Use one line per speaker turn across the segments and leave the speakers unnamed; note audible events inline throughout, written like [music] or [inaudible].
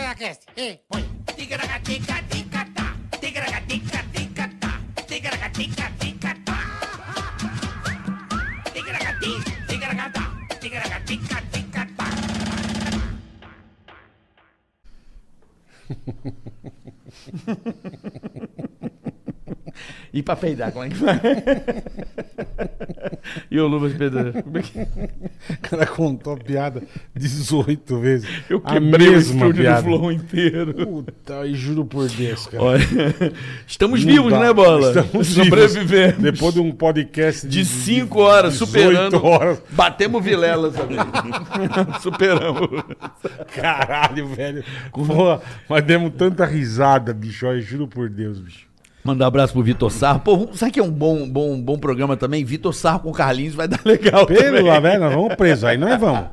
Ticaracast. Ei, põe.
Ticaragatica-tica-tá. Ticaragatica-tica-tá. Ticaragatica-tica-tá. Ticaragati, ticaragatá. Ticaragatica-tica-tá.
E pra peidar, como é que vai? [laughs] e o Luvas Pedro? Como é que...
O cara contou a piada 18 vezes.
Eu
A
quebrei o
mesma
estúdio
piada.
do Flow inteiro.
Puta, e juro por Deus, cara.
Olha, estamos
Não
vivos,
dá.
né, Bola?
Estamos vivos.
Sobrevivemos.
Depois de um podcast
De 5 horas,
18
superando.
horas.
Batemos Vilela [laughs] também. superamos.
Caralho, velho. Pô, mas demos tanta risada, bicho. Olha, juro por Deus, bicho.
Mandar um abraço pro Vitor Sarro. Pô, sabe que é um bom, bom, bom programa também? Vitor Sarro com Carlinhos vai dar legal também.
Pelo lá, velho, nós vamos preso. Aí nós vamos.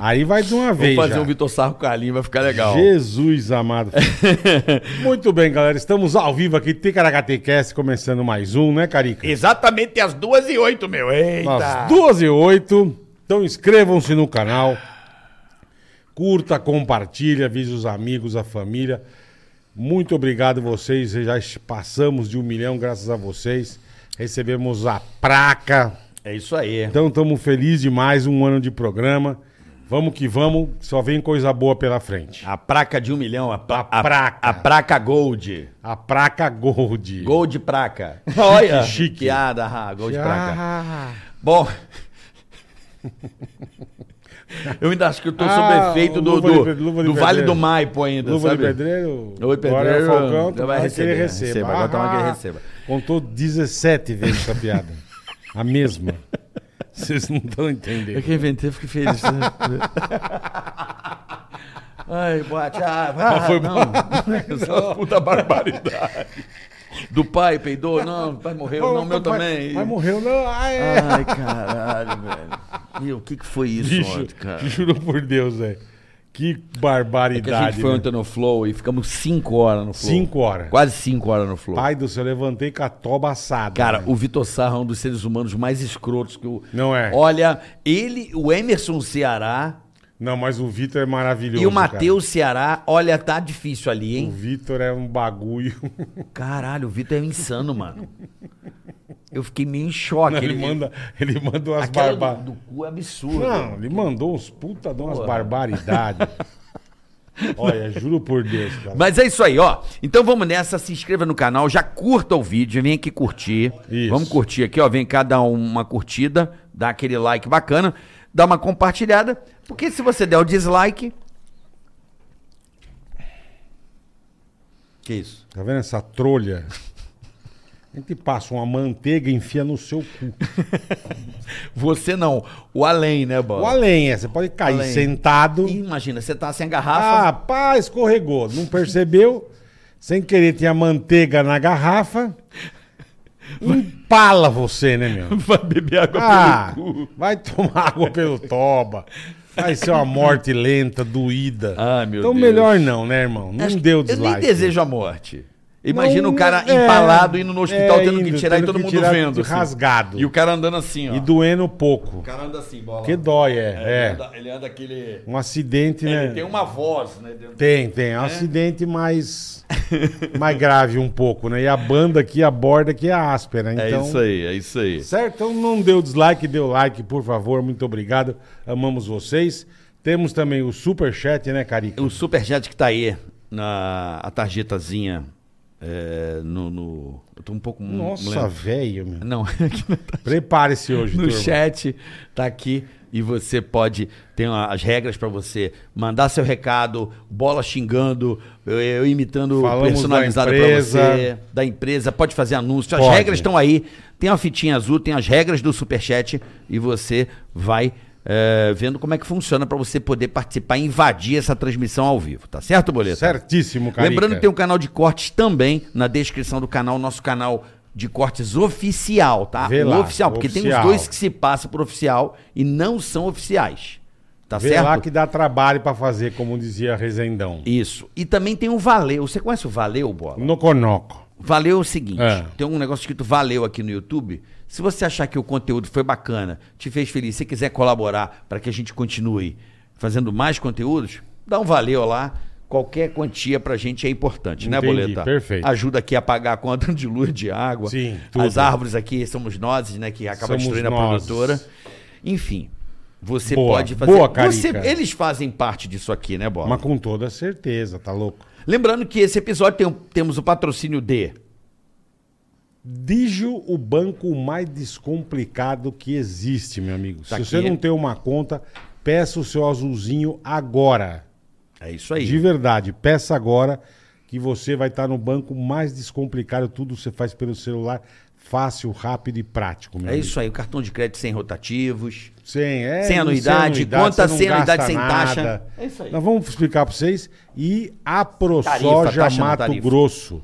Aí vai de uma
Vamos
vez.
fazer
já.
um Vitor Sarro com Carlinhos, vai ficar legal. [laughs]
Jesus amado. Muito bem, galera. Estamos ao vivo aqui, Ticaracatecast, começando mais um, né, Carica?
Exatamente às duas e oito, meu. Eita!
Às 12 e 08 Então inscrevam-se no canal. Curta, compartilha, avise os amigos, a família. Muito obrigado vocês. Já passamos de um milhão, graças a vocês. Recebemos a placa.
É isso aí.
Então estamos felizes demais. Um ano de programa. Vamos que vamos. Só vem coisa boa pela frente.
A placa de um milhão, a, pra-
A praca.
A praca Gold.
A placa Gold.
Gold praca. [laughs] Olha,
chique.
Piada, ah, Gold praca.
Ah,
Bom. [laughs] Eu ainda acho que eu tô sob
Ah,
efeito
o
do,
luva de
do,
pe- luva de
do Vale
pedreiro.
do Maipo ainda,
Luva
sabe?
de pedreiro.
Luva de
agora
pedreiro,
É o Falcão,
já vai
tomara que
receber,
ele receba. Ah!
receba, agora tomara que ele receba.
Contou 17 vezes essa piada. A mesma. Vocês não estão
Eu
entendendo.
que inventei, fiquei
[laughs]
feliz. né? Ai, boate. Ah, ah,
foi
não. [laughs] Essa é uma puta barbaridade. Do pai, peidou? Não, pai morreu. não, meu
Pai-
também.
Pai morreu, não. Ah, é.
Ai, caralho, velho. Meu, o que, que foi isso
Bicho,
ontem, cara? É
juro por Deus, velho.
Que a
Que
gente
barbaridade.
foi
né?
ontem no Flow e ficamos 5 horas no Flow.
Cinco horas.
Quase 5 horas no Flow.
Pai do céu, eu levantei com a toba assada.
Cara,
velho.
o Vitor Sarra é um dos seres humanos mais escrotos que eu.
Não é.
Olha, ele, o Emerson Ceará
Não, mas o Vitor é maravilhoso.
e o
cara.
Matheus Ceará, olha, tá difícil ali,
O
hein?
Vitor é um bagulho.
Caralho, o Vitor é um insano, mano. Eu fiquei meio em choque.
[laughs] ele, manda, ele manda umas
Aquela
barbadas.
do, do cu é absurdo.
Não, ele mandou uns puta de umas
[laughs]
barbaridades. Olha, juro por Deus, cara.
Mas é isso aí, ó. Então vamos nessa, se inscreva no canal, já curta o vídeo, vem aqui curtir.
Isso.
Vamos curtir aqui, ó. Vem cá dar uma curtida, dá aquele like bacana, dá uma compartilhada, porque se você der o dislike. Que isso?
Tá vendo essa trolha? A gente passa uma manteiga e enfia no seu cu.
Você não, o além, né, Bola?
O além, é, você pode cair
Além.
sentado.
Ih, Imagina, você tá sem a garrafa.
Ah, pá, escorregou. Não percebeu? Sem querer, tinha manteiga na garrafa. Empala você, né,
[laughs]
meu?
Vai beber água
Ah, vai tomar água pelo toba. Vai ser uma morte lenta, doída.
Ah, meu
então,
Deus.
melhor não, né, irmão? Não
Acho que
deu
Eu
dislike.
nem desejo a morte. Imagina
Não,
o cara
é,
empalado indo no hospital
é,
tendo que
indo,
tirar
tendo
e todo
que
mundo
tirar
vendo. assim.
rasgado.
E o cara andando assim, ó.
E doendo um pouco.
O cara anda assim, bola.
Que dói, é.
É,
é.
Ele, anda, ele anda aquele.
Um acidente, né?
Ele tem uma voz, né? dentro-
Tem, tem. É um acidente mais, mais grave um pouco, né? E a banda aqui, a borda aqui é áspera. Então,
É isso aí, é isso aí.
Certo? Então não deu dislike, deu like, por favor. Muito obrigado. Amamos vocês. Temos também o superchat, né, Carica?
O superchat que tá aí, na a tarjetazinha. é, no, no- Eu tô um pouco. não
Nossa,
lembro.
velho, meu.
Não, [laughs] aqui não tá.
Prepare-se hoje,
no
turma.
chat tá aqui e você pode tem a- as regras pra você mandar seu recado, bola xingando, eu, eu imitando
Falamos
personalizado
da
pra
empresa.
você, da empresa, pode fazer anúncio, as
Pode.
regras estão aí. Tem a fitinha azul, tem as regras do Superchat e você vai é, vendo como é que funciona pra você poder participar e invadir essa transmissão ao vivo, tá certo, boleta?
Certíssimo, Carica.
Lembrando que tem um canal de cortes também na descrição do canal, nosso canal de cortes oficial, tá?
Vê
O
lá,
oficial, porque tem
oficial.
os dois que se passam por oficial e não são oficiais. Tá
Vê
certo?
lá que dá trabalho pra fazer, como dizia Rezendão.
Isso. E também tem o Valeu. Você conhece o Valeu, Bola?
No Conoco.
Valeu é o seguinte:
É.
tem um negócio escrito Valeu aqui no YouTube. Se você achar que o conteúdo foi bacana, te fez feliz, se quiser colaborar para que a gente continue fazendo mais conteúdos, dá um valeu lá. Qualquer quantia pra gente é importante, né,
Entendi,
Boleta?
perfeito.
Ajuda aqui a pagar a conta de luz, de água.
Sim, tudo.
As árvores aqui somos nós, né, que acaba
Somos
destruindo
nós.
a produtora. Enfim, você
Boa,
pode fazer.
boa, Carica.
Você- eles fazem parte disso aqui, né, Bola?
Mas com toda certeza, tá louco?
Lembrando que esse episódio tem, um- temos o patrocínio de.
Digio, o banco mais descomplicado que existe, meu amigo.
Tá
Se
aqui.
você não tem uma conta, peça o seu azulzinho agora.
É isso aí.
De verdade, peça agora que você vai estar no banco mais descomplicado. Tudo você faz pelo celular, fácil, rápido e prático, meu
É isso aí, o cartão de crédito sem rotativos.
Sem, é,
Sem anuidade, conta
você não
sem anuidade,
gasta
sem taxa.
É isso aí. Nós vamos explicar para vocês. E a ProSoja
Tarifa, taxa não
Mato
tarifa.
Grosso.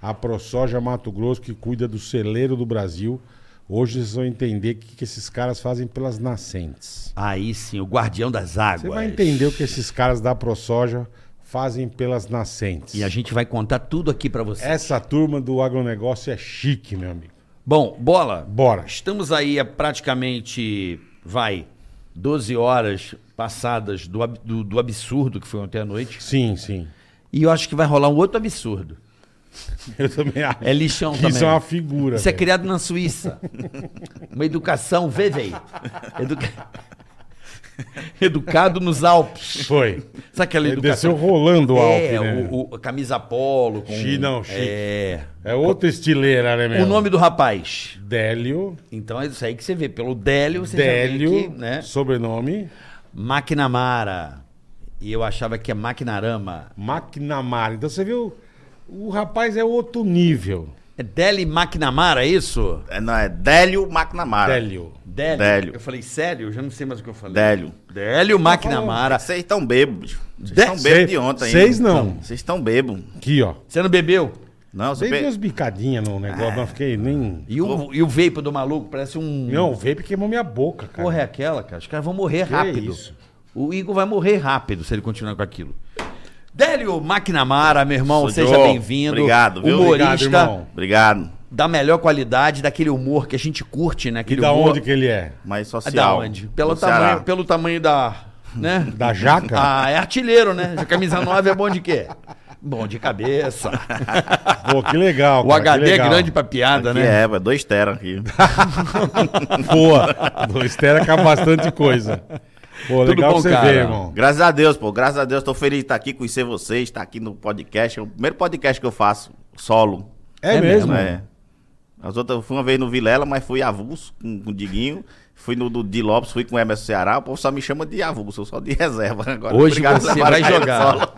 A ProSoja Mato Grosso, que cuida do celeiro do Brasil. Hoje vocês vão entender o que, que esses caras fazem pelas nascentes.
Aí sim, o guardião das águas.
Você vai entender o que esses caras da ProSoja fazem pelas nascentes.
E a gente vai contar tudo aqui pra você.
Essa turma do agronegócio é chique, meu amigo.
Bom, bola.
Bora.
Estamos aí a praticamente, vai, 12 horas passadas do, ab- do, do absurdo que foi ontem à noite.
Sim, sim.
E eu acho que vai rolar um outro absurdo.
Eu também acho.
É
[laughs]
lixão
que
também.
Isso é uma figura.
Isso é
velho.
criado na
[laughs]
Suíça. Uma educação, vê, véi. Educa- [laughs] Educado nos Alpes. [laughs]
Foi.
Sabe aquela
Ele
educação?
desceu rolando o Alpe,
é,
né?
o, o- a camisa polo. Com,
Chi- não, chique.
É.
É outra estileira, né, meu?
O nome do rapaz.
Délio.
Então é isso aí que você vê. Pelo Délio, você já vê
Délio,
que, né?
sobrenome.
Maquinamara. E eu achava que é Maquinarama.
McNamara. Então você viu, o rapaz é outro nível.
É Deli Maquinamara, é isso?
É, não, é Délio McNamara.
Délio.
Délio.
Délio.
Eu falei, sério? Eu já não sei mais o que eu falei.
Délio.
Délio Maquinamara.
Vocês estão bêbados. Vocês
De-
estão bêbados de ontem ainda.
Vocês não.
Vocês estão bêbados.
Aqui, ó.
Você não bebeu?
Não, vocês
Dei
be...
duas bicadinhas no negócio, não fiquei nem...
E o, e o vape do maluco parece um...
Não, o vape queimou minha boca, cara.
Porra, é aquela, cara. Os caras vão morrer rápido.
isso?
O Igor vai morrer rápido se ele continuar com aquilo. Délio McNamara, meu irmão,
Sou
seja
Joe.
bem-vindo.
Obrigado, viu?
Obrigado,
Humorista
irmão.
Obrigado.
da melhor qualidade, daquele humor que a gente curte, né?
E
Aquele
da
humor...
onde que ele é?
Mas
Ah,
social.
Da onde? Pelo
Do
tamanho,
Ceará.
pelo tamanho da. Né?
Da jaca?
Ah, é artilheiro, né? A camisa 9 é bom de quê? Bom de cabeça.
Pô, que legal,
[laughs] O
cara, que
HD é
legal. [laughs]
grande pra piada,
Aqui
né?
é, vai, dois
[laughs]
tera aqui.
Boa. Dois tera com bastante coisa. Pô,
Tudo
legal
bom,
você
cara?
ver, irmão.
Graças a Deus, pô. Graças a Deus, tô feliz de estar aqui, conhecer vocês, estar aqui no podcast. É o primeiro podcast que eu faço, solo.
É,
É
mesmo?
É. As outras, eu fui uma vez no Vilela, mas fui avulso com, com o Diguinho. Fui no do Di Lopes, fui com o Emerson Ceará. O povo só me chama de avulso, eu sou de reserva. [laughs] Agora,
Hoje
obrigado,
você
chamaram
vai
carreira
jogar.
solo.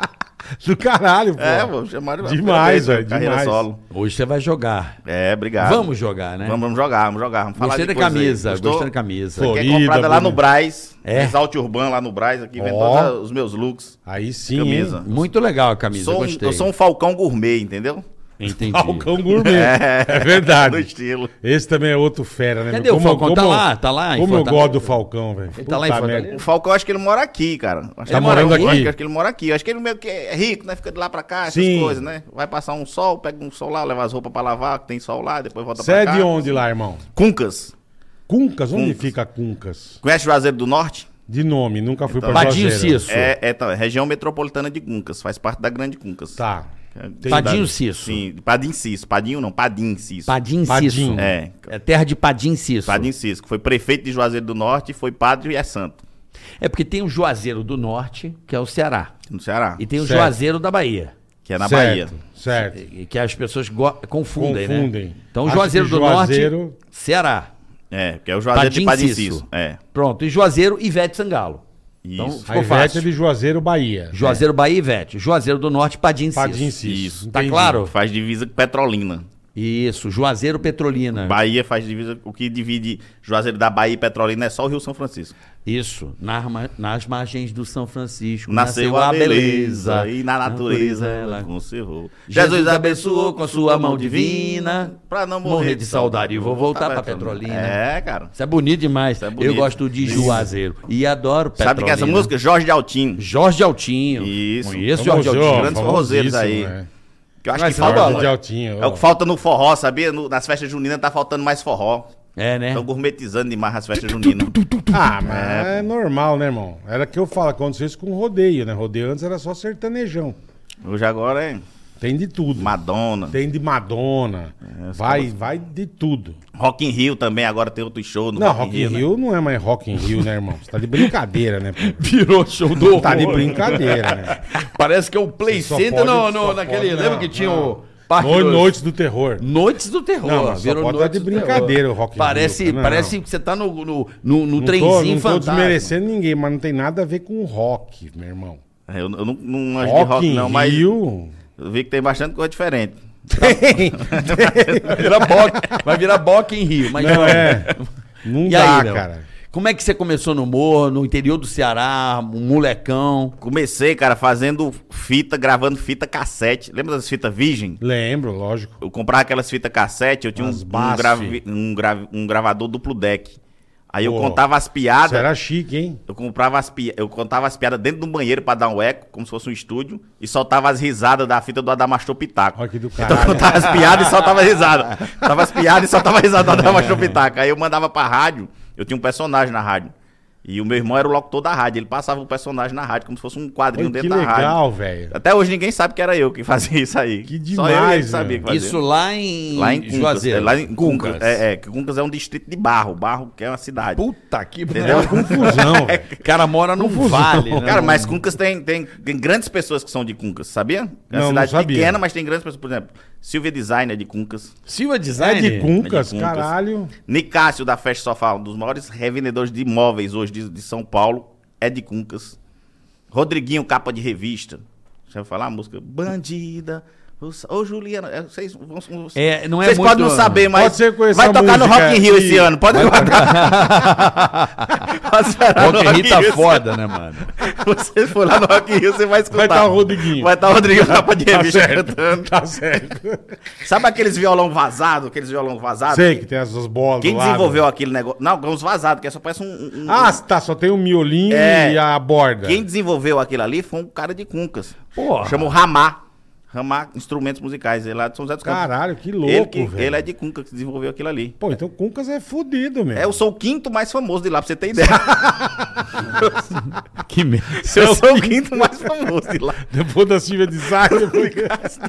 Do caralho, pô.
É, pô, chamaram
Demais,
primeira
velho,
vez, né? Carreira
demais.
solo.
Hoje você vai jogar.
É, obrigado.
Vamos jogar, né?
Vamos, vamos jogar, vamos jogar. Vamos falar
Gostei da
de coisa aí.
camisa,
Gostou?
gostei da camisa.
Pô,
Quer
Florida,
comprada lá no
bonito.
Braz,
É.
Exalt Urban lá no Braz, aqui vem
Ó.
todos os meus looks.
Aí sim,
Camisa.
hein?
Muito legal a camisa,
Sou um-
gostei.
eu sou um falcão gourmet, entendeu? [laughs]
Entendi.
Falcão Gourmet. É
No
verdade.
estilo.
Esse também é outro fera, né?
Cadê
meu?
o Falcão?
eu-
Tá lá, tá lá em
Como eu
Fortaleza.
gosto do Falcão, velho.
Ele tá lá em
Puta
Fortaleza?
O
merda.
Falcão, acho que ele mora aqui, cara. Acho que
Tá
ele mora
morando aqui?
Acho que, acho que ele mora aqui. Eu Acho que ele meio que é rico, né? Fica de lá pra cá, essas
Sim.
coisas, né? Vai passar um sol, pega um sol lá, leva as roupas pra lavar, que tem sol lá, depois volta
Você
pra
é
cá.
de onde lá, irmão?
Cuncas.
Cuncas? Onde
Cuncas.
fica Cuncas?
Conhece Juazeiro do Norte?
De nome, nunca
tá
fui pra
Tadinho
Juazeiro.
Cisso.
É, é, tá, região metropolitana de Cuncas. Faz parte da Grande Cuncas.
Tá.
É,
Tem-
Padinho Cisso.
Sim, Padim Cis. Padinho não, Padim Cis.
Padim
Padim.
Cisso. É.
É,
terra de Padim Cisso.
Padim Cis, que foi prefeito de Juazeiro do Norte, foi padre e é santo,
É porque tem o Juazeiro do Norte, que é o Ceará.
no Ceará,
E tem o
Certo.
Juazeiro da Bahia.
que é na
certo,
Bahia.
Certo.
E que as pessoas go- confundem,
Confundem.
né? Então,
Acho
Juazeiro
que
do
Juazeiro-
Norte, Ceará.
É, que é o Juazeiro de Padim
Padim
Cis.
Cisso.
É,
Pronto, e Juazeiro, Ivete Sangalo.
isso.
Então,
A
ficou
Ivete é
fácil.
de Juazeiro,
É.
Bahia.
Juazeiro, Bahia, Ivete. Juazeiro do Norte, Padim
Padim
Cisso.
Cisso.
Isso,
Tá
entendi.
claro?
Faz divisa com Petrolina.
Isso, Juazeiro, Petrolina.
Bahia faz divisa, o que divide Juazeiro da Bahia e Petrolina é só o Rio São Francisco.
Isso, nas, ma- nas margens do São Francisco
Tipo, Nasceu, a beleza, e na natureza ela conservou.
Jesus abençoou com a sua mão divina,
pra não
morrer
morrer, Tá
de saudade. Eu vou voltar pra Petrolina.
É, cara.
Isso é bonito demais.
Isso é bonito.
Eu gosto de
Isso.
Juazeiro e adoro Petrolina.
Sabe que é essa música? Jorge de Altinho.
Jorge Altinho.
Isso.
Conheço
É Famoso,
Jorge Altinho.
ó,
grandes forrozeiros aí.
famosíssimo, é.
Que eu acho
Mas
que falta.
Jorge
de Altinho,
é
ó.
o que falta no forró, sabia? No- nas festas juninas tá faltando mais forró.
É, né?
[laughs]
Estão gourmetizando demais as festas juninas.
Ah, mas é. normal, né, irmão? Era que eu falo, aconteceu isso com rodeio, né? Rodeio antes era só sertanejão.
Hoje agora é
Tem de tudo.
Madonna.
Tem de Madonna.
É,
os
vai,
caras-
vai de tudo.
Rock in Rio também, agora tem outro show no
Não, Rock in
né?
Rio não é mais Rock in Rio, né, irmão? Você tá de brincadeira, né?
[laughs]
pô?
Virou show do
Tá de
horror.
brincadeira, né?
Parece que é o Play
Você só
Center
pode-
no,
só
no-
pode-
naquele.
não,
lembra que tinha
não.
o. Parque
Noi-
dos-
Noites do Terror.
Um
Noites do Terror.
Não, mas só pode dar de
do
brincadeira
Terror.
o Rock in Rio,
Parece,
cara. Não.
parece que você tá no, no, no, no
Não tô,
trenzinho
não tô
fantasma.
desmerecendo ninguém, mas não tem nada a ver com rock, meu irmão.
Eu, eu não, não manjo de
Rock,
rock,
in
não, mas
Rio...
eu vi que tem bastante coisa diferente.
Vai virar boque, vai virar boque em Rio. Mas
[laughs] Não, é. Não
E
dá,
aí, Léo?
cara.
Como é que você começou no morro, no interior do Ceará, um molecão?
Comecei, cara, fazendo fita, gravando fita cassete. Lembra das fitas virgem?
Lembro, lógico.
Eu comprava aquelas fitas cassete, eu tinha um,
As
um
BASF.
grave- um grave- um gravador duplo deck. Aí eu
Pô,
contava as
Isso
piadas.
era chique, hein?
Eu comprava as pi... eu contava as piadas dentro do banheiro pra dar um eco, como se fosse um estúdio, e soltava as risadas da fita do Adamastor Pitaco.
Olha que do
Então [laughs] eu
caralho.
contava as piadas e soltava risada. Tava as piadas e soltava
[laughs]
risada do Adamastor Pitaco. Aí eu mandava pra rádio, eu tinha um personagem na rádio. E o meu irmão era o locutor da rádio, ele passava o personagem na rádio, como se fosse um quadrinho
Olha, que
dentro da rádio. Tá
legal, velho.
Até hoje ninguém sabe que era eu que fazia [laughs] isso aí.
Que
Só eu e ele
demais,
sabia que
meu.
fazia.
Isso lá em,
Lá em Cuncas.
Juazeiro.
É, lá em Cuncas.
Cuncas.
É, é, que Cuncas é um distrito de Barro. Barro que é uma cidade.
Puta que
Entendeu?
É
[laughs]
Confusão,
É,
velho.
O cara mora num
Confusão.
vale. né?
Cara, mas Cuncas tem, tem, tem grandes pessoas que são de Cuncas, sabia?
Não,
É uma
não
cidade
sabia.
pequena, mas tem grandes pessoas. Por exemplo, Silvia Design é de Cuncas.
Silva
É
Design.
de Cuncas,
É de Cuncas.
caralho.
Nicásio da Festa Sofá, um dos maiores revendedores de imóveis hoje de, de São Paulo, é de Cuncas. Rodriguinho, capa de revista. Deixa eu falar a música. Bandida. Ô, Sa- ô, Juliana, é, vocês vão. vocês-
É, não é
vocês podem
muito- [laughs]
não saber, mas.
Pode ser com essa
vai tocar no
música
Rock in Rio
aqui.
esse ano. Pode [laughs] tocar. Pode esperar no
Rock in Rio tá
Rio esse
foda, né, mano?
você for lá no Rock in Rio, você vai escutar.
Vai tá o Rodriguinho.
Vai estar o Rodriguinho Capa de
Tá
Revista
certo.
cantando.
Tá certo.
Sabe aqueles violão vazado, aqueles violão vazado?
Sei que tem essas bolas
Ah, Quem
lá,
desenvolveu
né?
aquele negócio? Não, uns vazados, que é só parece um... um- um-
Ah, tá, só tem o miolinho
É.
e a borda.
Quem desenvolveu aquilo ali foi um cara de Cuncas.
Porra.
Chama o Ramar. Ramar Instrumentos Musicais. Ele é lá de São José dos Campos.
Caralho, que louco,
ele, que-
velho.
ele é de Cuncas que desenvolveu aquilo ali.
Pô, então Cuncas é fudido, meu.
É, eu sou o quinto mais famoso de lá,
[laughs]
pra você ter ideia.
Que [laughs] merda.
eu sou o quinto mais famoso
[laughs]
de lá.
Depois da Silvia Design, eu fui-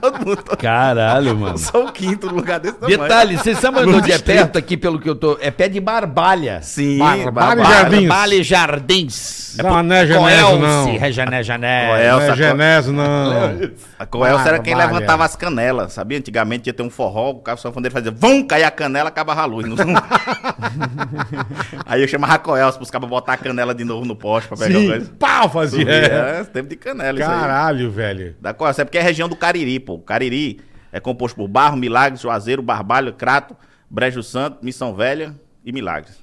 Todo mundo...
Caralho, mano.
Eu sou o quinto no lugar desse tamanho.
Detalhe, vocês sabem onde é perto aqui, pelo que eu tô. É pé de barbalha.
Sim.
Barbalha
Barbalha.
Jardins.
Barbalha Jardins.
Não, não é Genésio, não.
É Jané, Jané.
Coelce.
Não é
Elsa-
Genésio,
[laughs] é
não.
A Coelce era quem
Barbalha.
levantava as canelas, sabia? Antigamente ia ter um forró, o cara sanfoneiro fazia, vão cair a canela, acabava a luz.
[laughs]
Não- Aí eu chamava a Coelce pros caras botar a canela de novo no poste pra pegar
Sim,
o coisa.
pau fazia.
É. tempo de canela isso aí.
Caralho, velho.
Da Coelce, é porque é região do Cariri, pô. O Cariri é composto por Barro, Milagres, Juazeiro, Barbalho, Crato, Brejo Santo, Missão Velha e Milagres.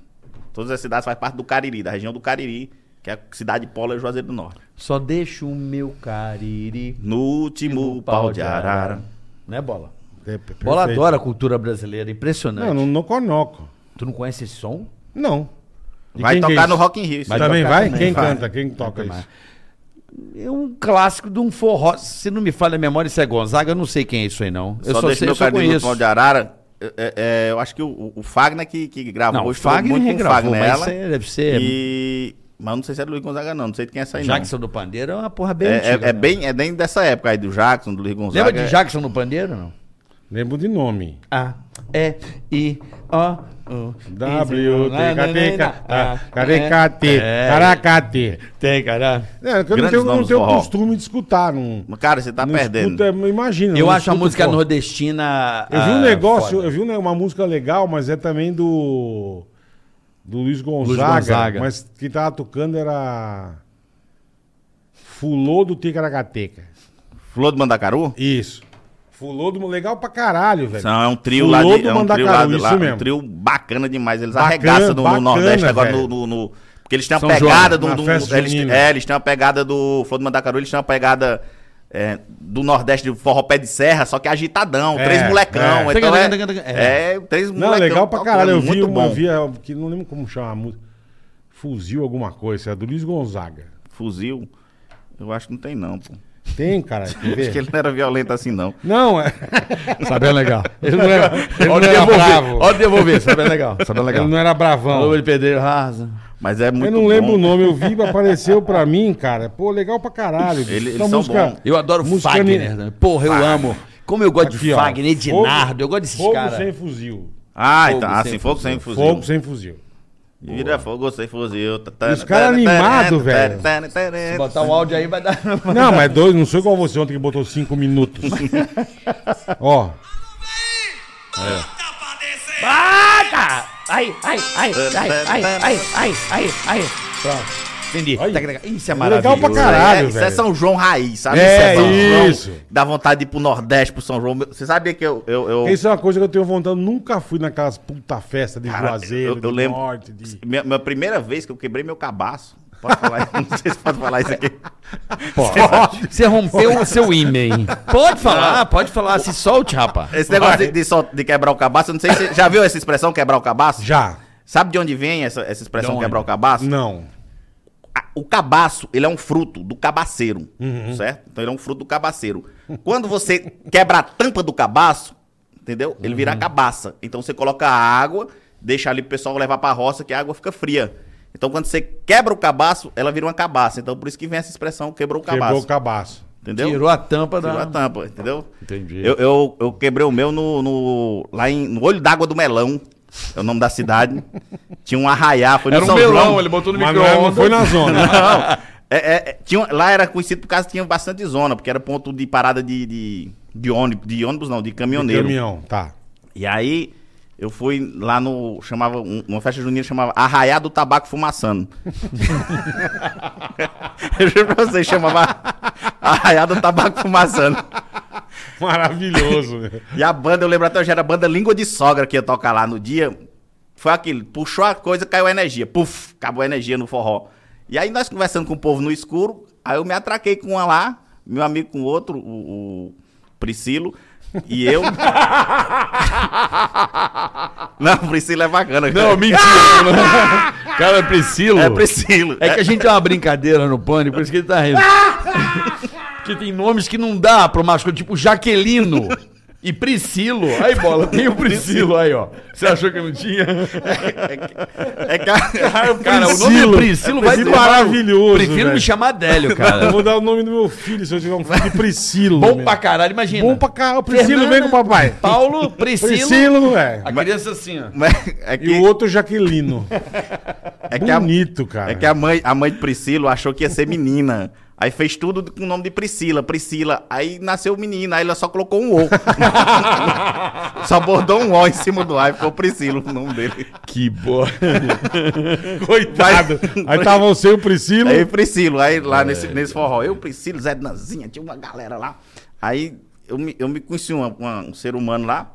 Todas as cidades fazem parte do Cariri, da região do Cariri, que é a cidade pola e Juazeiro do Norte.
Só deixa o meu cariri
No último pau de arara.
Né, Bola?
É, per-
Bola
perfeito.
adora né, a cultura brasileira, é impressionante.
Não, não, não conoco.
Tu não conhece esse som?
Não. E
Vai
quem que é
tocar no
isso?
Rock in Rio. isso
Mas
aí.
também
tocar
vai?
também,
quem
vai.
canta? Quem toca
Vai.
isso?
É um clássico de um forró. Se não me falha a memória, isso é Gonzaga, eu não sei quem é isso aí, não. Eu
só
só,
deixa
sei,
meu
eu só
cara de
conheço.
Pau de Arara. é, é, é, eu acho que o, o Fagner que, que gravou
Não, o
estourou
Fagner
com o
regravou, mas
Fagnella,
isso aí deve ser-
E... Mas eu não sei se é do Luiz Gonzaga, não. Não sei de quem é essa aí, não.
Jackson do Pandeiro é uma porra bem
É, é,
antiga, né?
é bem, é bem dessa época aí, do Jackson, do Luiz Gonzaga. é.
Lembra de Jackson do Pandeiro, não?
Lembro de nome.
Ah.
A, E, I, O, U,
W, ah, T, K, T, K,
É.
K, T,
Caraca. Ah,
Caracate.
É. Tem, cara.
É, que eu não
É. Grandes
tenho, não
nomes do
tenho
forró.
costume de escutar. Não,
Mas, Cara, você tá
não
perdendo.
escuto, é, imagina.
Eu
não
acho a
escuto,
música
pô.
nordestina.
Eu vi um
ah,
negócio,
foda.
eu vi uma, uma música legal, mas é também do. Do Luiz Gonzaga.
Gonzaga.
Mas quem tava tocando era. Fulô do Ticaracateca.
Flor do Mandacaru?
Isso. Fulô do. Legal pra caralho, velho.
Não, é um trio
Fulô
lá de.
do
É um trio lá
Mandacaru,
de lá.
isso
Um
mesmo.
trio bacana demais. Eles
Bacana,
arregaçam no, no
bacana,
Nordeste agora
velho.
no, no- no- Porque eles têm uma
São
pegada
João,
do.
na
do-
festa
eles,
junina.
é, eles têm uma pegada do. Flor do Mandacaru, eles têm uma pegada. é, do Nordeste, do forró pé de serra, só que agitadão,
É,
três molecão.
é.
Então é,
É.
é, três
Não,
molecão.
legal pra
tocando,
caralho. Eu vi
muito
uma,
bom.
vi a- que não lembro como chama a música. Fuzil alguma coisa, é do Luiz Gonzaga.
Fuzil, eu acho que não tem não, pô.
Tem, cara. Quer ver?
Acho que ele não era violento assim, não.
Não, é.
Sabendo legal.
[laughs] Ele não era, ele não
Olha
era
devolver,
bravo.
olha devolver, sabe é
[laughs]
legal, sabe é legal.
Ele não era bravão.
Alô, de pedreiro, rasa.
Mas é muito
Eu não lembro
bom.
o nome, eu vi, apareceu pra mim, cara. Pô, legal pra caralho. bicho.
Ele- eles
Essa
são bons.
Eu adoro
Música
Fagner,
ne-
né? porra, eu amo. Como eu gosto
Aqui,
de
ó.
Fagner,
Fogo-
Ednardo, eu gosto desses
Fogo
caras.
sem fuzil.
Ah,
Fogo
então,
sem
assim, fogo sem fuzil.
Fogo sem fuzil.
Vira fogo sem fuzil. tá,
Os caras animados, velho.
Se botar o áudio aí vai dar.
Não, mas dois, não sou igual você ontem que botou cinco
[laughs]
minutos. Ó,
[laughs] Bata! Ai, ai, ai, ai, ai, ai, ai, ai, ai. Pronto. Entendi.
Aí.
Isso é
legal
maravilhoso.
pra caralho,
isso é
velho.
São João raiz, sabe?
É,
São João.
isso.
Dá vontade de ir pro Nordeste, pro São João. Você sabia que eu... eu, eu...
Isso é uma coisa que eu tenho vontade. Eu nunca fui naquelas puta festa de
Cara,
Juazeiro,
eu- eu
de
lembro-
Norte. De...
Minha, minha primeira vez que eu quebrei meu cabaço. Pode falar isso? [laughs] Não sei se pode falar isso aqui.
Você rompeu o seu e-mail. Pode falar, pode falar. Se solte, rapaz.
Esse negócio de, de sol- de quebrar o cabaço, eu não sei se. Já viu essa expressão quebrar o cabaço?
Já.
Sabe de onde vem essa, essa expressão
De onde?
quebrar o cabaço?
Não.
A- o cabaço, ele é um fruto do cabaceiro, certo? Então ele é um fruto do cabaceiro. Quando você quebra a tampa do cabaço, entendeu? Ele vira cabaça. Então você coloca a água, deixa ali pro pessoal levar pra roça que a água fica fria. Então quando você quebra o cabaço, ela vira uma cabaça. Então por isso que vem essa expressão quebrou o
Quebrou
cabaço.
o cabaço.
Entendeu?
Tirou a tampa
Tirou
da.
a tampa, entendeu?
Entendi.
Eu, eu, eu quebrei o meu no, no- lá em, no Olho d'Água do Melão, é o nome da cidade. Tinha um arraiá, foi no
Era um
São
melão,
João.
ele botou no
Mas não, não
micro-ondas.
foi na [laughs]
[laughs]
zona. né?
Não, é, é, é, tinha, lá era conhecido por causa que tinha bastante zona, porque era ponto de parada de, de, de ônibus, de ônibus não, de um caminhoneiro.
Caminhão, tá.
E aí eu fui lá no, chamava, um- uma festa junina chamava Arraiá do Tabaco Fumaçando. [laughs] eu juro pra vocês, chamava Arraiá do Tabaco Fumaçando.
Maravilhoso. né?
[laughs] E a banda, eu lembro até hoje, era a banda Língua de Sogra que ia tocar lá no dia. Foi aquilo, puxou a coisa, caiu a energia. Puf, acabou a energia no forró. E aí nós conversando com o povo no escuro, aí eu me atraquei com uma lá, meu amigo com outro, o, o Priscilo, e eu. Não, o Priscilo é bacana. cara.
Não, mentira.
[laughs]
cara, é Priscilo.
É Priscilo.
É que a gente é uma brincadeira no pânico, por isso que ele tá rindo. Porque tem nomes que não dá pro masculino, tipo Jaquelino e Priscilo. Aí, bola, tem o Priscilo aí, ó. Você achou que não tinha?
É que- é que a-
Cara, o nome
Priscilo.
é Priscilo,
É
vai
Priscilo
tomar no-
maravilhoso,
Prefiro
velho.
me chamar Délio,
Eu
cara.
vou dar o nome do meu filho, se eu tiver um filho de Priscilo.
Bom
meu.
pra caralho, imagina.
Bom pra caralho. Priscilo,
Fernanda,
vem com o papai.
Paulo, Priscilo.
Priscilo, é.
A criança assim, ó.
mas é que,
E o outro Jaquelino.
é que a-
Bonito, cara.
É que a mãe, a mãe de Priscila achou que ia ser menina. Aí fez tudo com o nome de Priscila, Priscila. Aí nasceu menina, aí ela só colocou um O. [laughs] só bordou um O em cima do A e ficou Priscila o nome dele.
Que [laughs] boa.
Coitado. Aí tá É. tava você e o Priscilo.
Aí Priscilo, aí lá nesse, nesse forró. Eu, Priscilo, Zé Danzinha, tinha uma galera lá. Aí eu me, eu me conheci uma- uma- um ser humano lá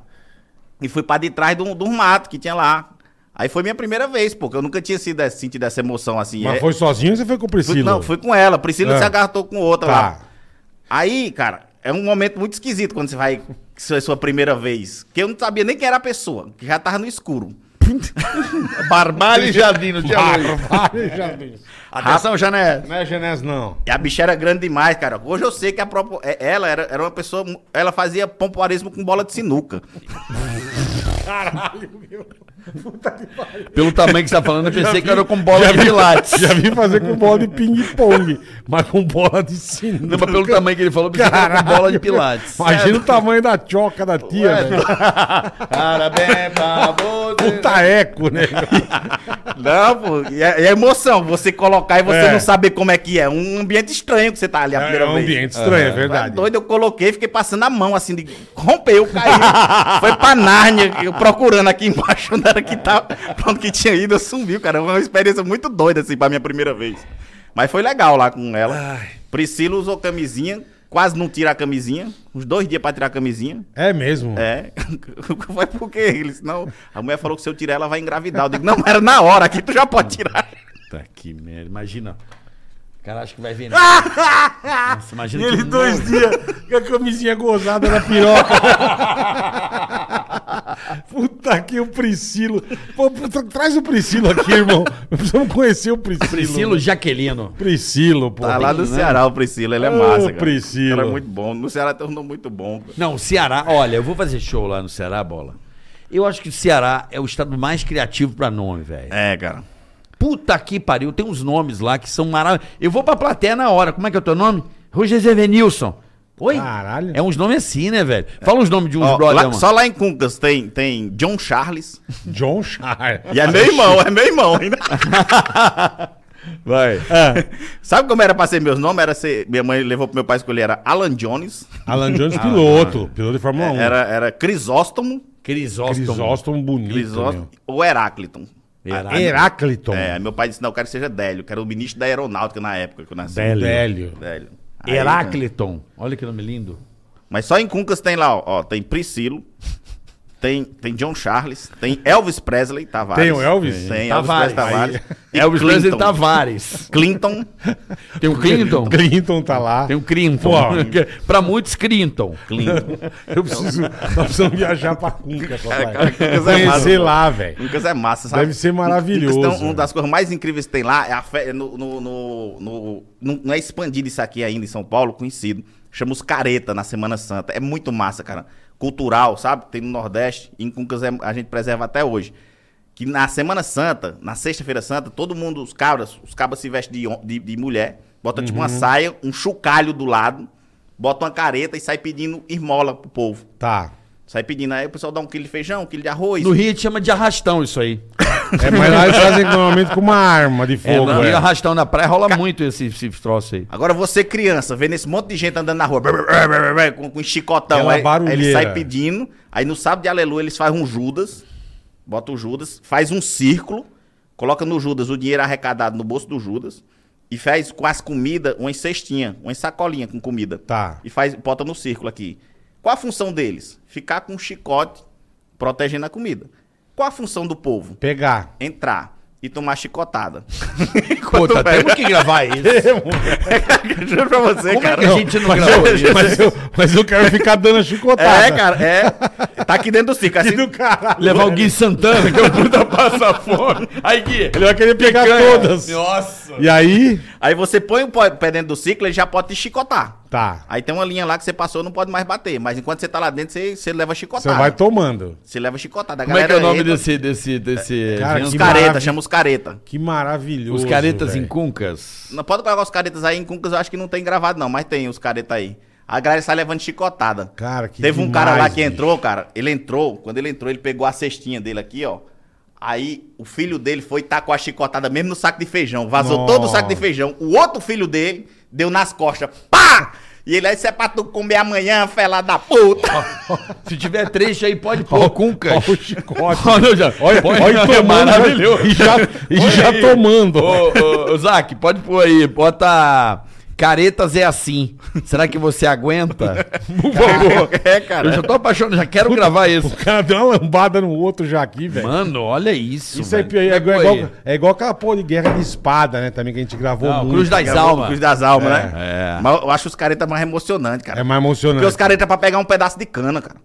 e fui pra de trás de um, de um mato que tinha lá. Aí foi minha primeira vez, porque eu nunca tinha sido, eh, sentido essa emoção assim.
Mas
É-
foi sozinho ou você foi com o
fui-
Priscilo?
não, fui com ela. Priscila
É.
se agarrou com outra lá.
[laughs] Tá.
Aí, cara, é um momento muito esquisito quando você vai. que isso é sua primeira vez. Que eu não sabia nem quem era a pessoa, que já tava no escuro.
Barbalho e Jardim, não tinha luz.
Barbalho, já disse.
Atenção, Janés.
Não é Genés, não.
E a bicha era grande demais, cara. Hoje eu sei que a própria. é- Ela era, era uma pessoa. mu- Ela fazia pompoarismo com bola de sinuca.
[laughs]
Pelo tamanho que você tá falando, eu pensei que era com bola de pilates.
Já vi fazer com bola de ping-pong, mas com bola de
Não,
sino.
mas pelo tamanho que ele falou, eu pensei que era com bola de pilates.
Imagina o tamanho da choca da tia, velho.
Parabéns pra você.
Puta eco, né?
Não, pô. E é, e é emoção você colocar e você
É.
não saber como é que é. Um ambiente estranho que você tá ali a
É
primeira
um
vez.
ambiente estranho, é
Tá
verdade.
doido, eu coloquei, fiquei passando a mão assim, de... rompeu, [laughs] caiu. Foi pra Nárnia, eu procurando aqui embaixo [laughs] onde era que tava, pra onde que tinha ido, eu sumiu, cara. Foi uma experiência muito doida, assim, pra minha primeira vez. Mas foi legal lá com ela. Priscila usou camisinha, quase não tira a camisinha, uns dois dias pra tirar a camisinha.
É mesmo.
É, [laughs] foi porque ele, senão a mulher falou que se eu tirar ela vai engravidar. Eu digo, não, era na hora, aqui tu já pode tirar.
Puta que merda, imagina. O cara acha que vai vender. Nossa, imagina
[laughs] E ele
que
dois dias com a camisinha gozada na piroca. Puta que o Priscilo. Pô, puta, traz o Priscilo aqui, irmão. Nós precisamos conhecer o Priscilo.
Priscilo Jaquelino.
Priscilo, pô.
Tá lá do Ceará, o Priscila, ele é massa, cara.
Priscila.
O cara é muito bom. No Ceará tornou muito bom. cara.
Não, Ceará, olha, eu vou fazer show lá no Ceará, bola. Eu acho que o Ceará é o estado mais criativo pra nome, velho.
É, cara.
Puta que pariu, tem uns nomes lá que são maravilhosos. Eu vou pra plateia na hora. Como é que é o teu nome? Roger Zevenilson. Oi?
Caralho.
É uns nomes assim, né, velho? Fala uns nomes de uns
Ó,
brother,
lá-
mano.
só lá em Cuncas tem, tem John Charles.
John Shire.
[laughs] E é meu irmão, é meu irmão ainda. É.
Vai.
Sabe como era pra ser meus nomes? Era ser, minha mãe levou pro meu pai escolher, era Alan Jones,
Alan Jones, piloto. Piloto de Fórmula 1.
Ah, é. era, era Crisóstomo,
Crisóstomo.
Crisóstomo bonito.
Crisóstomo
meu.
ou Heráclito.
Herá-
Heráclito.
É, aí meu pai disse, não, eu quero que seja Délio, que era o ministro da aeronáutica na época que eu nasci.
Délio.
Délio. Aí,
Herácliton. Olha que nome lindo.
Mas só em Cuncas tem lá, ó, ó, tem Priscilo, tem, tem John Charles, tem Elvis Presley Tavares.
Tem o Elvis?
Tem
Tavares.
É, Elvis Presley Tavares. E
Elvis Presley
Clinton.
Tavares.
Clinton.
Tem o Clinton?
[laughs] Clinton tá lá.
Tem um- o Clinton.
Pô.
Que- [laughs] pra muitos, Clinton. [laughs]
Clinton.
Eu preciso. Nós precisamos viajar pra Cunca, papai.
cara, Cuncas é massa,
Conhecer
pô.
lá, velho.
Lucas é massa, sabe?
Deve ser maravilhoso,
Lucas tem um-
velho.
uma das coisas mais incríveis que tem lá é a fe... é no, no, no- no- não- Não é expandido isso aqui ainda em São Paulo, conhecido. Chama os careta na Semana Santa. É muito massa, cara. Cultural, sabe? Tem no Nordeste. Em Cuncas é- a gente preserva até hoje. Que na Semana Santa, na Sexta-feira Santa, todo mundo, os cabras, os cabras se vestem de, hom- de, de mulher, bota tipo
Uhum.
uma saia, um chocalho do lado, bota uma careta e sai pedindo esmola pro povo.
Tá.
Sai pedindo. Aí o pessoal dá um quilo de feijão, um quilo de arroz.
No Rio chama de arrastão isso aí.
É, mas lá eles fazem normalmente com uma arma de
É,
fogo,
no Rio
velho.
arrastão na praia rola muito esse, esse troço aí.
Agora você, criança, vendo esse monte de gente andando na rua brr, brr, brr, brr, brr, com, com chicotão,
Aquela
aí, aí ele
barulheira.
sai pedindo, aí no sábado de aleluia eles fazem um Judas, bota o Judas, faz um círculo, coloca no Judas o dinheiro arrecadado no bolso do Judas e faz com as comidas uma cestinha, uma sacolinha com comida.
Tá.
E faz, bota no círculo aqui. Qual a função deles? Ficar com um chicote protegendo a comida. Qual a função do povo?
Pegar.
Entrar e tomar chicotada.
Puta,
[laughs] Quanto
temos que
[laughs]
gravar isso.
Juro pra você,
Como é
cara.
que a gente não
Mas
gravou
eu,
isso?
mas, eu, mas eu quero ficar dando a chicotada. [laughs]
É, cara, é. Tá aqui dentro do
[laughs]
circo. Assim,
Do caralho.
Levar o Gui Santana, que é o puta passa fome. Aí, Gui.
Ele vai querer pegar todas.
Nossa.
E aí?
Aí você põe o pé dentro do ciclo, ele já pode te chicotar.
Tá.
Aí tem uma linha lá que você passou, não pode mais bater. Mas enquanto você tá lá dentro, você, você leva
Você
chicotada.
vai tomando.
Você leva chicotada. A
Como é que é o nome
entra-
desse. desse, desse
Cara,
evento?
Os
Que
careta,
maravilha.
chama os careta.
Que maravilhoso.
Os caretas
velho.
em cuncas.
Não pode colocar os caretas aí em Cuncas, eu acho que não tem gravado, não, mas tem os careta aí. A galera sai levando chicotada.
Cara, que
Teve um cara lá
demais,
que
bicho.
entrou, cara. Ele entrou, quando ele entrou, ele pegou a cestinha dele aqui, ó. Aí o filho dele foi e tacou a chicotada mesmo no saco de feijão. Vazou
Nossa.
todo o saco de feijão. O outro filho dele deu nas costas. Pá! E ele aí, isso é pra tu comer amanhã, fela da puta.
[laughs]
Se tiver trecho aí, pode pôr
Olha
cuncas. [laughs]
o chicote.
Olha, já-
Olha, olha
é
tomando.
maravilhoso.
E já, e
Olha
já
aí.
tomando.
Ô, ô, ô, Zac, pode pôr aí, bota. Caretas é assim. Será que você
[laughs]
aguenta? Por favor.
É,
Eu já tô apaixonado, já quero gravar isso.
O cara deu uma lambada no outro já aqui, velho.
Mano, olha isso.
Isso aí
velho.
é, igual, é,
Foi.
igual, é igual aquela porra de guerra de espada, né? Também que a gente gravou
Não,
muito.
Cruz das
Gravou
Almas.
no Cruz das Almas, né?
É.
Mas eu acho os caretas mais emocionantes, cara.
É mais
Porque
emocionante.
os caretas é pra pegar um pedaço de
[laughs]
cana, cara.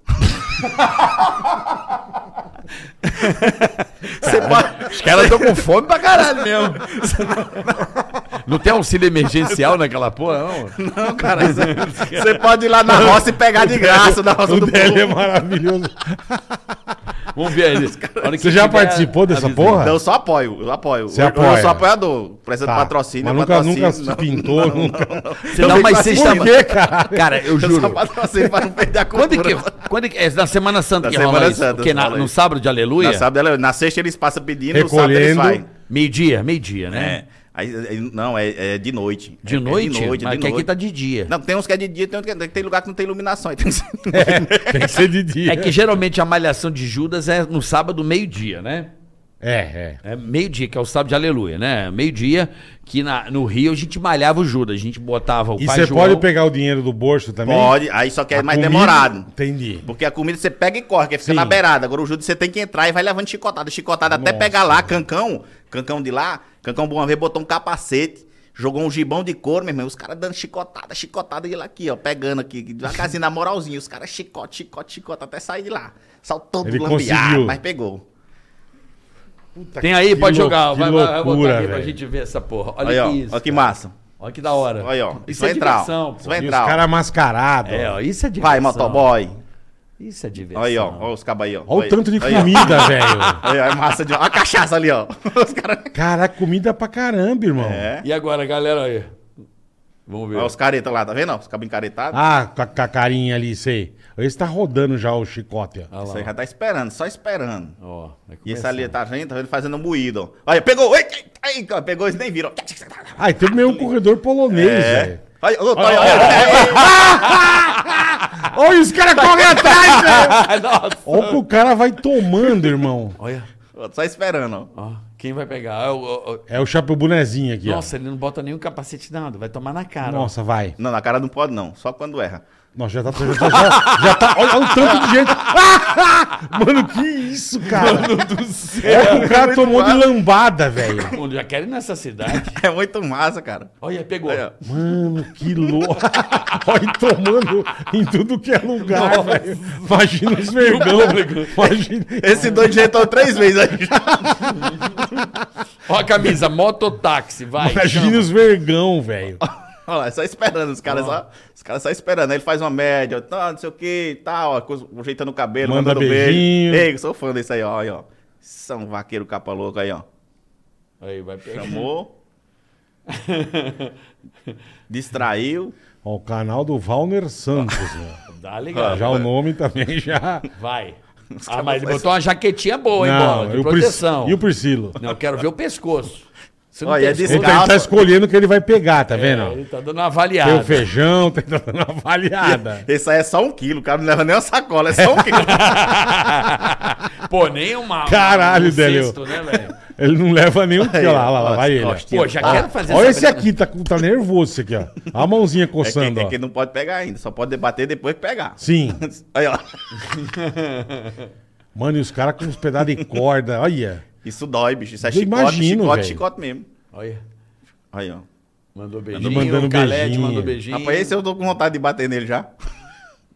Você pode...
Os caras estão com fome pra caralho mesmo. Não tem auxílio emergencial naquela porra, não?
Não,
[laughs]
cara, você- você pode ir lá na roça e pegar de graça na roça
O
do
dele é
povo.
maravilhoso.
Vamos ver aí. A hora que é.
Você já
tiver,
participou dessa
avisa.
porra? Tá.
Não, Então eu só apoio, eu apoio.
Você
eu,
apoia.
eu sou apoiador. Precisa
Tá.
de patrocínio,
Mas nunca,
patrocínio.
nunca se pintou. nunca...
Você dá umas sexta
Por quê, cara?
Cara, eu
Então, Eu só
juro.
patrocínio pra não
[laughs]
perder a cultura.
Quando é que, quando é que. É na Semana Santa que
Na
rola
Semana
isso?
Santa,
Porque na-
rola
no
isso.
sábado de Aleluia?
Na, sábado, ela- na sexta eles passam pedindo, no
Recolhendo. Hum.
sábado eles vai.
Meio-dia, meio-dia, né?
É. Aí, aí- não, é, é de noite.
De
É- é
noite?
de noite, é
Mas
de
que aqui
noite.
tá de dia.
Não, tem uns que é de dia, tem, uns que é- tem lugar que não tem iluminação. aí tem uns-
[laughs] É, Tem que ser de dia.
É que geralmente a malhação de Judas é no sábado, meio-dia, né?
É, é.
É meio-dia, que é o sábado de aleluia, né? Meio-dia, que na- no Rio a gente malhava o Judas, a gente botava o
E
pai
você
João.
pode pegar o dinheiro do bolso também?
[laughs] Pode, aí só que é
A
mais
comida-
demorado.
Entendi.
Porque a comida você pega e corre, que fica
Sim.
na beirada. Agora o Judas você tem que entrar e vai levando chicotada. Chicotada até
Nossa.
pegar lá, cancão. Cancão de lá. Cancão, uma vez, botou um capacete. Jogou um gibão de couro, meu irmão. Os caras dando chicotada, chicotada e ele aqui, ó. Pegando aqui, devagarzinho, na moralzinha. Os caras chicote, chicote, chicote, até sair de lá. Saltou
Ele
do lambiado,
conseguiu.
mas pegou.
Tem aí,
Que
pode
lou-
jogar.
que
Vai, vai, vai
loucura,
botar aqui pra
velho.
gente ver essa porra. Olha
Olha,
que
ó,
isso.
ó, que
cara.
massa.
Olha que da hora.
Olha, ó. Isso,
Isso é
vai entrar. ó.
diversão,
Isso
pô.
vai
E os
entrar. ó.
caras mascarados.
É, ó, isso é diversão.
Vai, motoboy.
Isso é diversão.
Olha aí, ó. Olha os cabos aí, ó.
Olha
aí.
o tanto de
Aí, ó.
comida,
[laughs]
velho.
Aí, ó, é massa de. Olha a cachaça ali, ó. [laughs] Os caras.
Caraca, comida pra caramba, irmão.
É.
E agora, galera, aí. Vamos ver.
Olha os caretas lá, tá vendo? ó? Os cabos encaretados.
Ah, com a, com a carinha ali, sei. Esse tá rodando já o chicote, ó.
Ah
Isso
lá,
aí já tá esperando, só esperando.
ó. Vai
E esse
começar. [laughs]
ali tá vendo, tá vendo fazendo um moído. ó. Olha, pegou, ei, ei, ei, ó, pegou, eles nem viram. ó.
Ah, e tem meio um corredor polonês,
É.
velho.
Olha, olha, olha, olha,
Olha, os caras correm atrás,
[laughs]
velho.
Ah, nossa.
Olha o que o cara vai tomando, irmão.
Olha.
olha, só esperando, ó.
Ó, quem vai pegar? Ah, o- o- o-
É o chapéu bonezinho aqui,
Nossa, ele não bota nenhum capacete nada. Vai tomar na
ó.
cara. ó.
Nossa, [laughs] vai.
Não, na cara não pode não, só quando erra. [laughs]
Nossa, já tá. Já, tá- já- já tá olha, olha o tanto de gente. [laughs] Mano, que isso, cara?
do céu.
Olha o que o cara tomou de lambada, velho.
Mano, Já querem nessa cidade.
É muito massa, cara.
Olha, pegou.
Olha, ó.
Mano, que [laughs] louco. Olha, tomando em tudo que é lugar, velho. Imagina os vergão, velho.
né?
Imagina.
Esse doido já entrou três vezes aí. [laughs]
Ó a camisa, mototáxi, vai.
Imagina
chama.
os vergão, velho.
Olha lá, só esperando, os caras só, os caras só esperando. Aí ele faz uma média, tá, não sei o que e tal, ó, coisa- ajeitando o cabelo,
Manda
mandando beijo.
beijinho.
Ei, eu sou fã desse aí, ó, aí, ó. São vaqueiro capa louco aí, ó.
Aí, vai pegar.
Chamou. [laughs] Distraiu.
Ó, o canal do Valner Santos, velho.
Dá legal.
Já o nome também já.
Vai. Ah,
caras
mas ele
faz-
botou uma jaquetinha boa, hein, bola?
e
De
o Pris-
proteção.
E o Priscilo?
Não, eu quero ver o pescoço. Se não
Olha,
tem
é
Ele
descalço.
tá, ele tá escolhendo o que ele vai pegar, tá vendo?
ele tá dando uma
Tem o
avaliada.
feijão, tem tá dando uma
[laughs]
avaliada.
Esse aí é só um quilo, o cara não leva nem uma sacola, é
[laughs]
só um quilo.
Pô, nem uma.
Caralho, Délio.
cesto, né, velho?
Ele não leva nenhum. Olha lá, olha lá,
ó,
assim,
vai ele. ó.
ó,
Pô, já quero fazer
Olha
essa-
esse aqui, tá, com- tá nervoso esse aqui, ó.
[laughs]
A mãozinha
É que,
coçando,
é
ó.
que não pode pegar ainda, só pode debater depois que pegar. [laughs]
Sim.
Aí, ó.
Mano, e os caras com uns pedaços de corda, olha.
Isso dói, bicho. Isso é
Eu
chicote,
imagino,
chicote,
velho.
chicote mesmo.
Olha.
Aí, ó.
Mandou beijinho.
mandando
Calete
beijinho.
mandou beijinho.
Rapaz, esse é eu tô com vontade de bater nele já.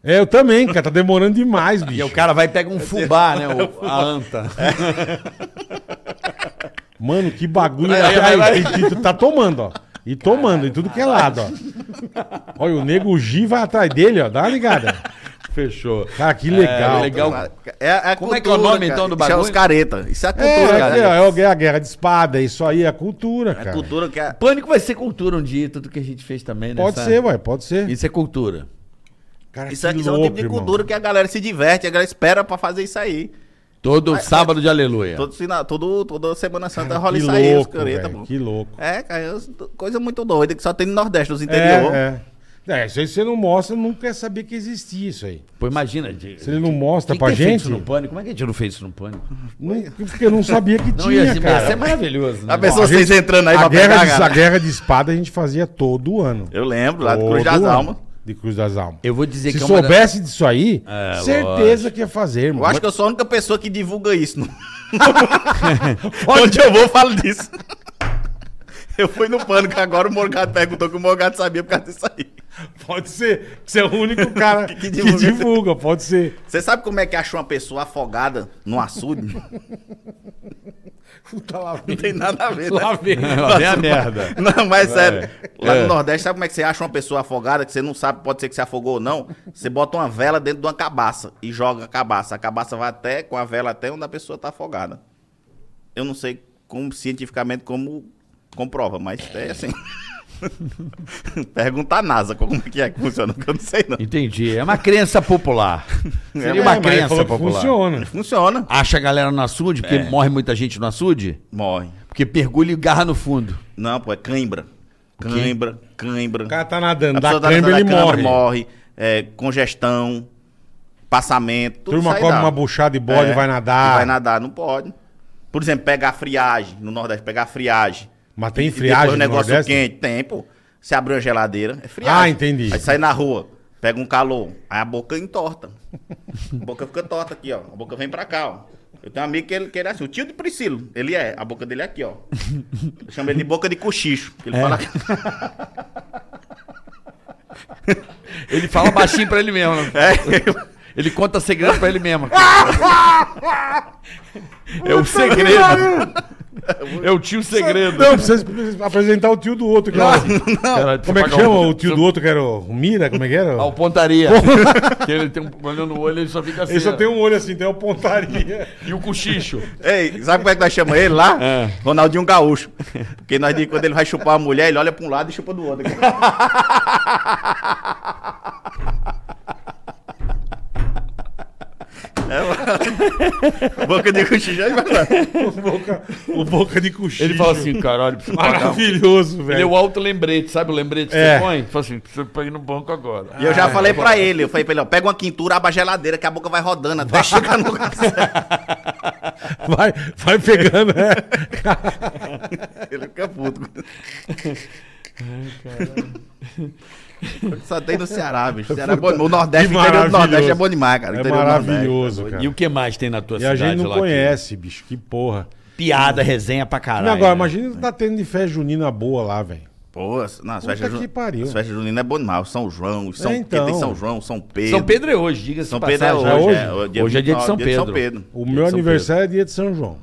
É, eu também, cara, tá demorando
[laughs]
demais,
E o
bicho.
cara vai e pega um fubá, né? o- a anta.
Mano, que bagulho. é
Vai, vai, vai.
Aí, e- e tu tá tomando, ó. E tomando, em tudo que é lado, ó. Olha, o nego G vai atrás dele, ó. Dá uma ligada.
Fechou.
Cara, que legal.
É, legal.
É, é a
Como é que é o nome, então, do
Isso é
bagulho?
os careta. Isso é a
É,
cultura,
é,
cara.
aqui, ó, é o- é a guerra de espada, isso aí é cultura,
É
cara.
cultura que é...
Pânico vai ser cultura um dia, tudo que a gente fez também, né?
Pode
sabe?
ser, ué, pode ser.
Isso é cultura.
Cara,
Isso, é,
que
isso é um tipo de
louco, irmão.
cultura que a galera se diverte, a galera espera pra fazer isso aí.
Todo sábado de aleluia.
Todo, final- todo, toda Semana Santa rola
Que
isso aí, os
louco,
careta,
velho,
pô.
que louco.
É, cara, eu- coisa muito doida que só tem no Nordeste, nos interior.
É, é. É, isso aí você não mostra, não quer saber que existia isso aí.
Pô, imagina. De...
Se ele não mostra
Quem
pra
tem feito
Tá gente,
isso no pânico? Como é que a gente não fez isso no pânico?
não- porque eu não sabia
[laughs]
que
Não,
tinha,
ia, ser- ia
cara.
ser maravilhoso, né?
A pessoa
gente-
vocês entrando aí
a,
pra
guerra
pegar,
de,
cara.
a guerra de espada a gente fazia todo ano.
Eu lembro, lá do
Todo
Cruz das
ano.
Almas.
De Cruz das Almas.
Eu vou dizer
Se
que é uma da-
soubesse disso aí,
É,
certeza que ia fazer, irmão.
Eu acho que eu sou a única pessoa que divulga
[laughs]
isso. no- Onde eu vou, eu falo disso. [laughs] Eu fui no pânico agora, o Morgado perguntou que o Morgado sabia por causa disso aí.
Pode ser. Você é o único
[laughs]
cara que, divulga.
divulga.
pode ser.
Você sabe como é que acha uma pessoa afogada num açude? [laughs]
Puta lá,
Não tem nada a ver, né?
lá
[laughs]
vem.
Lá vem a merda.
[laughs] Não, mas sério. Lá
É.
no Nordeste, sabe como é que você acha uma pessoa afogada que você não sabe, pode ser que se afogou ou não? Você bota uma vela dentro de uma cabaça e joga a cabaça. A cabaça vai até, com a vela até onde a pessoa tá afogada. Eu não sei como, cientificamente como comprova, mas é assim. [laughs] Pergunta à NASA como que é que funciona, porque eu não sei não.
Entendi. É uma crença popular. Seria
É,
uma
mas ele
crença
falou que
popular.
Funciona.
Funciona.
Acha a galera no açude, porque
É.
morre muita gente no açude?
Morre.
Porque mergulha e garra no fundo.
Não, pô, é cãibra. Cãibra, cãibra.
O cara tá nadando,
A
dá
pessoa tá
câimbra,
na
ele
câmara,
morre.
morre. É, congestão, passamento. Tudo
Turma
isso aí
come
dá.
uma buchada de bode,
É,
vai nadar.
e Vai nadar, não pode. Por exemplo, pegar friagem, no Nordeste, pegar friagem.
Mas tem
e
friagem
depois o
no
negócio
Nordeste?
quente, tem, pô. Você abriu a geladeira, é friagem.
Ah, entendi.
Aí sai na rua, pega um calor, aí a boca entorta. a boca fica torta aqui, ó. A boca vem pra cá, ó. Eu tenho um amigo que ele, que ele é assim, o tio de Priscilo. Ele é, a boca dele é aqui, ó. Eu chamo ele de boca de cochicho.
É.
que Ele fala.
Ele fala baixinho pra ele
[laughs]
mesmo, né?
É,
Ele conta segredo pra ele mesmo. é o segredo. É o tio segredo.
[laughs] Não, precisa precisa apresentar o tio do outro. Que era-
Cara,
Como é que chama o tio do outro que era o o Mira? Como é que era?
Ah, o pontaria. [laughs] que ele tem um problema no olho, ele só fica assim.
Ele só
ó.
tem um olho assim, tem
[laughs]
uma pontaria.
E o cochicho.
Ei, sabe como é que nós chamamos
[laughs]
ele lá?
É.
Ronaldinho Gaúcho. Porque nós dizemos que quando ele vai chupar uma mulher, ele olha pra um lado e chupa do outro. [laughs] É, boca de cochicho. é verdade.
o, boca, o boca de coxinha.
Ele fala assim, caralho, preciso pagar.
Maravilhoso,
Ele é
velho.
o alto lembrete, sabe o lembrete que
É. Ah.
você põe? Fala assim, precisa ir no banco agora.
E eu já falei pra ele, eu falei pra ele, ó, pega uma quintura, abre a geladeira, que a boca vai rodando até chegar no lugar certo.
[laughs] Vai, vai pegando, né?
Ele fica puto. Só tem no Ceará, bicho. Ceará é bom, o Nordeste,
Que
o interior do Nordeste
maravilhoso.
é bom demais,
tá
cara. O
É
interior do Nordeste.
maravilhoso, cara.
E o que mais tem na tua
E a
cidade
gente não
lá que-
conhece, bicho. Que porra.
Piada, resenha pra caralho.
Não, agora,
né?
imagina você tá tendo de fé junina boa lá, velho.
Pô, as- não, as
Puta
festas,
que
jun...
pariu.
as festas juninas é bom demais. São João, os São...
É, então.
porque tem São João, São Pedro.
São Pedro é hoje, diga-se
São
de
Pedro é
passagem.
hoje.
hoje?
É,
Hoje é dia de
29,
São Pedro.
O
Dia
meu
de São
aniversário é dia de São João.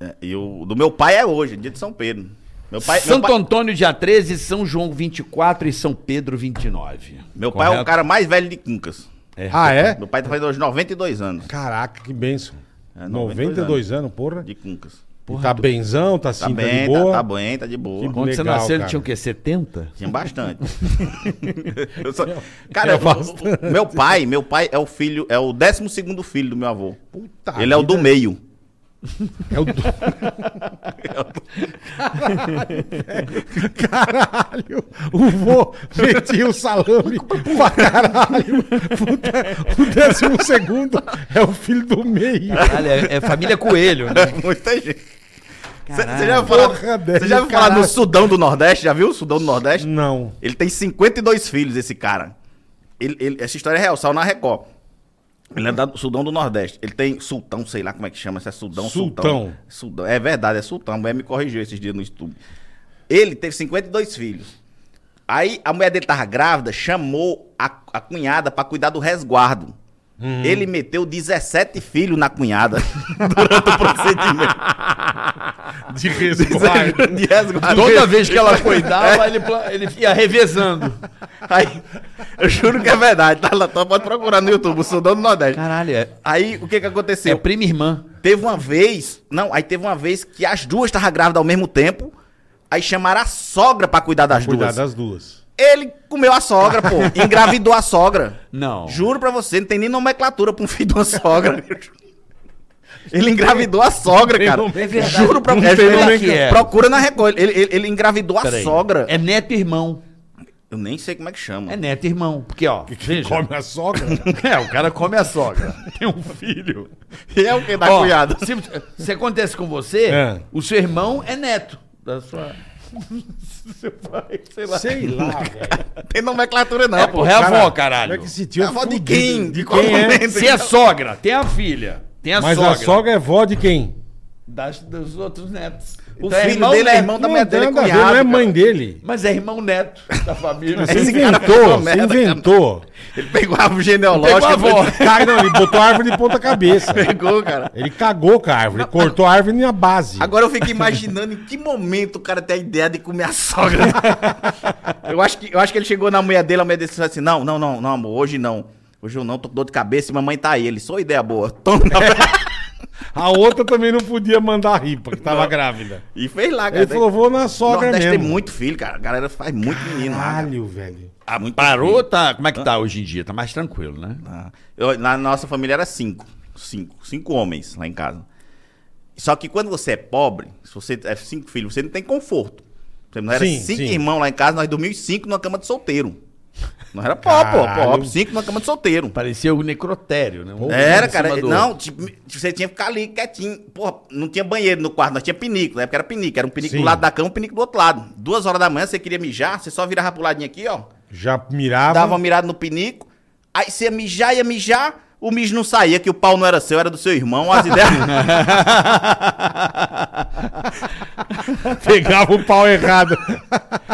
É, E o do meu pai é hoje, dia de São Pedro. Meu pai, meu
Santo
pai,
Antônio, dia 13, São João, 24 e São Pedro, 29.
meu pai é o
Correto?
cara mais velho de Cuncas.
Ah, é?
Meu pai tá fazendo hoje 92 anos
Caraca, que benção.
É,
92,
92
anos. porra.
de Cuncas.
E tá benzão, tá
Tá
assim, tá de
bem, tá,
boa.
tá bem, tá de boa.
Quando você
é. Legal,
nasceu, ele
cara.
tinha o quê? 70?
[laughs]
Tinha bastante. Eu só- Cara,
é
eu-
bastante.
meu pai, meu pai é o filho, é o 12 segundo filho do meu avô.
Puta
Ele é o
vida.
do meio.
É o do... [laughs] Caralho, o vô metia o salame pra caralho. Puta, o décimo segundo é o filho do meio.
Caralho, é, é família Coelho, né?
[laughs] Muita gente. Você já ouviu falar,
Porra,
cê
velho,
já ouviu falar
caralho.
do Sudão do Nordeste? Já viu o Sudão do Nordeste?
Não.
Ele tem 52 filhos, esse cara. Ele- ele- essa história é real, saiu na Record. Ele é da- do Sudão do Nordeste. Ele tem sultão, sei lá como é que chama, se é sudão,
Sultão.
sultão. Sudão. É verdade, é sultão. A mulher me corrigiu esses dias no YouTube. Ele teve 52 filhos. Aí a mulher dele tava grávida, chamou a, a cunhada pra cuidar do resguardo. Ele meteu 17 filhos na cunhada [laughs] durante o procedimento.
De resguardo.
De resguardo.
Toda vez que ela
[laughs] É.
cuidava, ele, pla- ele ia revezando.
Aí, eu juro que é verdade, tá lá, tá, pode procurar no YouTube, o Sudão do Nordeste.
Caralho, é,
Aí, o que que
é
aconteceu?
prima e irmã.
Teve uma vez, não, aí teve uma vez que as duas estavam grávidas ao mesmo tempo, aí chamaram a sogra pra cuidar das
Cuidar
duas.
das duas.
Ele comeu a
[laughs]
sogra, pô, engravidou a sogra.
Não.
Juro pra você, não tem nem nomenclatura pra um filho de
[laughs]
uma sogra. Ele engravidou a sogra, cara. É
verdade.
Juro pra
Não
você.
tem
Ele-
nomenclatura.
Procura na Record. Ele, ele- ele engravidou a
é. Peraí.
sogra.
É neto e irmão.
Eu nem sei como é que chama.
É neto e irmão. Porque, ó,
Quem
veja.
come [laughs] a sogra?
É, o cara come a [laughs] sogra.
Tem um filho.
É o que da
Ó,
cunhada.
se, se acontece com você,
É.
o seu irmão é neto da sua... seu pai, sei lá.
Sei lá, velho.
Tem nomenclatura não,
É,
pô.
porra, é avó,
Como
caralho.
é que esse tio
É avó de
fudido?
quem?
De
De qual
quem é?
momento?
Se é sogra, tem a filha, tem a
Mas
sogra.
a sogra é vó de quem?
das, dos outros netos.
O
Então é
filho dele é
neto.
irmão da
Não,
minha
tem
dele, é
nada a ver,
cunhado.
não é mãe
cara.
dele.
Mas é irmão neto da família.
Você
Esse cara fez uma
inventou, [laughs] você
merda, cara.
inventou.
Ele pegou a árvore genealógica.
Pegou a avó.
foi-
Cara, não, ele botou a árvore de ponta cabeça.
[laughs] Pegou, cara.
Ele cagou com a árvore, ele cortou a árvore na base.
Agora eu fico imaginando em que momento o cara tem a ideia de comer a sogra. eu, acho que, eu acho que ele chegou na mulher dele, a mulher dele disse assim: Não, não, não, não, amor, hoje não. Hoje eu não, tô com dor de cabeça e mamãe tá aí. Ele, só ideia boa.
[laughs]
Toma.
É.
A outra também não podia mandar a ripa, que tava grávida.
E fez lá, cara.
Ele falou, vou na sogra
É, Nordeste
mesmo.
tem muito filho, cara. A galera faz muito menino lá. cara.
Caralho, velho.
Ah, muito
Parou,
filho.
tá? Como é que tá hoje em dia? Tá mais tranquilo, né?
Ah, eu- na nossa família era cinco. Cinco. Cinco homens lá em casa. Só que quando você é pobre, se você é cinco filhos, você não tem conforto. Por exemplo, Nós era
Sim,
cinco
sim.
irmãos lá em casa, nós dormíamos cinco numa cama de solteiro. Não era pobre, pô,
Caralho.
pobre, cinco numa cama de solteiro.
Parecia o necrotério, né? Um
Era,
em cima
cara.
do
Não,
outro.
tipo, você tinha que ficar ali quietinho. Porra, não tinha banheiro no quarto, nós tinha pinico. Na época era pinico. Era um pinico
Sim.
do lado da cama, um pinico do outro lado. Duas horas da manhã, você queria mijar, você só virava pro ladinho aqui, ó
Já mirava.
dava uma mirada no pinico, aí você ia mijar, ia mijar, O mijo não saía, que o pau não era seu, era do seu
[laughs]
irmão, as ideias.
Pegava o pau
[laughs]
errado.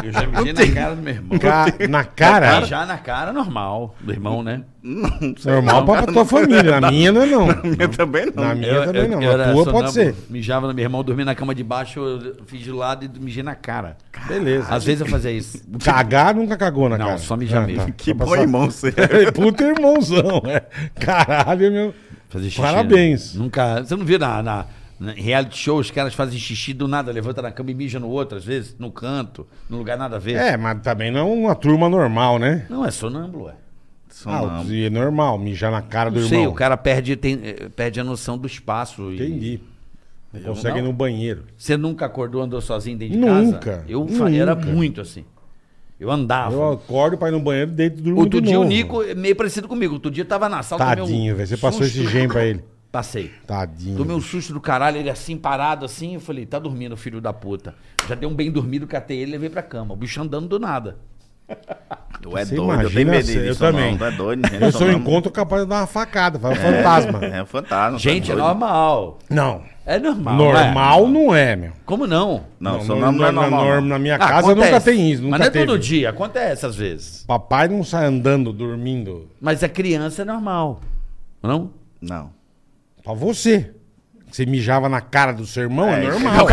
Eu já mijei na cara do meu irmão.
Ca- Na cara?
Mijar na cara é normal do irmão, né?
não sei.
Normal pra, pra tua família. Na minha não é não.
Eu também não.
Na minha também não. Na
era
tua pode ser.
sonâmbulo, Mijava no meu irmão, dormia na cama de baixo, eu fiz de lado e mijei na cara.
Beleza.
Às vezes eu fazia isso.
Cagar nunca cagou na
Não,
cara. Ah, tá.
só mijar mesmo.
Que
Só
bom
passar- Ah,
irmão você.
Puta irmãozão, é. Caralho, meu.
Fazer xixi.
Parabéns.
né? Nunca. Você não viu na, na- na reality show os caras fazem xixi do nada, levanta na cama e mija no outro, às vezes, no canto, num lugar nada a ver.
É, mas também não é uma turma normal, né?
Não, é sonâmbulo, é.
Ah,
Sonâmbulo.
e é normal, mijar na cara do
Não
irmão.
sei, o cara perde, tem, eh, perde a noção do espaço. e-
Entendi. Não Consegue ir
não.
no banheiro.
Você nunca acordou, andou sozinho dentro de
Nunca,
casa? Eu
nunca.
era muito assim. Eu andava.
Eu acordo pra ir no banheiro dentro do
Tá Outro dia o Nico, é meio parecido comigo, outro dia tava na sala. tomei um
Tadinho, velho. Você passou
susto.
esse gem pra ele.
Passei.
Tadinho.
Tomei um susto do caralho, ele assim, parado assim. Eu falei, tá dormindo, filho da puta. Já dei um bem dormido, catei ele e levei pra cama. O bicho andando do nada.
Tu é
Você
doido, eu tenho
imagina
medo
se- eu
disso.
também.
Não, tu é doido.
Eu só encontro capaz de dar uma facada. Fala, fantasma.
É um fantasma.
Gente, é
é
normal.
Não.
É normal.
Normal
não é?
não é, meu.
Como não?
Não, sonâmbulo não é
na- na-
normal. não.
na minha casa nunca
Ah, acontece.
tem isso. Nunca
Mas não é
teve.
todo dia, acontece às vezes.
Papai não sai andando, dormindo.
Mas a criança é normal. Não?
[laughs]
Não.
Pra você. Você mijava na cara do seu irmão, é,
É,
normal.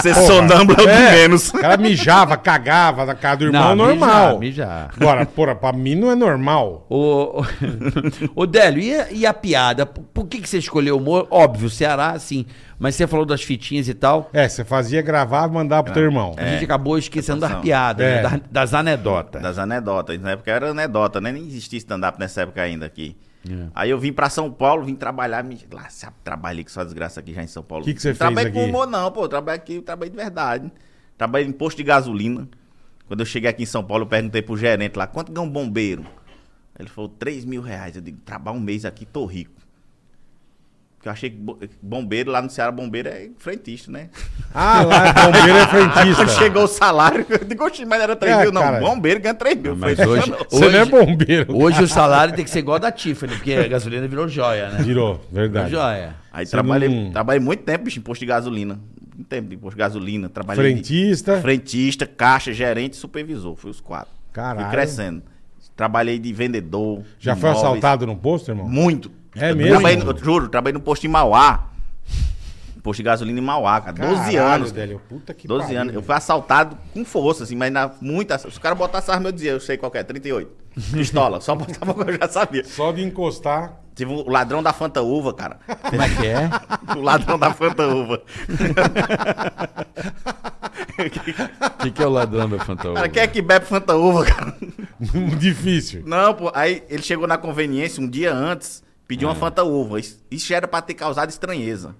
Ser sonâmbulo é o de menos.
O cara mijava, cagava na cara do irmão,
Não,
é normal.
mijar, mijar.
Agora, porra, pra mim não é normal.
Ô, [laughs] ô, ô, Délio, e a, e a piada? Por, por que, que você escolheu o humor? Óbvio, Ceará, sim. Mas você falou das fitinhas e tal.
É, você fazia gravar e mandava pro
É.
teu irmão.
A gente acabou esquecendo das piadas, né?
É.
das, das anedotas.
Das anedotas. Na época era anedota, né? Nem existia stand-up nessa época ainda aqui.
É.
Aí eu vim pra São Paulo, vim trabalhar. me- Lá, sabe, trabalhei com essa desgraça aqui já em São Paulo.
Que que você
Não trabalhei
fez aqui?
com humor, não, pô. Eu Trabalhei aqui, eu trabalhei de verdade. Trabalhei em posto de gasolina. Quando eu cheguei aqui em São Paulo, eu perguntei pro gerente lá, quanto ganha um bombeiro? Ele falou, 3 mil reais. Eu digo, trabalho um mês aqui, tô rico. Porque eu achei que bo- bombeiro, lá no Ceará, bombeiro é frentista, né?
Ah, lá, bombeiro é
Aí quando
frentista.
[laughs] chegou o salário, eu digo, oxe, mas era 3
É,
mil, não.
cara.
Bombeiro ganha 3 mil.
Mas
frentista
hoje,
não.
Você não é
hoje-
bombeiro.
hoje o salário tem que ser igual a da Tiffany, porque a gasolina virou joia, né?
Virou,
Virou
verdade.
joia.
Aí
Você
trabalhei,
não-
trabalhei muito tempo, bicho, em posto de gasolina. Muito tempo de posto de gasolina. Trabalhei de
Frentista.
frentista, caixa, gerente, supervisor. Fui os quatro.
Caralho.
Fui crescendo. Trabalhei de vendedor.
Já
de
foi
imóveis.
assaltado no posto, irmão?
Muito.
É
Eu
mesmo?
Trabalhei, no- eu juro, trabalhei no posto em Mauá. Posto de gasolina em Mauá, cara. 12
Caralho,
anos.
velho. Puta que
12
pariu,
anos. Eu
velho.
fui assaltado com força, assim, mas na muita. Se os caras botassem arma, eu dizia, eu sei qual que
[laughs]
é, 38. Pistola. Só botava quando eu já sabia.
Só de encostar. [laughs]
Tive um- o ladrão da Fanta Uva, cara. [laughs]
Como é que é?
O ladrão da Fanta Uva.
O que, que é o ladrão da
Cara,
fantasma?
quem é que bebe Fanta Uva, [laughs] cara?
Difícil.
Não, pô. Aí ele chegou na conveniência um dia antes, pediu
É.
uma Fanta Uva. Isso- Isso era pra ter
[laughs]
causado estranheza.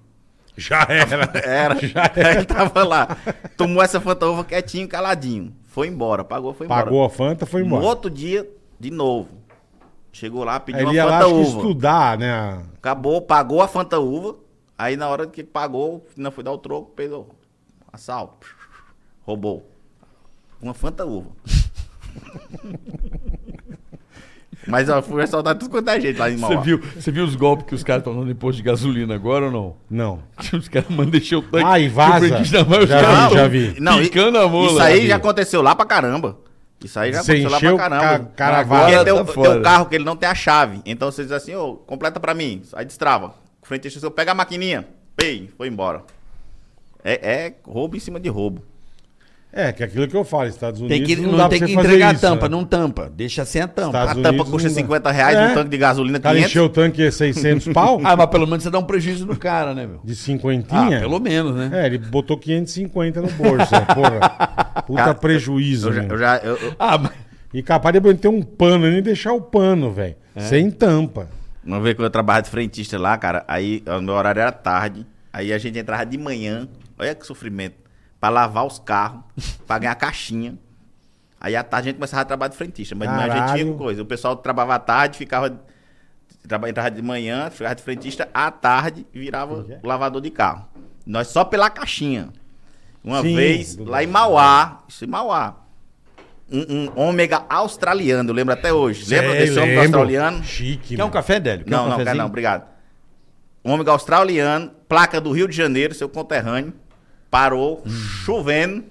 Já É, era.
Era. Aí ele tava lá. Tomou essa Fanta Uva quietinho, caladinho. Foi embora, pagou, foi embora.
Pagou a Fanta, foi
No
embora.
outro dia, de novo. Chegou lá,
Aí
pediu
ele
uma
ia lá
Fanta
acho que
Uva.
estudar, né?
Acabou, pagou a Fanta Uva. Aí na hora que pagou, não foi dar o troco, pegou. Assalto. Roubou. Uma Fanta Uva. [laughs] Mas ó, fui assaltado tudo quanto é gente lá em
Você
Mauá.
viu, você viu os golpes que os caras estão dando em posto de gasolina agora ou não? [laughs]
Não.
Que os caras mandam encher o tanque.
Ah, e vaza.
que o frentista vai, os
Já
caras
vi,
tão
já vi.
Não, e-
Picando a mula.
Isso aí já
Davi.
aconteceu lá pra caramba. Isso aí já
Você
aconteceu lá
encheu
pra
o
caramba.
ca- cara
Porque
vaza,
tem,
tá
o- tem
fora.
um carro que ele não tem a chave. Então você diz assim, ô, completa pra mim. Aí destrava. O frentista seu, pega a maquininha. Pei, foi embora. É, é roubo em cima de roubo.
É, que é aquilo que eu falo, Estados Unidos.
Tem que, não,
dá
tem
pra
que
você fazer
entregar
isso,
a tampa,
né?
não tampa. Deixa sem a tampa.
Estados
a tampa
Unidos
custa
não dá.
50 reais,
É.
um tanque de gasolina
O cara
500.
encheu o tanque
[laughs]
é 600 pau
Ah, mas pelo menos você dá um prejuízo no cara, né, meu?
de
Ah,
cinquentinha.
pelo menos, né?
É, ele botou 550 no bolso, né?
[laughs]
porra. Puta
Cara,
prejuízo,
Eu já,
né?
eu já- eu- eu-
Ah, mas...
E capaz de meter um pano e deixar o pano, velho.
É.
Sem tampa.
uma vez que eu trabalhava de frentista lá, cara, aí o meu horário era tarde, aí a gente entrava de manhã, olha que sofrimento, pra lavar os carros, pra ganhar caixinha. Aí à tarde a gente começava a trabalhar de frentista, mas de manhã a gente
Caralho.
tinha coisa. O pessoal trabalhava à tarde, ficava. Traba, entrava de manhã, ficava de frentista, à tarde virava lavador de carro. Nós só pela caixinha. Uma
Sim,
vez,
do-
lá em Mauá, isso em Mauá. um, um ômega australiano, eu lembro até hoje. Lembra
Sei,
desse ômega
lembro.
australiano?
Chique,
Quer um
mano.
café, Délio? Quer
Não,
um
não, cara,
cafezinho?
não, obrigado. Um ômega australiano, placa do Rio de Janeiro, seu conterrâneo, parou, chovendo.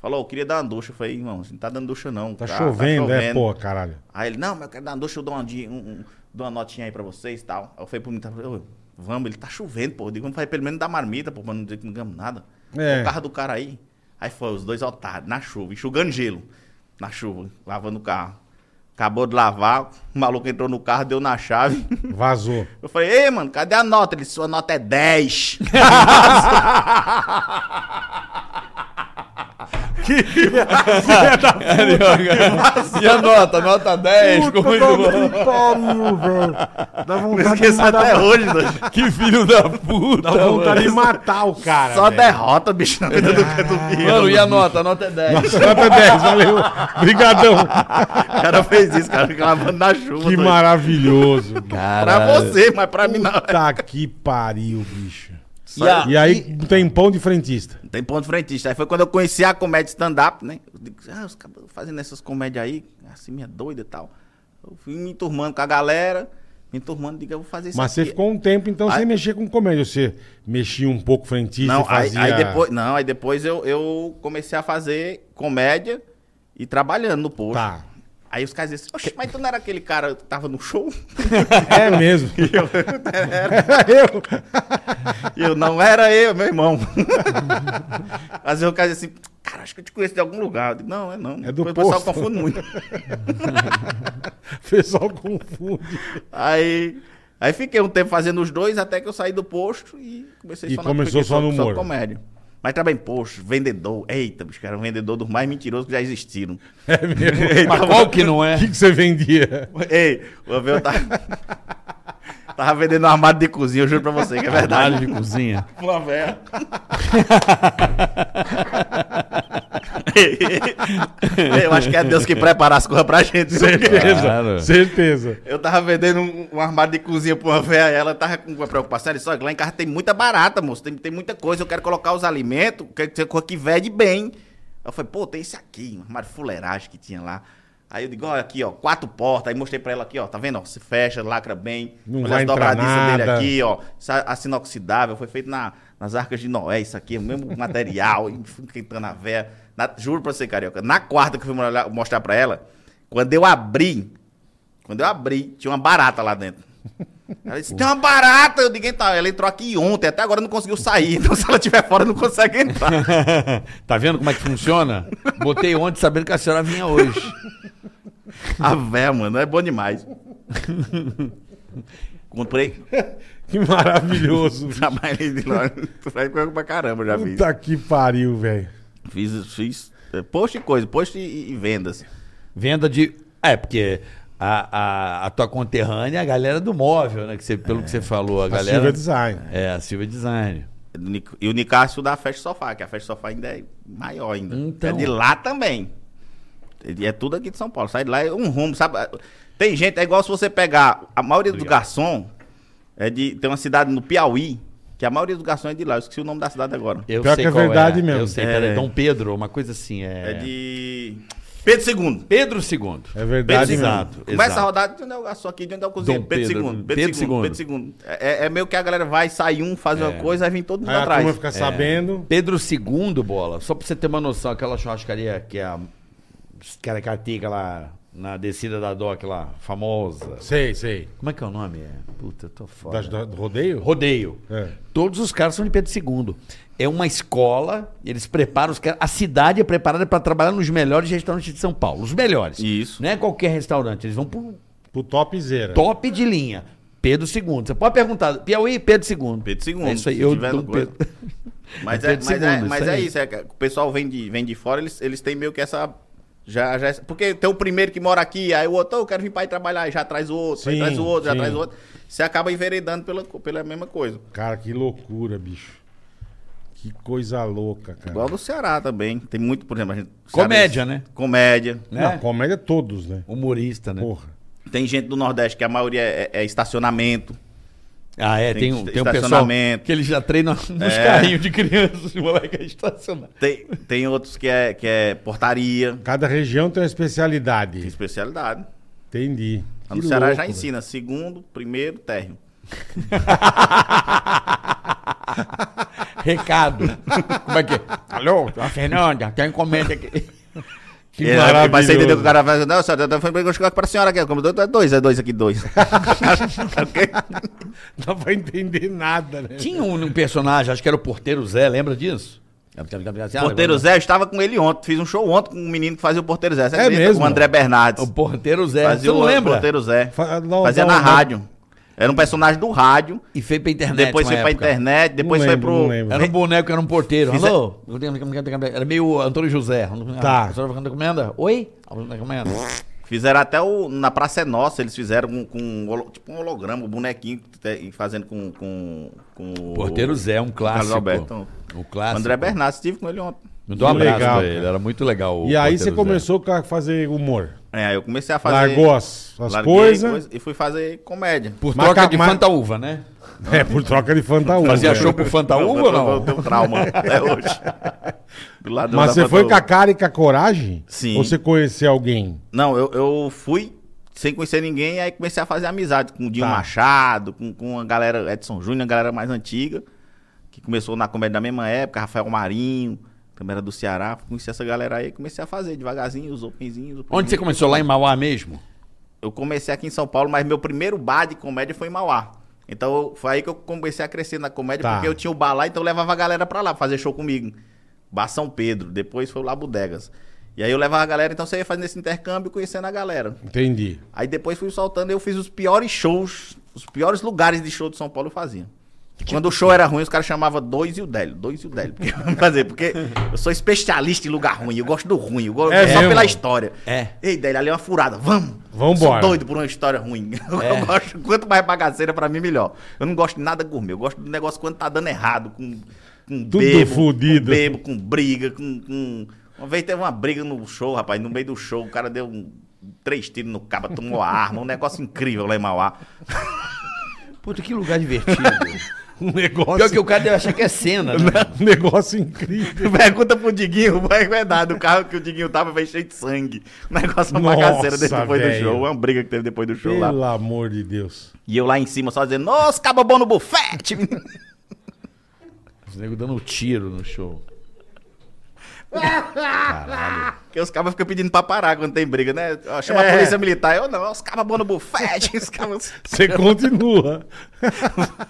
Falou, eu queria dar uma ducha. Eu falei, irmão, você não tá dando ducha não,
Tá
cara,
chovendo, é, pô, caralho.
Aí ele, não, mas eu quero dar uma ducha, eu dou uma, di- um- um- dou uma notinha aí pra vocês e tal. Aí eu falei pro menino, tá, ô, vamos, ele tá chovendo, pô. Eu digo, vamos fazer pelo menos dar marmita, pô, pra não dizer que não ganhamos nada.
É.
O carro do cara aí. Aí foi os dois otários, na chuva, enxugando gelo. Na chuva, lavando o carro. Acabou de lavar, o maluco entrou no carro, deu na chave.
Vazou.
Eu falei, ei, mano, cadê a nota? Ele, sua nota
[laughs]
é 10.
[laughs] Tá É,
E a nota? Nota
É,
10. ficou
tá
muito bom.
pariu, velho. Dá vontade,
Esqueci até hoje, doido.
Que filho da puta.
dá vontade de
mano.
matar o cara.
Só
velho.
derrota, bicho, na vida do do filho.
Mano, e a nota? A nota é 10.
Nota 10, valeu. Brigadão.
O cara fez isso, cara, fica lavando na chuva.
Que
doido.
maravilhoso.
Pra você, mas pra mim não.
Tá que pariu, bicho.
Só-
a-
E aí tem pão de frentista.
Tem ponto frentista. Aí foi quando eu conheci a comédia stand-up, né? Eu digo, ah, os caras fazendo essas comédias aí, assim, minha doida e tal. Eu fui me enturmando com a galera, me enturmando, digo, eu vou fazer isso
Mas você
aqui.
ficou um tempo, então,
Aí-
sem mexer com comédia. Você mexia um pouco frentista
Não,
e
aí,
fazia...
aí depois, não, aí depois eu, eu comecei a fazer comédia e trabalhando no posto.
Tá.
Aí os caras dizem, Oxe, mas tu não era aquele cara que tava no show?
[laughs]
[laughs]
É mesmo. [laughs] eu...
E eu, não era eu, meu
[laughs]
irmão. Às vezes o cara diz assim, cara, acho que eu te conheço de algum lugar. Eu digo, não, é não.
É do
o pessoal
posto.
confunde muito.
O pessoal confunde.
Aí, aí fiquei um tempo fazendo os dois até que eu saí do posto e comecei
E
só
começou
fiquei
só no humor.
comédia. Mas também em posto, vendedor. Eita, bicho, era um vendedor dos mais mentirosos que já existiram.
É mesmo.
Mas qual que não é?
O que, que você vendia?
Ei, uma vez
[laughs]
eu tava, tava vendendo um armário de cozinha, eu juro pra você que é verdade.
de cozinha. [laughs]
Uma [laughs] véia. eu acho que é Deus que prepara as coisas pra gente.
Certeza,
Claro.
certeza.
Eu tava vendendo um, um armário de cozinha pra uma véia e ela tava com uma preocupação. Ela disse, olha, lá em casa tem muita barata, moço. Tem, tem muita coisa. Eu quero colocar os alimentos, quero que coisa que vende bem. Eu falei, pô, tem esse aqui, um armário fuleiragem que tinha lá. Aí eu digo, olha aqui, ó, quatro portas. Aí mostrei pra ela aqui, ó, tá vendo? Ó, se fecha, lacra bem.
Não
olha
vai
as
entrar
dobradiças dele
nada.
aqui, ó. Essa, assim inoxidável, foi feito na, nas arcas de Noé, isso aqui, é o mesmo material, [laughs] e fui esquentando a véia. Na- juro pra você, carioca. Na quarta que eu fui molhar- mostrar pra ela, quando eu abri, quando eu abri, tinha uma barata lá dentro. Ela disse, tem uma barata, eu digo, tá, ela entrou aqui ontem, até agora não conseguiu sair, [laughs] então se ela estiver fora não consegue entrar.
Tá vendo como é que funciona? Botei ontem sabendo que a senhora vinha hoje.
A véia, mano, é bom demais. Comprei,
Que maravilhoso. bicho.
trabalhei de [laughs] loja, trabalhei com ela pra caramba, já fiz.
Puta que pariu, velho.
Fiz, fiz é, post e coisa, post e, e vendas.
Venda de. É, porque a, a, a tua conterrânea é a galera do móvel, né? Que você, pelo que você falou, a,
A
galera.
Silvia Design.
É, a Silvia Design.
Do Nic- E o Nicásio da Festa Sofá, que a Festa Sofá ainda é maior ainda.
Então.
É de lá também. E É tudo aqui de São Paulo. Sai de lá é um rumo, sabe? Tem gente, é igual se você pegar. A maioria dos garçom é de. Tem uma cidade no Piauí, que a maioria dos garçom é de lá. Eu esqueci o nome da cidade agora.
Eu
Pior
sei
que é
qual
verdade
é.
mesmo.
Eu sei,
É.
peraí, Dom Pedro, uma coisa assim. É,
É, de. Pedro II.
Pedro II.
É verdade
Pedro
mesmo.
Exato.
Começa a rodada de onde é o garçom aqui, de onde é o cozinheiro.
Dom
Pedro,
Pedro,
II.
Pedro
Pedro II. Pedro II. É, é meio que a galera vai, sai um, faz
É.
uma coisa, aí vem todo mundo
Aí a
atrás. É.
turma fica sabendo.
Pedro II, bola, só pra você ter uma noção, aquela churrascaria que é a Caracateca lá na descida da DOC lá, famosa.
Sei, sei.
Como é que é o nome? É? Puta, eu tô foda.
Das- do rodeio?
Rodeio.
É.
Todos os caras são de Pedro II. É uma escola, eles preparam os caras. A cidade é preparada pra trabalhar nos melhores restaurantes de São Paulo. Os melhores.
Isso.
Não é qualquer restaurante, eles vão pro
Pro topzera.
top de linha. Pedro II. Você pode perguntar, Piauí, Pedro II.
Pedro II.
É isso aí,
se
eu
tiver
dou
no coisa.
Pedro.
Mas,
É
é,
Pedro
mas, é,
II,
mas
isso
é
aí.
isso, é que o pessoal vem de, vem de fora, eles, eles têm meio que essa. Já, já, porque tem o primeiro que mora aqui, aí o outro, "Ô, eu quero vir pra ir trabalhar, aí já traz o outro, aí
Sim,
traz o outro,
sim.
já traz o outro. Você acaba enveredando pela, co- pela mesma coisa.
Cara, que loucura, bicho. Que coisa louca, cara.
Igual no Ceará também. Tem muito, por exemplo, a gente.
Comédia,
Cearense-
né?
Comédia.
Não,
Né?
comédia todos, né?
Humorista, né?
Porra.
Tem gente do Nordeste que a maioria é, é estacionamento.
Ah, é,
Tem
tem, um,
est-
tem um pessoal
estacionamento.
que ele já treina nos
[laughs] É.
carrinhos de criança, os moleque é estacionado.
Tem, tem outros que é, que é portaria,
Cada região tem uma
tem
especialidade.
especialidade.
Entendi.
Lá
Que
no Ceará
louco,
já
velho.
ensina segundo, primeiro, térreo. [laughs]
Recado. Como é que é? Alô, a Fernanda, tem encomenda
[laughs]
aqui.
Que
É, porque Vai
maravilhoso.
você entender que o cara vai. Não, senhora, eu falei para a senhora aqui. Como é dois, é dois
[laughs]
aqui, dois.
Não vai entender nada, né?
Tinha um, um personagem, acho que era o Porteiro Zé, lembra disso?
Porteiro Zé, eu estava com ele ontem. Fiz um show ontem com um menino que fazia o Porteiro Zé. Você
É
acredita?
mesmo?
Com o André Bernardes.
O Porteiro Zé,
Fazia
você não
o
lembra?
Porteiro Zé.
Fa- ah, não,
fazia
não,
na
não.
rádio. Era um personagem do rádio.
E foi pra internet.
depois
uma
foi pra
época.
internet. Depois
Não lembro, não
foi
lembro.
pro.
Era um boneco, era um porteiro.
Fiz-
Alô? Era meio Antônio José.
Tá.
A senhora recomenda? Oi? Recomenda.
Fizeram até o. Na Praça é Nossa, eles fizeram com, com um holo- tipo um holograma, um bonequinho te- e fazendo com. com, com o-
Porteiro Zé, um
Carlos
clássico.
Alberto.
Um
Então,
clássico.
assim,
André Bernardes, estive com ele ontem.
Me dou um abraço
Legal,
pra ele,
cara.
era muito legal. o
E aí
Porteiro
você
Zé.
começou a fazer humor.
É, eu comecei a fazer.
Largou as, as
larguei
coisas.
coisa e fui fazer comédia.
Por
Mas
troca de
Cacá-
fantaúva, né?
É, por troca de fantaúva.
Fazia
né?
show por fantaúva ou
Eu
não?
[laughs]
tenho trauma até hoje. Do lado
Mas
da
você foi
Fantaúva.
com a cara e com a coragem?
Sim.
Ou você conheceu alguém?
Não, eu, eu fui sem conhecer ninguém, aí comecei a fazer amizade com o Dinho
Tá.
Machado, com, com a galera Edson Júnior, a galera mais antiga, que começou na comédia da mesma época, Rafael Marinho, também era do Ceará. Conheci essa galera aí, comecei a fazer devagarzinho, os openzinhos. os
Onde você
openzinhos.
começou? Lá em Mauá mesmo?
Eu comecei aqui em São Paulo, mas meu primeiro bar de comédia foi em Mauá. Então eu- foi aí que eu comecei a crescer na comédia,
Tá.
porque eu tinha o bar lá, então eu levava a galera pra lá fazer show comigo. Bar São Pedro, depois foi lá Bodegas. E aí eu levava a galera, então você ia fazendo esse intercâmbio conhecendo a galera.
Entendi.
Aí depois fui soltando, eu fiz os piores shows, os piores lugares de show de São Paulo eu fazia.
Tipo
Quando o show era ruim, os caras chamavam dois e o Délio, dois e o Délio. Porque, [laughs] fazer, porque eu sou especialista em lugar ruim, eu gosto do ruim, eu gosto
É
só
mesmo?
pela história.
É.
Ei, Délio, ali é uma furada, vamos!
Vambora. É.
Sou doido por uma história ruim. [laughs] Eu gosto, quanto mais bagaceira pra mim, melhor. Eu não gosto de nada gourmet, eu gosto do negócio quando tá dando errado, com, com
Tudo
com
fudido.
bebo, com briga, com, com- Uma vez teve uma briga no show, rapaz, no meio do show, o cara deu um- três tiros no cabo, tomou a arma, um negócio incrível lá
[laughs]
em Mauá.
Puta, que lugar divertido.
Um negócio,
[laughs] Pior que o cara deve achar que é cena, né?
[laughs] um negócio incrível.
Pergunta pro Diguinho, [laughs] mas é verdade, o carro que o Diguinho tava veio cheio de sangue. O negócio uma
Nossa,
bagaceira desse depois do
velho.
show, uma briga que teve depois do show lá.
Pelo amor de Deus.
E eu lá em cima só dizendo, nossa, caba bom no bufete! [laughs]
Os negros dando um tiro no show.
Porque os cabas ficam pedindo pra parar quando tem briga, né? Ó, Chama
É.
a polícia militar. Eu não, os cabas bom no bufete, [laughs] os cabas...
Você continua.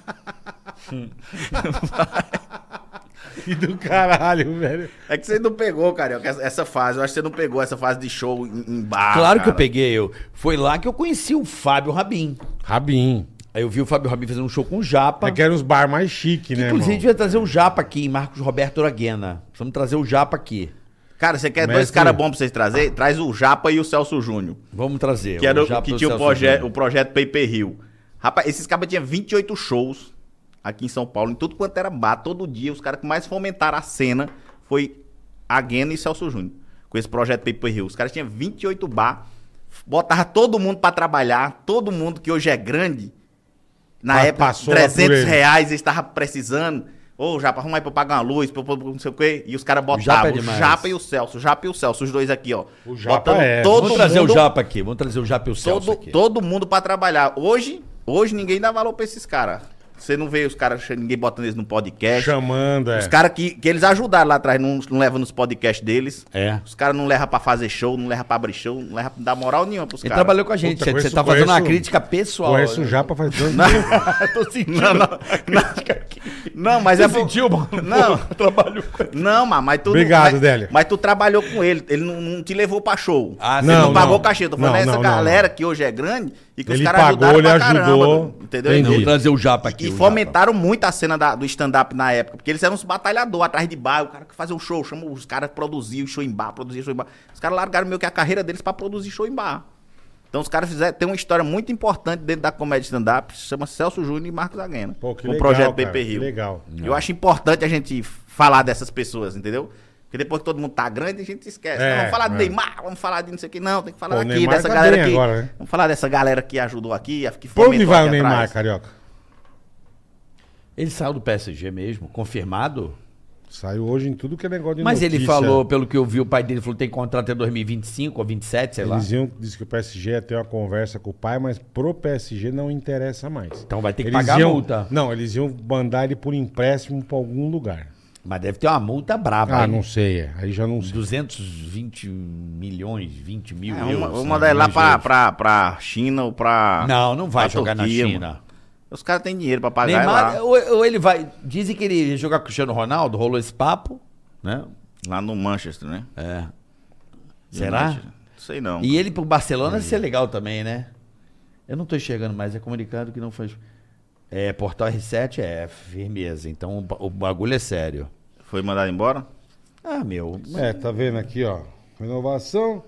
[laughs] e do caralho, velho.
É que você não pegou, Carioca, essa- essa fase. Eu acho que você não pegou essa fase de show em, em bar.
Ah, claro que eu
cara.
peguei. Eu. Foi lá que eu conheci o Fábio Rabin.
Rabin.
Aí eu vi o Fábio Rabin fazendo um show com o Japa.
É que era uns bar mais chique,
Inclusive, a
né,
gente
irmão?
devia trazer o Japa aqui, em Marcos Roberto Oraguena. Vamos trazer o Japa aqui.
Cara, você quer
Mestre-
dois caras bons pra vocês trazer? Traz o Japa e o Celso Júnior.
Vamos trazer.
Que, era o,
Japa
que
do
tinha o,
Celso
proje-
Júnior.
o projeto Paper Hill. Rapaz, esses cabas tinham 28 shows aqui em São Paulo, em tudo quanto era bar, todo dia. Os caras que mais fomentaram a cena foi Aguena e Celso Júnior, com esse projeto Paper Hill. Os caras tinham 28 bar, botava todo mundo pra trabalhar, todo mundo que hoje é grande. Na
Pa-
época,
passou lá por
300
ele.
reais eles estavam precisando. Ô, Japa, arruma aí pra eu pagar uma luz, pra, eu- pra eu não sei o quê. E os caras
Japa é
botavam o
demais.
Japa e o Celso, o Japa e o Celso, os dois aqui, ó.
O Japa
Botando
é.
todo
Vamos trazer
mundo
o Japa aqui. Vamos trazer o Japa e o Celso
todo,
aqui.
todo mundo pra trabalhar. Hoje, hoje ninguém dá valor pra esses caras. Você não vê os caras, che- ninguém botando eles no podcast.
Chamando, é.
Os caras que, que eles ajudaram lá atrás, não, não levam nos podcasts deles.
É.
Os caras não levam pra fazer show, não levam pra abrir show, não levam pra dar moral nenhuma pros
Ele
caras.
trabalhou com a gente.
Puta,
você
conheço-
você tá fazendo uma
conheço-
crítica pessoal.
Conheço o
Eu-
Japa faz tanto tempo.
[laughs] Eu tô sentindo.
Não,
[laughs]
não, não, não, mas é por-
mano?
Não.
Pô, trabalho com
Não, mas, mas tu.
Obrigado,
mas,
Délio.
Mas tu trabalhou com ele, ele não, não te levou pra show.
Ah,
Você
não,
não,
não.
pagou cachê. Eu Tô falando
Não,
essa
não, não,
galera que hoje é grande e que os
Ele
caras
pagou,
ajudaram pra
ele ajudou.
caramba. Entendeu?
Entendi.
Vamos trazer o
Tá
Japa aqui.
E
o
fomentaram muito a cena da- do stand-up na época, porque eles eram uns batalhadores atrás de bar, o cara que fazia um show, chama os caras produziam show em bar, produziam show em bar. Os caras largaram meio que a carreira deles pra produzir show em bar. Então os caras fizeram, tem uma história muito importante dentro da comédia stand-up, se chama Celso Júnior e Marcos Aguena.
Pô, que
o
legal, cara,
projeto PP
que
Rio.
legal.
Eu acho importante a gente falar dessas pessoas, entendeu? Porque depois que todo mundo tá grande, a gente esquece.
É,
Não, vamos falar
é.
de Neymar, vamos falar de não sei o que. Não, tem que falar
Pô, o
aqui,
Neymar
dessa
tá
galera
bem
que.
agora, né?
Vamos falar dessa galera que ajudou aqui, que
Pra onde
fomentou
vai o
aqui
Neymar,
atrás.
carioca?
Ele saiu do PSG mesmo, confirmado?
Saiu hoje em tudo que é negócio de
Mas ele
notícia.
falou, pelo que eu vi, o pai dele falou tem contrato até 2025 ou 27, sei lá.
Eles iam dizer que o PSG ia ter uma conversa com o pai, mas pro PSG não interessa mais.
Então vai ter que
Eles
pagar a
iam-
multa.
Não, eles iam mandar ele por empréstimo pra algum lugar.
Mas deve ter uma multa brava.
Ah,
hein?
não sei, é. aí já não sei.
220 milhões, 20 mil
É,
euros.
vamos- vamos
né?
mandar ele lá
Milhões de
pra,
euros.
pra, pra China ou pra.
Não, não vai
pra
jogar na
Turquia,
China.
mano. Os caras têm dinheiro pra pagar é
Neymar,
lá.
ou, ou ele vai. Dizem que ele ia jogar com o Cristiano Ronaldo, rolou esse papo, né?
Lá no Manchester, né?
É. Será?
Manchester. Não sei não.
E ele pro Barcelona ia ser legal também, né? Eu não tô enxergando mais, é comunicado que não faz. É, Portal R7 é firmeza, então o ba- o bagulho é sério.
Foi mandado embora?
Ah, meu.
É, tá vendo aqui, ó. Renovação.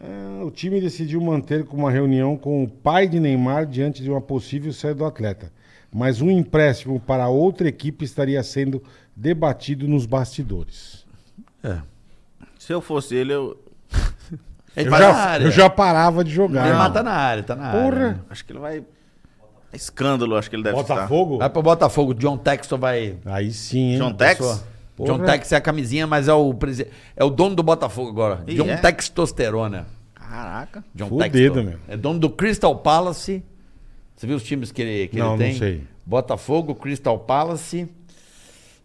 É, o time decidiu manter com uma reunião com o pai de Neymar diante de uma possível saída do atleta. Mas um empréstimo para outra equipe estaria sendo debatido nos bastidores.
Se eu fosse ele, eu.
Ele
Eu
tá na
já,
área.
eu já parava de jogar.
Ele mata na área, tá na área.
Porra.
Acho que ele vai. É Escândalo, acho que ele deve tá.
Botafogo?
Vai pro Botafogo, John Texton vai.
Aí sim, hein?
estar. John Tex?
Pessoa.
Porra.
John Tex é a camisinha, mas é o, presi- é o dono do Botafogo agora.
Ih,
John
é?
Textosterona.
Caraca.
John
Fudido,
Textor.
meu.
É dono do Crystal Palace. Você viu os times que ele, que
Não,
ele
não
tem?
sei.
Botafogo, Crystal Palace.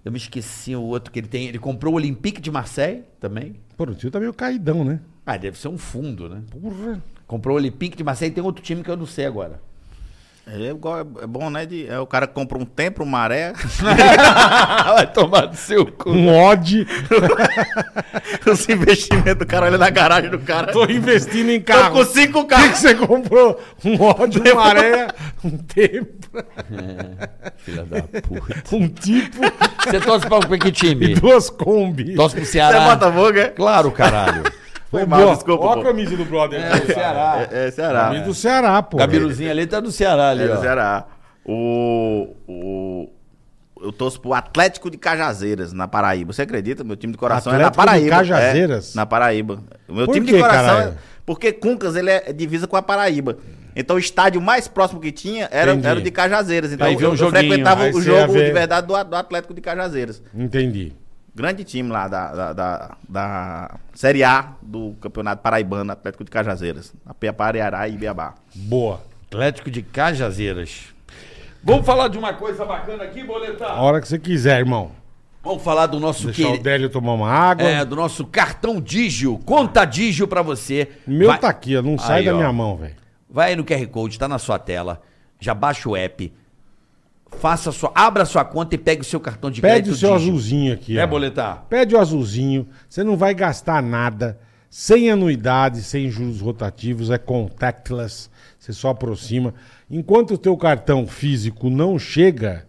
Eu me esqueci o outro que ele tem. Ele comprou o Olympique de Marseille também.
Pô, o tio tá meio caidão, né?
Ah, deve ser um fundo, né?
Porra.
Comprou o Olympique de Marseille e tem outro time que eu não sei agora.
É, igual, é bom, né? De, é o cara que compra um tempo, maré.
Vai tomar do seu cu.
Um ódio.
[laughs] Os investimentos do cara olha na garagem do cara.
[laughs] Tô investindo em
Tô
carro.
com cinco carros.
O que você comprou? Um ódio, uma areia, um tempo,
Filha da puta.
um tipo
[laughs] Você torce pra, pra que
e [laughs]
time?
duas Kombi.
Torce pro
Você é
Ceará.
Botafogo, é?
Claro, caralho.
Foi
Ô,
mal,
boa,
desculpa,
Ó a
pô.
camisa do brother.
É, o Ceará.
É, é Ceará.
Camisa do Ceará, pô.
Gabiruzinho ali tá do Ceará ali,
É do
ó.
Ceará. O, o, eu torço pro Atlético de Cajazeiras, na Paraíba. Você acredita? Meu time de coração é na
Atlético de
Paraíba.
Cajazeiras?
É, na Paraíba. O meu
Por
time
quê,
de coração
caralho?
é... Porque Cuncas, ele é divisa com a Paraíba. Então o estádio mais próximo que tinha era,
Entendi.
era o de Cajazeiras. Então
Aí vê
eu,
um
eu
joguinho,
frequentava
aí
o
você ia
jogo
ver.
de verdade do, do Atlético de Cajazeiras.
Entendi.
Grande time lá da, da, da, da Série A do Campeonato Paraibano, Atlético de Cajazeiras. Apareará e Ibiabá.
Boa.
Atlético de Cajazeiras. Vamos falar de uma coisa bacana aqui,
A
Boletar?
hora que você quiser, irmão.
Vamos falar do nosso
Deixar
que-
o Délio tomar uma água.
é, do nosso cartão Digio. Conta Digio pra você.
O Meu
vai,
tá aqui, ó. Não sai
Aí, ó.
da minha mão, velho.
Vai aí no QR Code, tá na sua tela. Já baixa o app. Faça sua, abra sua conta e pegue o seu cartão de
Pede
crédito
o seu
Digio.
azulzinho aqui,
É,
ó.
Boletar?
Pede o azulzinho. Você não vai gastar nada. Sem anuidade, sem juros rotativos, é contactless. Você só aproxima. Enquanto o teu cartão físico não chega,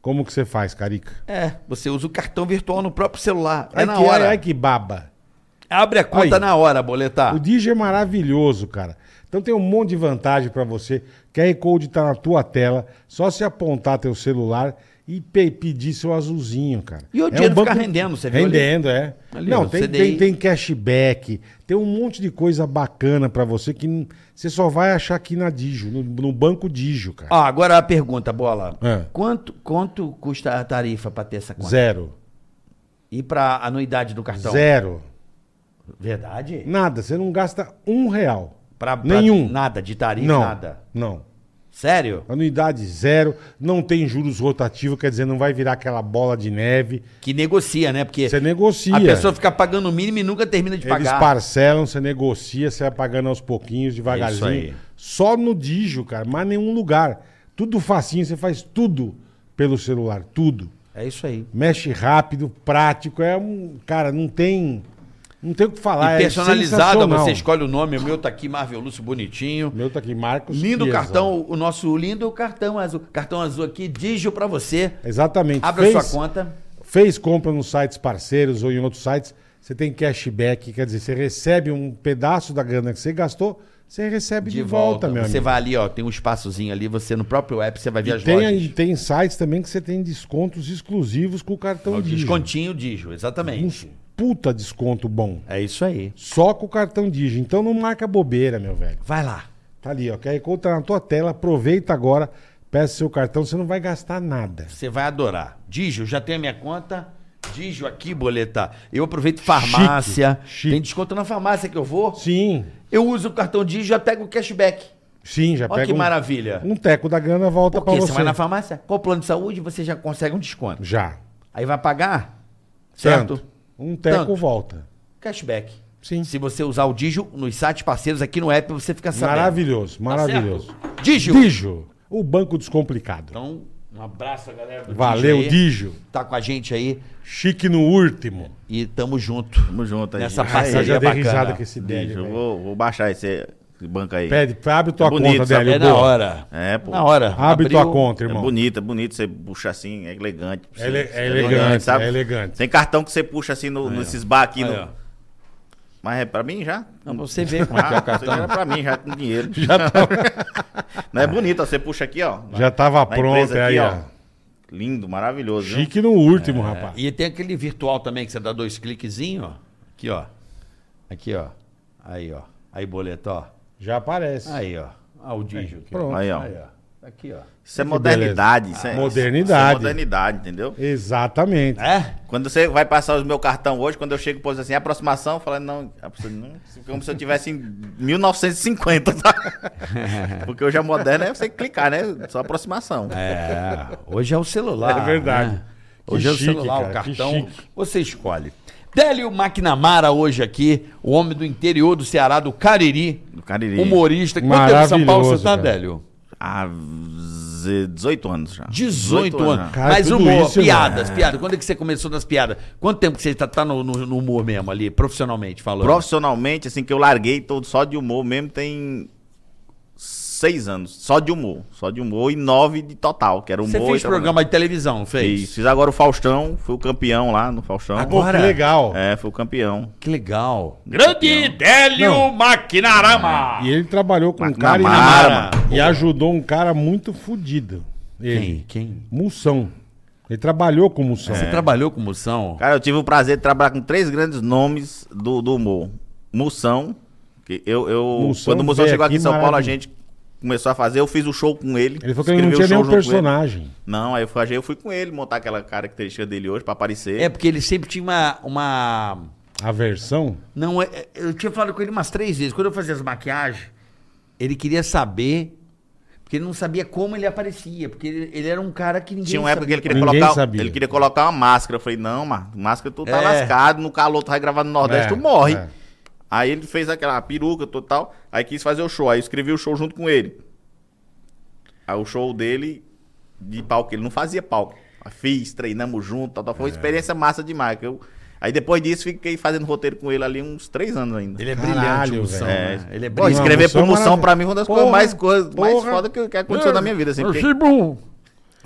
como que você faz, Carica?
É, você usa o cartão virtual no próprio celular. É
Ai
na
que-
hora.
Ai, ai que baba.
Abre a conta
Aí.
na hora, Boletar.
O Digi é maravilhoso, cara. Então tem um monte de vantagem pra você. QR Code tá na tua tela. Só se apontar teu celular e pe- pedir seu azulzinho, cara. É um
E o dinheiro fica rendendo, você viu ali?
Rendendo, é.
Ali, ó,
Não, tem,
CDI.
tem, tem cashback. Tem um monte de coisa bacana pra você que n- você só vai achar aqui na Digio, no, no Banco Digio, cara.
Ó, agora a pergunta, bola.
É.
Quanto, quanto custa a tarifa pra ter essa conta?
Zero.
E pra anuidade do cartão?
Zero.
Verdade?
Nada. Você não gasta um real.
Pra, pra
Nenhum.
Nada, de tarifa,
não.
nada.
Não.
Sério?
Anuidade zero, não tem juros rotativos, quer dizer, não vai virar aquela bola de neve.
Que negocia, né? Porque
Você negocia.
a pessoa fica pagando o mínimo e nunca termina de
Eles
pagar.
parcelam, você negocia, você vai pagando aos pouquinhos,
Isso aí.
devagarzinho. Só no Digio, cara, mas nenhum lugar. Tudo facinho, você faz tudo pelo celular, tudo.
É isso aí.
Mexe rápido, prático, é um, cara, não tem não tem o que falar,
E
é
personalizada,
sensacional.
você escolhe o nome. O meu tá aqui, Marvel Lúcio, bonitinho.
Meu tá aqui, Marcos.
Lindo
Chiesa.
cartão, o nosso lindo cartão azul. Cartão azul aqui, Digio pra você.
Exatamente.
Abra
Fez-
sua conta.
Fez compra nos sites parceiros ou em outros sites, você tem cashback, quer dizer, você recebe um pedaço da grana que você gastou, você recebe de, volta, meu
Você
amigo.
vai ali, ó, tem um espaçozinho ali, você no próprio app, você vai ver as
e tem,
lojas.
e tem sites também que você tem descontos exclusivos com o cartão Digio.
Descontinho Digio,
Uns
exatamente.
puta desconto bom.
É isso aí.
Só com o cartão Digio. Então não marca bobeira, meu velho.
Vai lá.
Tá ali, ó. QR Code tá na tua tela. Aproveita agora. Peça seu cartão, você não vai gastar nada.
Você vai adorar. Digio, já tem a minha conta. Digio aqui, boleta. Eu aproveito farmácia.
chique.
Tem desconto na farmácia que eu vou.
Sim,
Eu uso o cartão Digio, já pego o cashback.
sim, já
Olha
pega
que
um-
maravilha.
um teco da grana volta
Por
pra
quê?
você.
Você vai na farmácia, qual o plano de saúde, você já consegue um desconto.
Já.
Aí vai pagar, certo?
Tanto. Um teco
Tanto.
volta.
Cashback.
Sim.
Se você usar o Digio nos sites parceiros aqui no app, você fica sabendo.
Maravilhoso,
Tá certo?
maravilhoso.
Digio.
Dijo, o banco descomplicado.
Então, um abraço, galera. do
Valeu,
aí,
Dijo.
Tá com a gente aí
Chique no último.
e tamo junto.
Tamo junto aí.
Nessa
Aí,
parceria.
Eu já
Seria
dei
é bacana.
risada com esse
bicho, eu
Dijo.
vou, vou baixar esse esse banco aí.
Pede, abre tua
É bonito,
conta,
sabe?
Délio.
É na
boa.
hora.
É, pô.
Na hora.
Abre
Abriu-
tua conta,
É
irmão.
bonito, é bonito. Você puxa assim, é elegante.
É ele- é elegante, é elegante.
Tem cartão que você puxa assim no, nesses bar aqui. no-
Aí, ó.
Mas é pra mim já. Ah,
Não, pra
[laughs]
você ver como é que é
Ah,
o
isso aí era
cartão.
pra mim já com dinheiro. Já Não é bonito, ó, você puxa aqui, ó.
Já tava pronto,
empresa
é aí, ó.
Lindo, maravilhoso. viu?
[laughs] Chique no último,
É.
rapaz.
E tem aquele virtual também que você dá dois cliquezinhos, ó. Aqui, ó. Aqui, ó. Aí, ó. Aí, boleto, ó.
Já aparece.
Aí, ó. Ah, o Digio. aqui, ó.
Pronto.
Aí, ó.
Aí, ó. Aqui, ó.
Isso é modernidade. Isso é,
Ah, Modernidade.
isso é modernidade, entendeu?
Exatamente.
É?
Quando você vai passar o meu cartão hoje, quando eu chego e pôs assim, aproximação, falando, não, a pessoa, não, como se eu tivesse em 1950, tá? Porque hoje a moderna é você clicar, né? Só aproximação.
É, hoje é o celular.
É verdade.
né?
Que
Hoje é o
chique,
celular, o
cara, que
cartão.
chique.
Você escolhe. Délio McNamara hoje aqui, o homem do interior do Ceará, do Cariri.
Do Cariri.
Humorista. Quanto tempo em São Paulo você tá,
Maravilhoso, cara.
Délio?
Há 18 anos já.
18 anos.
já.
Cara,
Mas
tudo
humor,
isso,
piadas,
mano.
piadas. Quando é que você começou nas piadas? Quanto tempo que você tá, tá no, no- no humor mesmo ali, profissionalmente falando?
Profissionalmente, assim, que eu larguei todo só de humor mesmo, tem seis anos. Só de humor. Só de humor e nove de total, que era humor.
Você
e
fez
trabalho.
programa de televisão, não fez?
Fiz, fiz agora o Faustão, fui o campeão lá no Faustão.
Pô, que
Bora.
legal.
É, fui o campeão.
Que legal.
Grande Délio
Não.
Maquinarama.
E ele trabalhou com um cara
McNamara,
inamara
mano.
e ajudou um cara muito fodido. Ele. É.
Quem? Quem?
Mussão. Ele trabalhou com Mussão.
Você trabalhou com moção?
Cara, eu tive o prazer de trabalhar com três grandes nomes do, do humor. Moção, que eu, eu
Mussão
quando o Moção
veio
chegou aqui em
aqui,
São Paulo, a
maravilha.
gente começou a fazer, eu fiz o show com ele.
Ele falou que ele não
escrevi o né?
tinha
show
nenhum
junto com ele.
personagem.
Não, aí eu fui, eu fui com ele montar aquela característica dele hoje pra aparecer.
É, porque ele sempre tinha uma. uma...
A versão?
Não, é- é- eu tinha falado com ele umas três vezes. Quando eu fazia as maquiagens, ele queria saber. Porque ele não sabia como ele aparecia. Porque ele, ele era um cara que ninguém
Tinha uma época que
sabia
ele queria,
Ninguém
colocar,
sabia.
ele queria colocar uma máscara. Eu falei, não, mano, máscara tu tá
É.
lascado, no calor tu vai gravar no Nordeste,
É,
tu morre.
é.
Aí ele fez aquela peruca total, aí quis fazer o show, aí eu escrevi o show junto com ele. Aí o show dele, de palco, ele não fazia palco. Aí Fiz, treinamos junto, tal, tal.
É.
foi uma experiência massa demais. que eu- Aí depois disso fiquei fazendo roteiro com ele ali uns três anos ainda.
Ele é
Caralho,
brilhante, o Mussão,
É,
né? Ele é
Pô,
brilhante.
escrever
Moção é
promoção
maravilhoso.
pra mim foi uma das coisas
Porra,
mais, coisas, mais
porra.
foda que, que aconteceu na minha vida. Assim, porque-
bom.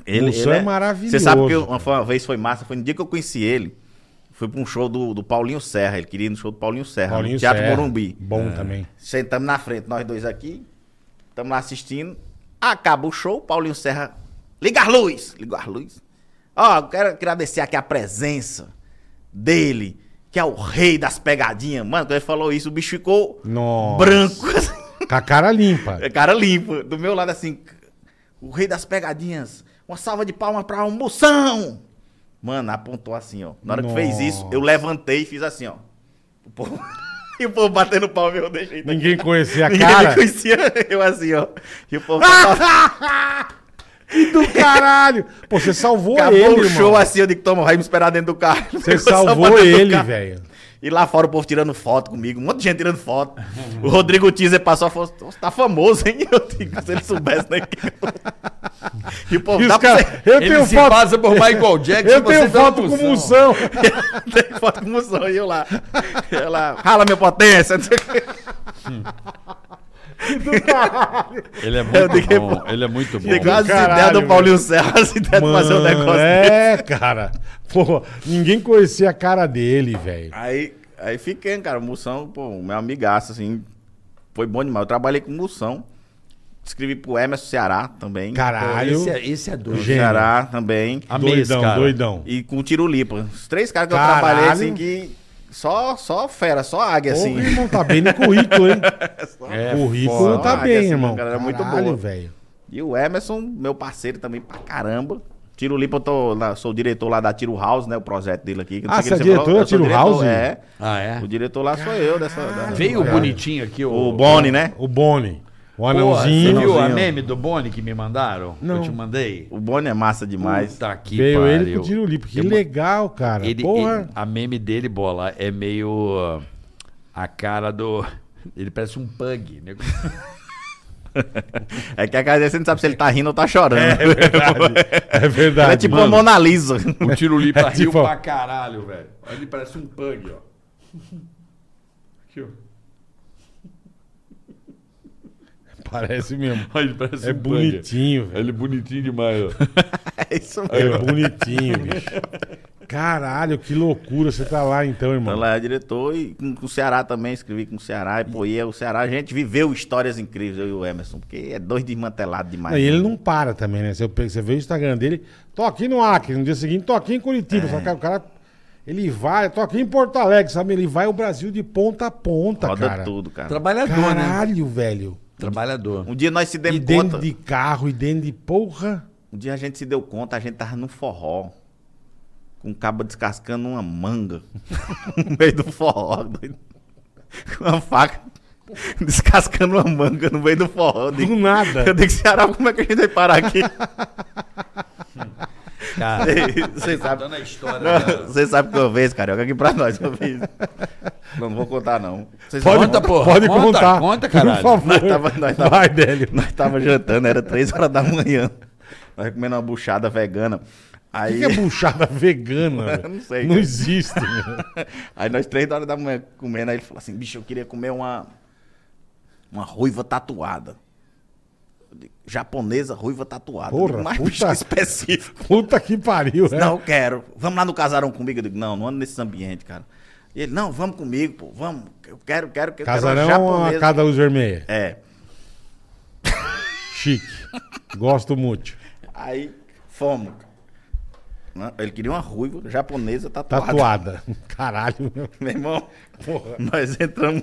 ele,
Moção é maravilhoso,
Você sabe que eu-
cara.
uma, uma vez foi massa, foi no dia que eu conheci ele. Foi pra um show do, do Paulinho Serra. Ele queria ir no show do Paulinho Serra,
Paulinho
no É, Teatro
Serra.
Morumbi. É.
Bom também.
Sentamos na frente, nós dois aqui. Estamos lá assistindo. Acaba o show, Paulinho Serra. Liga as luzes! Liga as luzes. Ó, eu quero agradecer aqui a presença dele, que é o rei das pegadinhas. Mano, quando ele falou isso, o bicho ficou
Nossa.
branco.
Com a cara limpa.
É [laughs] cara limpa. Do meu lado, assim, o rei das pegadinhas. Uma salva de palmas pra um moção. Mano, apontou assim, ó. Na hora que fez isso, eu levantei e fiz assim, ó. O povo- [laughs] e o povo batendo palma, eu deixei. daqui.
Ninguém conhecia a
Ninguém me
cara. Ah,
conhecia. [laughs] Eu assim, ó. E o povo
[laughs] Do caralho. Pô, você salvou
acabou
ele,
o show
irmão.
assim, eu digo, toma, vai me esperar dentro do carro.
Você
[laughs] Eu só
salvou
botei no
ele,
carro.
velho.
E lá fora o povo tirando foto comigo, um monte de gente tirando foto. O Rodrigo Teaser passou e falou: Você tá famoso, hein? [laughs] Eu digo, se ele soubesse, né? [laughs] que eu- E o povo
E
dá
os
pra
caras...
você.
Eu
Ele
tenho
se
foto...
passa por
[laughs]
Michael Jackson.
Eu
você
tenho
tá
foto
no
com o
Mussão.
Mussão.
[laughs] Tem foto com o Musão e eu lá. Eu lá, rala minha potência. [laughs] não sei o quê.
Ele é
Eu
muito
digo,
bom. Ele é muito bom.
Digo, as
caralho,
ideias do
velho.
Paulinho Serra, as ideias de fazer um
Mano,
negócio.
É, cara. Pô, ninguém conhecia a cara dele, velho.
Aí, aí fiquei, cara. O Moção, pô, um meu amigaço, assim. Foi bom demais. Eu trabalhei com o Moção. Escrevi pro Emerson Ceará também.
Caralho.
Esse, é- esse é doido.
Gente, gênio.
Ceará também.
doidão,
cara.
doidão.
E com o Tirulipa. Os três caras que
Caralho.
eu trabalhei, assim, que. Só, só fera, só águia,
Pô, [laughs]
assim.
irmão, tá bem no currículo, hein?
Só-
currículo
foda.
tá
Ah, que
bem,
assim,
irmão.
a galera é muito
Caralho,
boa.
velho.
E o Emerson, meu parceiro também pra caramba. Tiro Lipa, eu tô lá- sou o diretor lá da Tiro House, né? O projeto dele aqui. que não
Ah,
sei o
você
que
é
ele falou.
diretor da
Eu sou
Tiro House?
É.
Ah, é?
O diretor lá sou eu dessa. da-
Veio bonitinho aqui
O Boni, né?
O Boni. O
Porra, você
anãozinho.
viu a
Anãozinho.
meme do Boni que me mandaram?
Não.
Que eu te mandei?
O Boni é massa demais.
Puta que
veio
pariu.
ele pro Tirulipa. Que
Eu-
legal, cara.
Ele,
Porra.
ele- a meme dele, bola, é meio uh, a cara do... Ele parece um pug.
[laughs]
Né?
É que a cara dele, você não sabe se ele tá rindo ou tá chorando. [laughs]
É verdade.
Ele é tipo
mano.
a Mona
[laughs]
Lisa.
O tiro lipa
É
riu
tipo-
pra caralho, velho. Ele parece um pug,
[laughs]
ó. Aqui, ó.
Parece mesmo.
Olha, Ele parece
É
um pug.
bonitinho, velho.
Ele bonitinho demais, ó.
é isso mesmo.
É bonitinho, bicho. Caralho, que loucura. Você tá lá então, irmão.
Então lá é diretor e com, com o Ceará também, escrevi com o Ceará. E, pô, e é o Ceará, a gente viveu histórias incríveis, eu e o Emerson, porque é dois desmantelados demais.
Não, e ele não para também, né? Você, pe- você vê o Instagram dele, tô aqui no Acre, no dia seguinte tô aqui em Curitiba.
É.
Só que o cara, ele vai, tô aqui em Porto Alegre, sabe? Ele vai o Brasil de ponta a ponta,
Roda
cara.
tudo, cara.
Trabalhador, né?
Caralho, velho.
Trabalhador.
Um dia nós se
E
demos
dentro
conta.
de carro, e dentro de porra.
Um dia a gente se deu conta, a gente tava num forró. Com um cabo descascando uma manga. [laughs] no meio do forró. doido. Com uma faca. [laughs] Descascando uma manga no meio do forró. Eu
Do
digo, eu [laughs]
nada.
digo Ceará, como é que a gente vai parar [laughs] aqui?
Cara,
É Você sabe.
contando a história.
Não, Você sabe que uma vez, carioca, aqui pra nós, uma vez. Não, não vou contar, não. Vocês
Pode-
contam?
Conta, porra.
Pode
Conta,
contar.
conta, caralho.
Por favor.
Nós tava, nós tava,
Vai, Délio.
Nós tava jantando, era três horas da manhã. Nós comendo uma buchada vegana.
O
Aí,
que, que é buchada
[laughs]
vegana? velho?
Não sei, né?
Não
cara.
existe. meu.
[laughs] aí nós três horas da manhã comendo, aí ele falou assim, bicho, eu queria comer uma, uma ruiva tatuada. Eu digo, Japonesa ruiva tatuada. Eu
Porra,
digo, Mas
puta-
bicho, que específico.
Puta que pariu, né?
Não, eu quero. Vamos lá no casarão comigo? Eu digo, não, não ando nesses ambientes, cara. E ele, não, vamos comigo, pô. Vamos. Eu quero, quero, quero.
Casarão
quero
ou
é uma
a
japonesa.
cada luz vermelha?
É.
Chique. Gosto muito.
Aí, fomos. Né? Ele queria uma ruiva japonesa tatuada.
Tatuada. [laughs] Caralho, meu.
[laughs] Meu irmão, nós entramos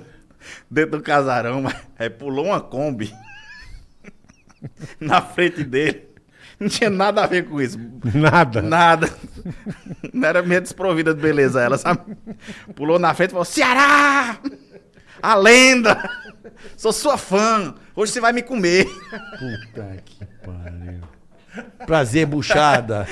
dentro do casarão, mas aí pulou uma Kombi [laughs] na frente dele. Não tinha nada a ver com isso.
Nada.
Nada. Não era minha desprovida de beleza ela, sabe? Pulou na frente e falou: Ceará! A lenda! Sou sua fã! Hoje você vai me comer!
Puta que pariu. Prazer, buchada.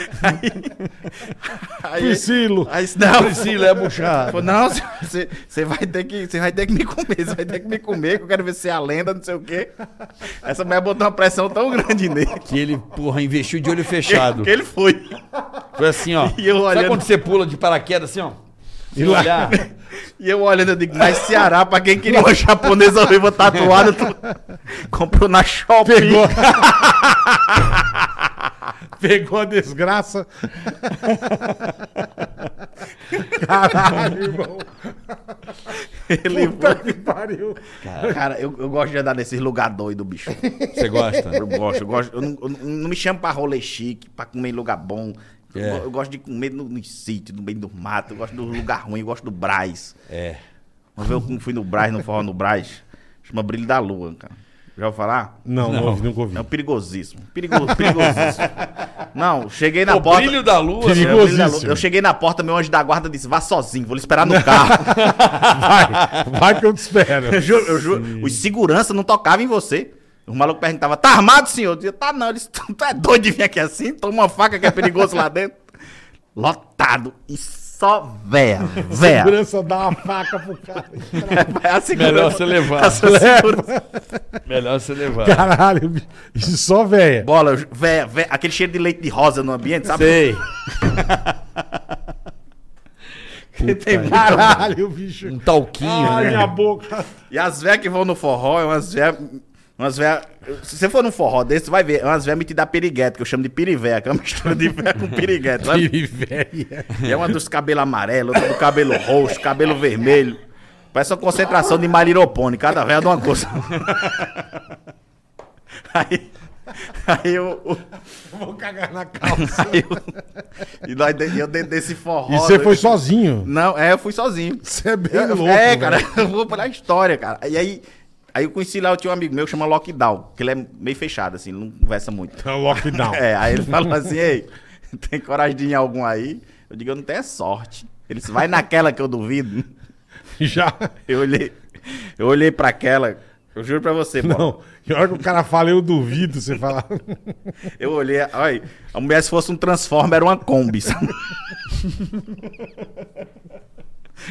Aí,
Priscilo.
aí disse, não,
Priscila é buchada.
Falou, não, você- você vai ter que, você vai ter que me comer, você vai ter que me comer, que eu quero ver se é a lenda, não sei o quê. Essa mulher botou uma pressão tão grande nele
Que ele, porra, investiu de olho fechado.
que ele foi.
Foi assim, ó.
E eu
Sabe
olhando-
quando você pula de paraquedas assim, ó?
E
E
lá-
olhar.
E eu olhando, eu digo, mas Ceará, pra quem queria uma japonesa ruiva tatuada, tu comprou na shopping.
Pegou. Pegou a desgraça. Caralho, irmão. [laughs]
Ele
Puta que pariu.
Cara, eu, eu gosto de andar nesses lugar doido, bicho.
É.
Você gosta?
Eu gosto, eu gosto. Eu não, eu não- não me chamo pra rolê chique, pra comer em lugar bom. Eu
É.
go- Eu, gosto de comer no, no sítio, no meio do mato. Eu gosto do lugar ruim, eu gosto do Braz.
É.
Uma vez eu fui no Braz, no forró no Braz. Chama Brilho da Lua, cara. Já ouviu falar?
Não, não ouvi, nunca ouvi.
É um perigosíssimo. Perigo, perigosíssimo. Não, cheguei na
o
porta.
brilho da lua.
É, o
né?
brilho da lua.
Perigosíssimo.
Eu cheguei na porta, meu anjo da guarda disse: vá sozinho, vou lhe esperar no carro.
Vai, vai que eu te espero. [laughs]
Eu juro, eu juro. Os segurança não tocavam em você. O maluco perguntava, tá armado, senhor? Eu dizia, tá não. Ele disse, tu tu é doido de vir aqui assim? Toma uma faca que é perigoso lá dentro. Lotado. E só véia, véia.
Segurança dá uma faca pro cara.
É a segurança.
Melhor você levar.
A sua segurança.
Melhor você levar.
Caralho, bicho. Isso só velha.
Bola, eu ju- véia, véia. Aquele cheiro de leite de rosa no ambiente, sabe?
Sei.
Que [laughs] tem muito.
Caralho, bicho.
Um talquinho,
Ai,
né?
minha boca.
E as véias que vão no forró, é umas véias... Umas véias... Se você for num forró desse, você vai ver. É umas véias metidas a piriguete, que eu chamo de pirivéia, que é uma mistura de véia com piriguete, sabe?
Que velha.
E é uma dos cabelos amarelos, outra do cabelo roxo, cabelo vermelho. Parece uma concentração de mariropone, cada velho de uma coisa. [laughs] Aí. Aí eu.
Vou cagar na calça.
[laughs] Aí eu e nós, de- eu dentro desse forró.
E você
né?
foi sozinho?
Não, é, eu fui sozinho.
Você é bem
[laughs] Eu-
louco.
é,
velho.
cara, eu vou pela história, cara. E aí, Aí eu conheci lá, eu tinha um amigo meu que chama Lockdown, que ele é meio fechado, assim, não conversa muito.
É o lockdown.
[laughs] É, aí ele falou assim, ei, [laughs] tem coragem de ir em algum aí? Eu digo, eu não tenho é sorte. Ele disse, vai naquela que eu duvido.
Já.
Eu olhei, eu olhei pra aquela, eu juro pra você, Bola.
Não. E a hora que o cara fala, eu duvido, você fala.
Eu olhei, olha, a mulher se fosse um Transformer era uma Kombi, sabe? [laughs]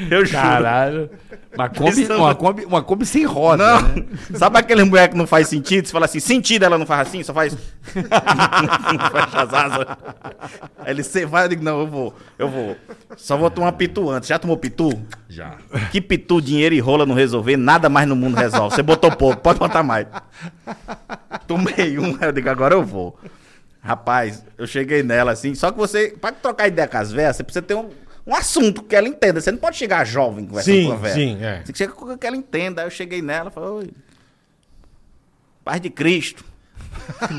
Eu juro.
Caralho. Uma Kombi,
Pensando-
uma Kombi, uma Kombi sem roda.
Não,
né?
sabe aquele mulher que não faz sentido? Você fala assim, sentido, ela não faz assim, só faz. [laughs] não fecha as asas. Aí ele, você vai, eu digo, não, eu vou, eu vou. Só vou tomar pitu antes. Já tomou pitu?
Já.
[laughs] Que pitu, dinheiro e rola não resolver, nada mais no mundo resolve. Você botou pouco, pode botar mais. Tomei um, [laughs] eu digo, agora eu vou. Rapaz, eu cheguei nela assim, só que você, pra trocar ideia com as velhas, você precisa ter um, um assunto que ela entenda. Você não pode chegar jovem conversando
Sim,
com a velha.
sim, é.
Você chega com que ela entenda. Aí eu cheguei nela, falei, oi, paz de Cristo. [laughs]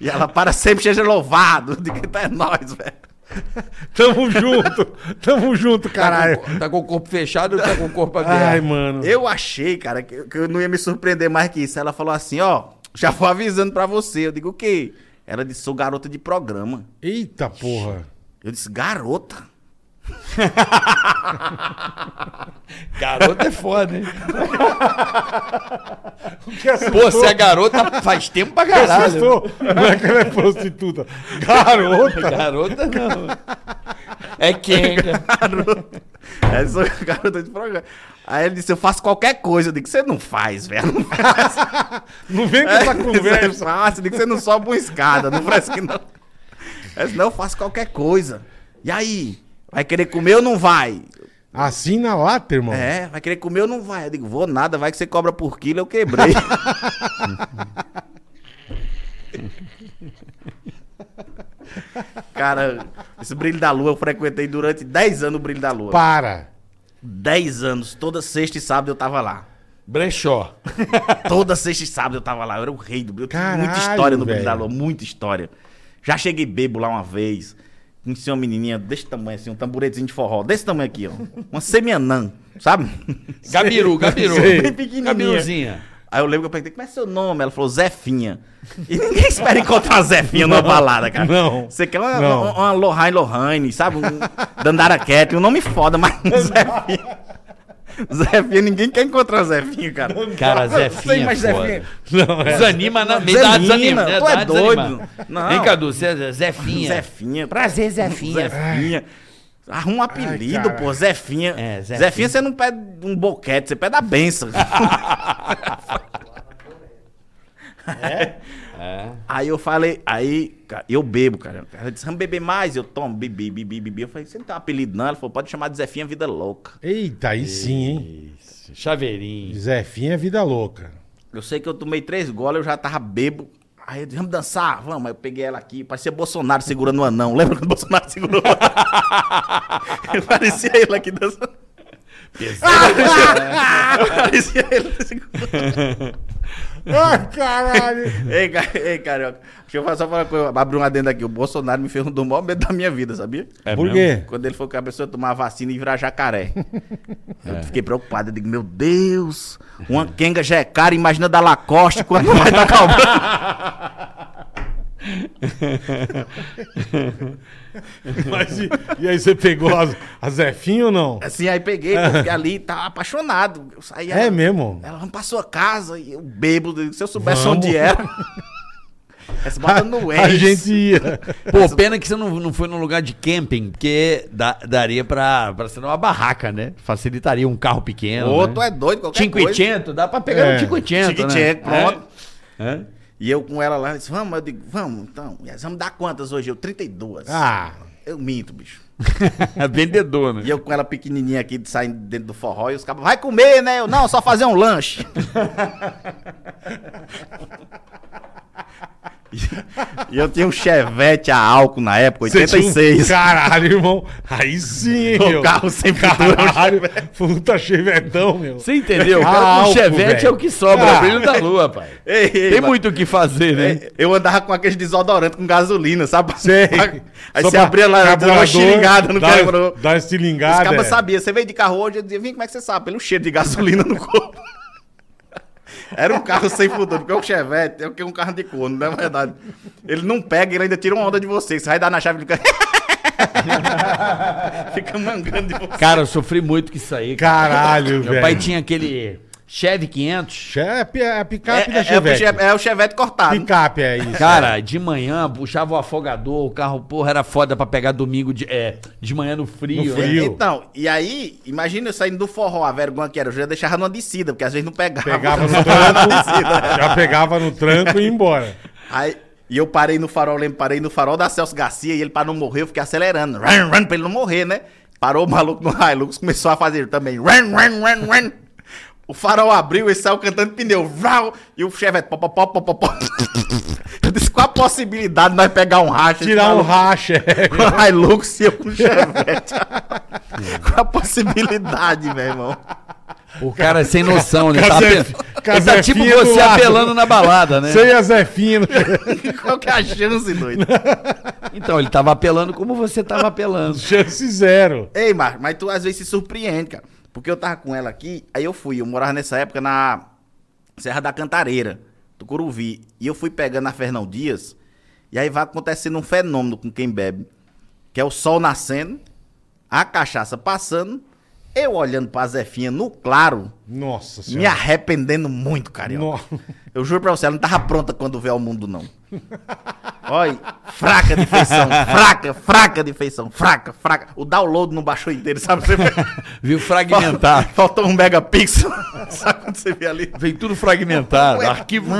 e ela, para sempre, seja louvado. De que tá é nós, velho.
[laughs] Tamo junto. Tamo junto, caralho.
Tá com, tá com o corpo fechado ou tá com o corpo aberto?
É.
Ai, mano.
Hum. Eu achei, cara, que, que eu não ia me surpreender mais que isso. Ela falou assim, ó, já vou avisando pra você. Eu digo, o quê? Ela disse, sou garota de programa.
Eita porra.
Eu disse, garota? [laughs]
Garoto é
[laughs]
foda, hein?
Que assustou.
Pô, você é garota faz tempo pra
que
caralho.
assustou. Não é que ela é prostituta. é Garota.
Garota
[laughs]
não. É quem?
Garota. Ela sou garota de programa. Aí ela disse, eu faço qualquer coisa. Eu digo, você não faz, velho. Não faz.
Não vem com [laughs]
É,
essa
Você
conversa.
faz, eu digo, você não sobe uma escada. Não faz que não. Ela disse, não, eu faço qualquer coisa. E aí? Vai querer comer ou não vai?
Assina lá, teu irmão.
É, vai querer comer ou não vai? Eu digo, vou nada, vai que você cobra por quilo, eu quebrei. [laughs] Cara, esse brilho da lua eu frequentei durante 10 anos o brilho da lua.
Para.
10 anos, toda sexta e sábado eu tava lá.
Brechó.
Toda sexta e sábado eu tava lá, eu era o rei do brilho. Eu tive muita
Caralho,
história no brilho da
velho.
lua, muita história. Já cheguei bebo lá uma vez. Conheci uma menininha desse tamanho assim, um tamburetezinho de forró, desse tamanho aqui, ó. Uma semianã,
[laughs]
sabe?
Gabiru, Gabiru.
Sei.
Bem pequenininha.
Gabiruzinha.
Aí eu lembro que eu perguntei, como é seu nome? Ela falou, Zefinha. E ninguém espera encontrar uma Zefinha numa balada, cara.
não.
Você quer uma,
Não.
uma, uma Lohane Lohane, sabe? Um Dandara Cat, um nome foda,
[laughs]
mas um Zefinha. Zefinha, ninguém quer encontrar uma Zefinha, cara.
Cara,
Tem
Zefinha é
mais
foda.
Zefinha.
Não, é.
Desanima, na... me dá
Zanina,
desanima, né?
tu
Dá
é
uma desanimada.
doido. Não.
Vem, Cadu, você é Zefinha.
Zefinha.
Prazer,
é
Zefinha.
Zefinha. Arruma um apelido,
cara.
pô, Zefinha.
É, Zefinha.
Zefinha, você não pede um boquete, você pede a benção. É? Aí eu falei, aí ca- eu bebo, cara. Ela disse, vamos beber mais? Eu tomo, bebi, bebi, bebi. Eu falei, você não tem um apelido não? Ela falou, pode chamar de Zefinha Vida Louca.
Eita, aí sim, hein?
Chaveirinho.
Zefinha é vida louca.
Eu sei que eu tomei três goles, eu já tava bebo. Aí eu disse, vamos dançar? Vamos. Aí eu peguei ela aqui, parecia Bolsonaro segurando o anão. Lembra quando o Bolsonaro segurou o anão? [laughs] parecia ele aqui dançando. [laughs] parecia ele segurando.
Ai, Ah, caralho.
Ei, ca- ei, carioca, deixa eu falar- só falar uma coisa, abrir um adendo aqui. O Bolsonaro me fez um do maior medo da minha vida, sabia?
Por quê?
Quando ele falou que a pessoa ia tomar a vacina e virar jacaré. Eu fiquei preocupado. Eu digo, meu Deus, uma quenga já é cara, imagina da Lacoste [laughs] quando vai estar calmando.
Mas e, e aí você pegou a, a Zefinha ou não?
Assim, aí peguei, pô, fiquei ali, tava apaixonado. Eu saí,
É mesmo?
Ela, vamos pra sua casa, e eu bêbado. eu digo, Se eu soubesse
Vamos. [laughs]
onde era. Essa bota no ex.
a gente ia.
Pô, pena que você não, não foi num lugar de camping, porque dá- daria pra, pra ser uma barraca, né? Facilitaria um carro pequeno.
Outro
né?
é doido, qualquer coisa.
Cinquecento, dá pra pegar
É.
um cinquecento, né?
Chiquitinho, pronto.
É. É.
E eu com ela lá, eu disse, vamos, eu digo, vamos, então. E elas, Vamos dar quantas hoje? Eu, 32.
Ah,
Eu minto, bicho.
É vendedor, né?
E eu com ela pequenininha aqui, de- saindo dentro do forró, e os cabos, vai comer, né? Eu, não, só fazer um lanche. [laughs] E eu tinha um Chevette a álcool na época,
Você tinha um-
86.
Caralho, irmão. Aí sim,
[laughs] O
meu.
carro sempre
Caralho, puta chevetão, meu.
Você entendeu? O
um
cara com
Álcool,
chevette é
velho.
o que sobra,
Ah.
é o brilho da lua, pai.
Ei, ei,
Tem
mas-
muito o que fazer, né?
É, Eu andava com aqueles desodorantes com gasolina, sabe?
Sei.
Aí
Só
você
pra-
abria lá, dava uma
carburador,
xeringada no
dá-
carro.
Dá uma
Os
estilingada.
cabas
é.
sabiam. Você veio de carro hoje, eu dizia, vem, como é que você sabe? Pelo cheiro de gasolina no corpo. [laughs] Era um carro sem futuro, porque o Chevette é o que é um carro de corno, não é verdade? Ele não pega, ele ainda tira uma onda de você. Você vai dar na chave do carro. [laughs] Fica mangando de você.
Cara, eu sofri muito com isso aí. cara.
Caralho,
Meu pai
velho.
tinha aquele Chevy 500.
Che- É, pi- é a picape
É,
da
é, é, o
Chevette.
Chevette- é o Chevette cortado.
Picape é isso.
Cara, de manhã puxava o afogador, o carro, porra, era foda pra pegar domingo de, é, de manhã no frio.
No
né?
frio.
Então, e aí, imagina eu saindo do forró, a vergonha que era. Eu já deixava numa descida, porque às vezes não pegava.
Pegava
[laughs]
no
Tava na
tranco, [laughs] já pegava no tranco e ia embora.
Aí, e eu parei no farol, lembro, parei no farol da Celso Garcia e ele, pra não morrer, eu fiquei acelerando. Run, run, pra ele não morrer, né? Parou o maluco no Hilux, começou a fazer também. Run, run, run, run. O farol abriu e saiu cantando pneu. Vrau, e o Chevette. Pó, pó, pó, pó, pó, pó. Eu disse, qual a possibilidade de nós pegar um racha?
Tirar um racha.
Com a Hilux e eu com o Chevette. [laughs] qual a possibilidade, meu irmão?
O cara é sem noção, né? Tá,
Casef-
ape- ele tá tipo
Casefinha do
você
lado.
apelando na balada, né?
Sem a Zefinha. no-
Qual que é a chance, doido?
Então, ele tava apelando como você tava apelando.
[laughs] Chance zero.
Ei, Marcos, mas tu às vezes se surpreende, cara. Porque eu tava com ela aqui, aí eu fui. Eu morava nessa época na Serra da Cantareira, do Curuvi. E eu fui pegando a Fernão Dias. E aí vai acontecendo um fenômeno com quem bebe. Que é o sol nascendo, a cachaça passando, eu olhando pra Zefinha no claro,
Nossa
me arrependendo muito, carioca.
No-
Eu juro pra você, ela não tava pronta quando veio ao mundo, não. Olha, fraca de feição, fraca, fraca de feição, fraca, fraca. O download não baixou inteiro, sabe? Você
[laughs]
Viu fragmentar.
Faltou um megapixel, [laughs] sabe quando você vê ali?
Vem tudo fragmentado. Arquivo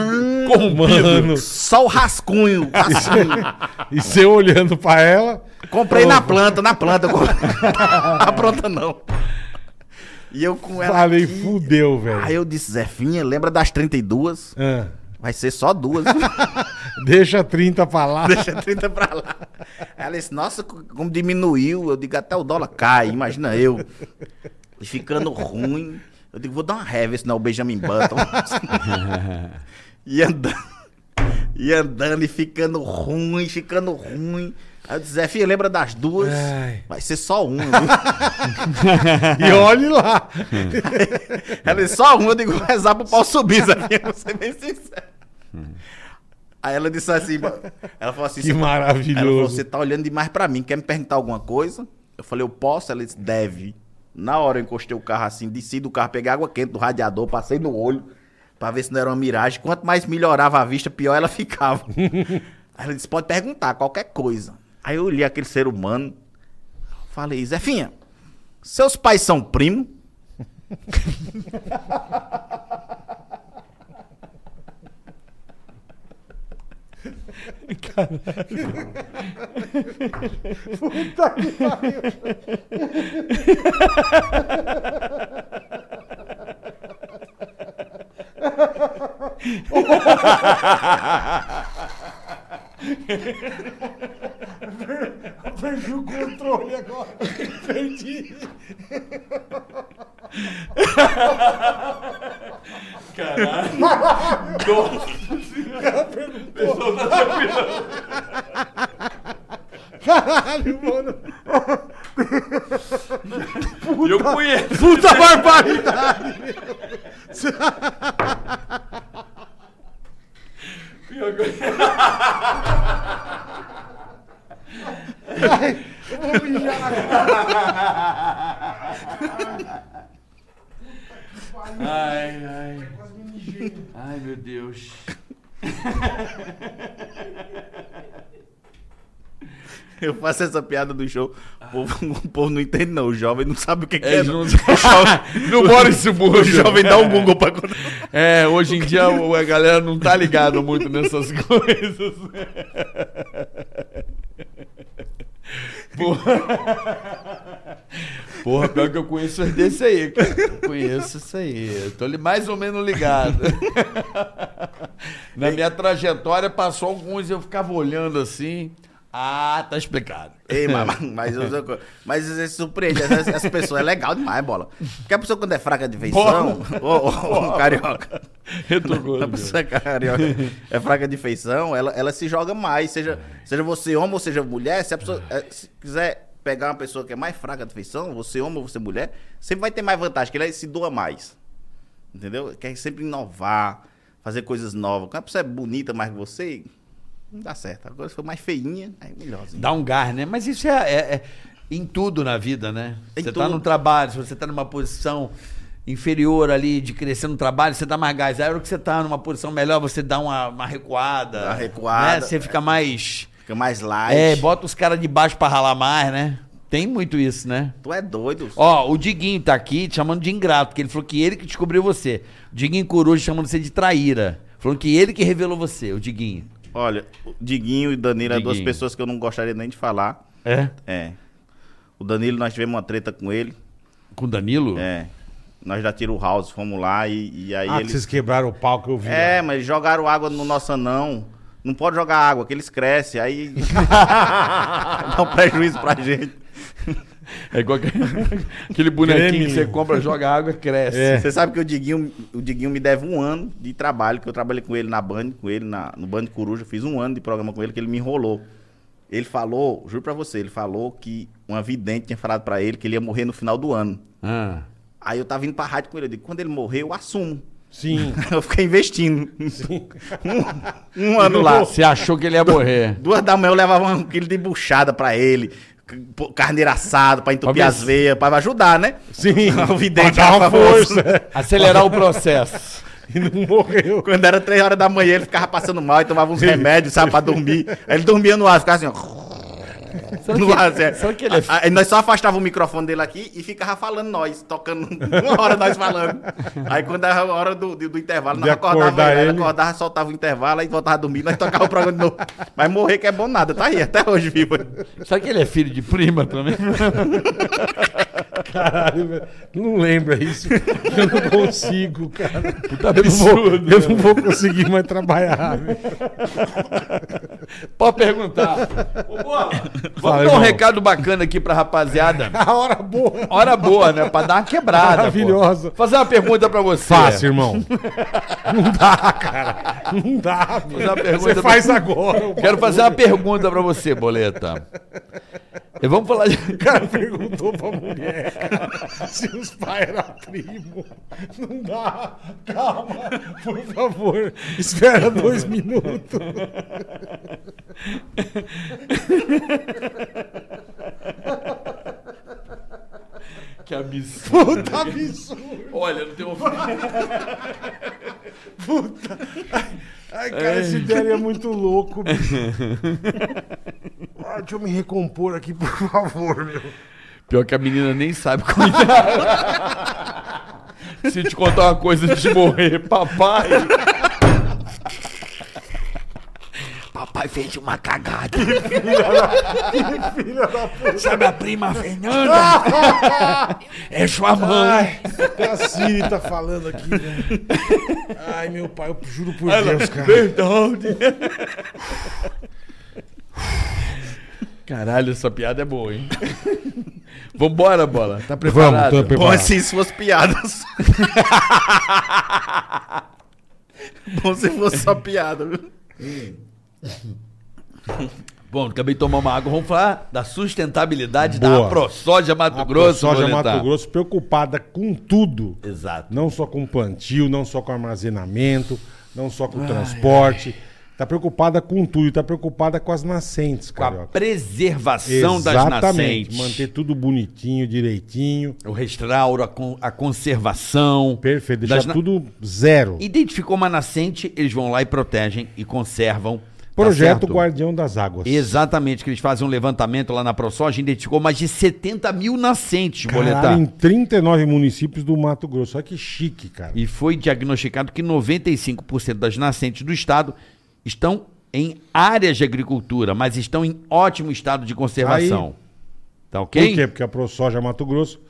corrompido.
[laughs] Mano.
Só
[laughs]
o rascunho, rascunho.
E você olhando pra ela.
Comprei na planta, na planta. [laughs] eu comprei. Tá pronta, não. E eu com ela
Falei,
aqui.
fudeu,
Aí
velho.
eu disse, Zefinha, lembra das 32?
Ah,
Vai ser só duas.
deixa 30 pra lá.
[laughs] Deixa 30 pra lá. Ela disse, nossa, como diminuiu. Eu digo, até o dólar cai, imagina eu. E ficando ruim. Eu digo, vou dar uma reva, senão é o Benjamin Button. [laughs] e andando. E andando e ficando ruim, ficando ruim. Aí eu disse, Zé, filho, lembra das duas?
Ai.
Vai ser só uma. viu?" [laughs]
E olhe lá.
Ela disse, só uma. Eu digo, vou rezar pro pau subir, Zé, filho, vou ser bem sincero. Aí ela disse assim, ela falou assim,
Hum. Que
"Você tá- Ela falou, você
maravilhoso.
tá olhando demais pra mim, quer me perguntar alguma coisa? Eu falei, eu posso? Ela disse, deve. Na hora eu encostei o carro assim, desci do carro, peguei água quente do radiador, passei no olho pra ver se não era uma miragem. Quanto mais melhorava a vista, pior ela [laughs] ficava. Aí ela disse, pode perguntar qualquer coisa. Aí eu olhei aquele ser humano, falei, Zefinha, seus pais são primo?
Perdi o controle agora. Perdi. Caralho, mano.
Eu conheço.
[laughs]
Puta barbaridade.
Ai, ai. Ai, meu Deus.
Eu faço essa piada do show, o povo, o povo não entende não, o jovem não sabe o que, que é.
É,
não.
não-
O
[laughs]
jovem-
Não mora em
[laughs]
subúrbio.
O jovem dá um Google pra contar.
É, hoje em dia o- a galera não tá ligada muito nessas [laughs] coisas. Porra. Porra, pior que eu conheço é desse aí, cara. Eu conheço isso aí. Eu tô ali mais ou menos ligado. Na minha trajetória passou alguns, eu ficava olhando assim. Ah, tá explicado.
Ei, mas, mas, eu- mas você surpreende, essas, essas pessoas é legal demais, bola. Porque a pessoa quando é fraca de feição, ô, ô, ô, carioca.
Eu tô
A pessoa
[laughs]
é carioca é fraca de feição, ela, ela se joga mais. Seja,
É.
seja você homem ou seja mulher, se a pessoa eh, se quiser pegar uma pessoa que é mais fraca de feição, você homem ou você mulher, sempre vai ter mais vantagem, que ele se doa mais. Entendeu? Quer sempre inovar, fazer coisas novas. Quando a pessoa é bonita mais que você, não dá certo. Agora se for mais feinha, aí é melhorzinho.
Dá um gar, né? Mas isso é, é- é em tudo na vida, né?
Em
você tá
tudo.
no trabalho, se você tá numa posição inferior ali, de crescer no trabalho, você dá mais gás. Aí, a hora que você tá numa posição melhor, você dá uma, uma recuada.
Dá uma recuada.
né? Você fica mais...
Fica mais light.
É, bota os caras de baixo pra ralar mais, né? Tem muito isso, né?
Tu é doido.
Ó, o Diguinho tá aqui te chamando de ingrato, porque ele falou que ele que descobriu você. Diguinho Coruja chamando você de traíra. Falando que ele que revelou você, o Diguinho.
Olha, o Diguinho e Danilo, eram duas
Diguinho.
pessoas que eu não gostaria nem de falar.
É?
É. O Danilo, nós tivemos uma treta com ele.
Com o Danilo?
É. Nós da Tiro House fomos lá e, e aí
Ah, que
eles.
vocês quebraram o pau que eu vi.
É, mas eles jogaram água no nosso anão. Não pode jogar água, que eles crescem.
[laughs]
Aí. [laughs] Dá um prejuízo pra gente.
É igual aquele, aquele bonequinho
Gremlin.
que você compra, joga água e cresce.
É.
Você sabe que o Diguinho, o Diguinho me deve um ano de trabalho, que eu trabalhei com ele na Band, com ele na, no Band Coruja, fiz um ano de programa com ele, que ele me enrolou. Ele falou, juro pra você, ele falou que uma vidente tinha falado pra ele que ele ia morrer no final do ano.
Ah.
Aí eu tava indo pra rádio com ele, eu digo, quando ele morrer, eu assumo.
Sim.
[laughs] Eu fiquei investindo. Um, um ano
[laughs]
lá.
Você achou que ele ia morrer.
Duas da manhã eu levava um quilo de buchada pra ele, c- pô, carneiro assado, pra entupir
Pra ver
as
se-
veias, pra ajudar, né?
Sim.
O vidente
Pra dar uma
era famoso.
força.
Acelerar o processo.
E [laughs] não morreu.
Quando era três horas da manhã, ele ficava passando mal e tomava uns remédios, sabe, pra dormir. Aí ele dormia no ar, ficava assim, ó.
Será
[laughs] no
que-
ar, assim.
será que ele é-
Aí nós só afastava o microfone dele aqui e ficava falando nós, tocando [laughs] uma hora nós falando. Aí quando era a hora do, do, do intervalo, nós
De
acordava
acordar
ele,
ele.
acordava, soltava o intervalo, aí voltava a dormir, nós tocava o programa de novo. Mas morrer que é bom nada, tá aí, até hoje vivo.
Será que ele é filho de prima [laughs] também?
Caralho, velho. Não lembra isso. Eu não consigo, cara.
Puta
Eu não vou,
absurdo.
eu não vou conseguir mais trabalhar. velho.
Pode perguntar. Ô, [laughs] Bola, vamos
Fala,
dar um
irmão.
recado bacana aqui pra rapaziada.
A hora boa.
Hora boa, né? Pra dar uma quebrada. pô.
Maravilhosa.
Fazer uma pergunta pra você.
Fácil, irmão. Não dá, cara. Não dá,
Fazer uma
velho.
pergunta
Você
pra-
faz agora. o
Quero fazer uma pergunta pra você, Boleta. E vamos falar de... [laughs]
cara [laughs] perguntou pra mulher cara, se os pais eram primo. Não dá. Calma, por favor. Espera dois minutos.
Que absurdo.
Puta absurdo.
Olha, não tem um...
Ai, cara, esse Derry é muito louco, bicho. Ah, deixa eu me recompor aqui, por favor, meu.
Pior que a menina nem sabe [laughs] cuidar. Se te contar uma coisa antes de morrer, papai. Papai fez uma cagada. Sabe a prima Fernanda? é sua mãe.
Até a Siri tá falando aqui, velho. Ai, meu pai, eu juro por Deus, cara.
Verdade. Caralho, essa piada é boa, hein? [laughs] Vambora, bola. Tá preparado?
Bom, assim, suas piadas. [laughs] bom se fosse só piada, viu?
Bom, acabei de tomar uma água. Vamos falar da sustentabilidade da
Boa.
AproSoja Mato
A
Grosso.
soja
Boletar.
Mato Grosso preocupada com tudo.
Exato.
Não só com plantio, não só com armazenamento, não só com transporte. Tá preocupada com tudo. e Tá preocupada com as nascentes,
Com a
cara.
preservação das nascentes.
Manter tudo bonitinho, direitinho.
O restauro, a, con- a conservação.
Perfeito.
das
Deixar
na- Tá
tudo zero.
Identificou uma nascente, eles vão lá e protegem e conservam. Tá
Projeto
certo?
Guardião das Águas.
Exatamente, que eles fazem um levantamento lá na ProSoja, identificou mais de 70 mil nascentes,
Caralho,
boletar.
em 39 municípios do Mato Grosso. Olha que chique, cara.
E foi diagnosticado que 95% das nascentes do estado estão em áreas de agricultura, mas estão em ótimo estado de conservação. tá ok?
Por quê? Porque a ProSoja Mato Grosso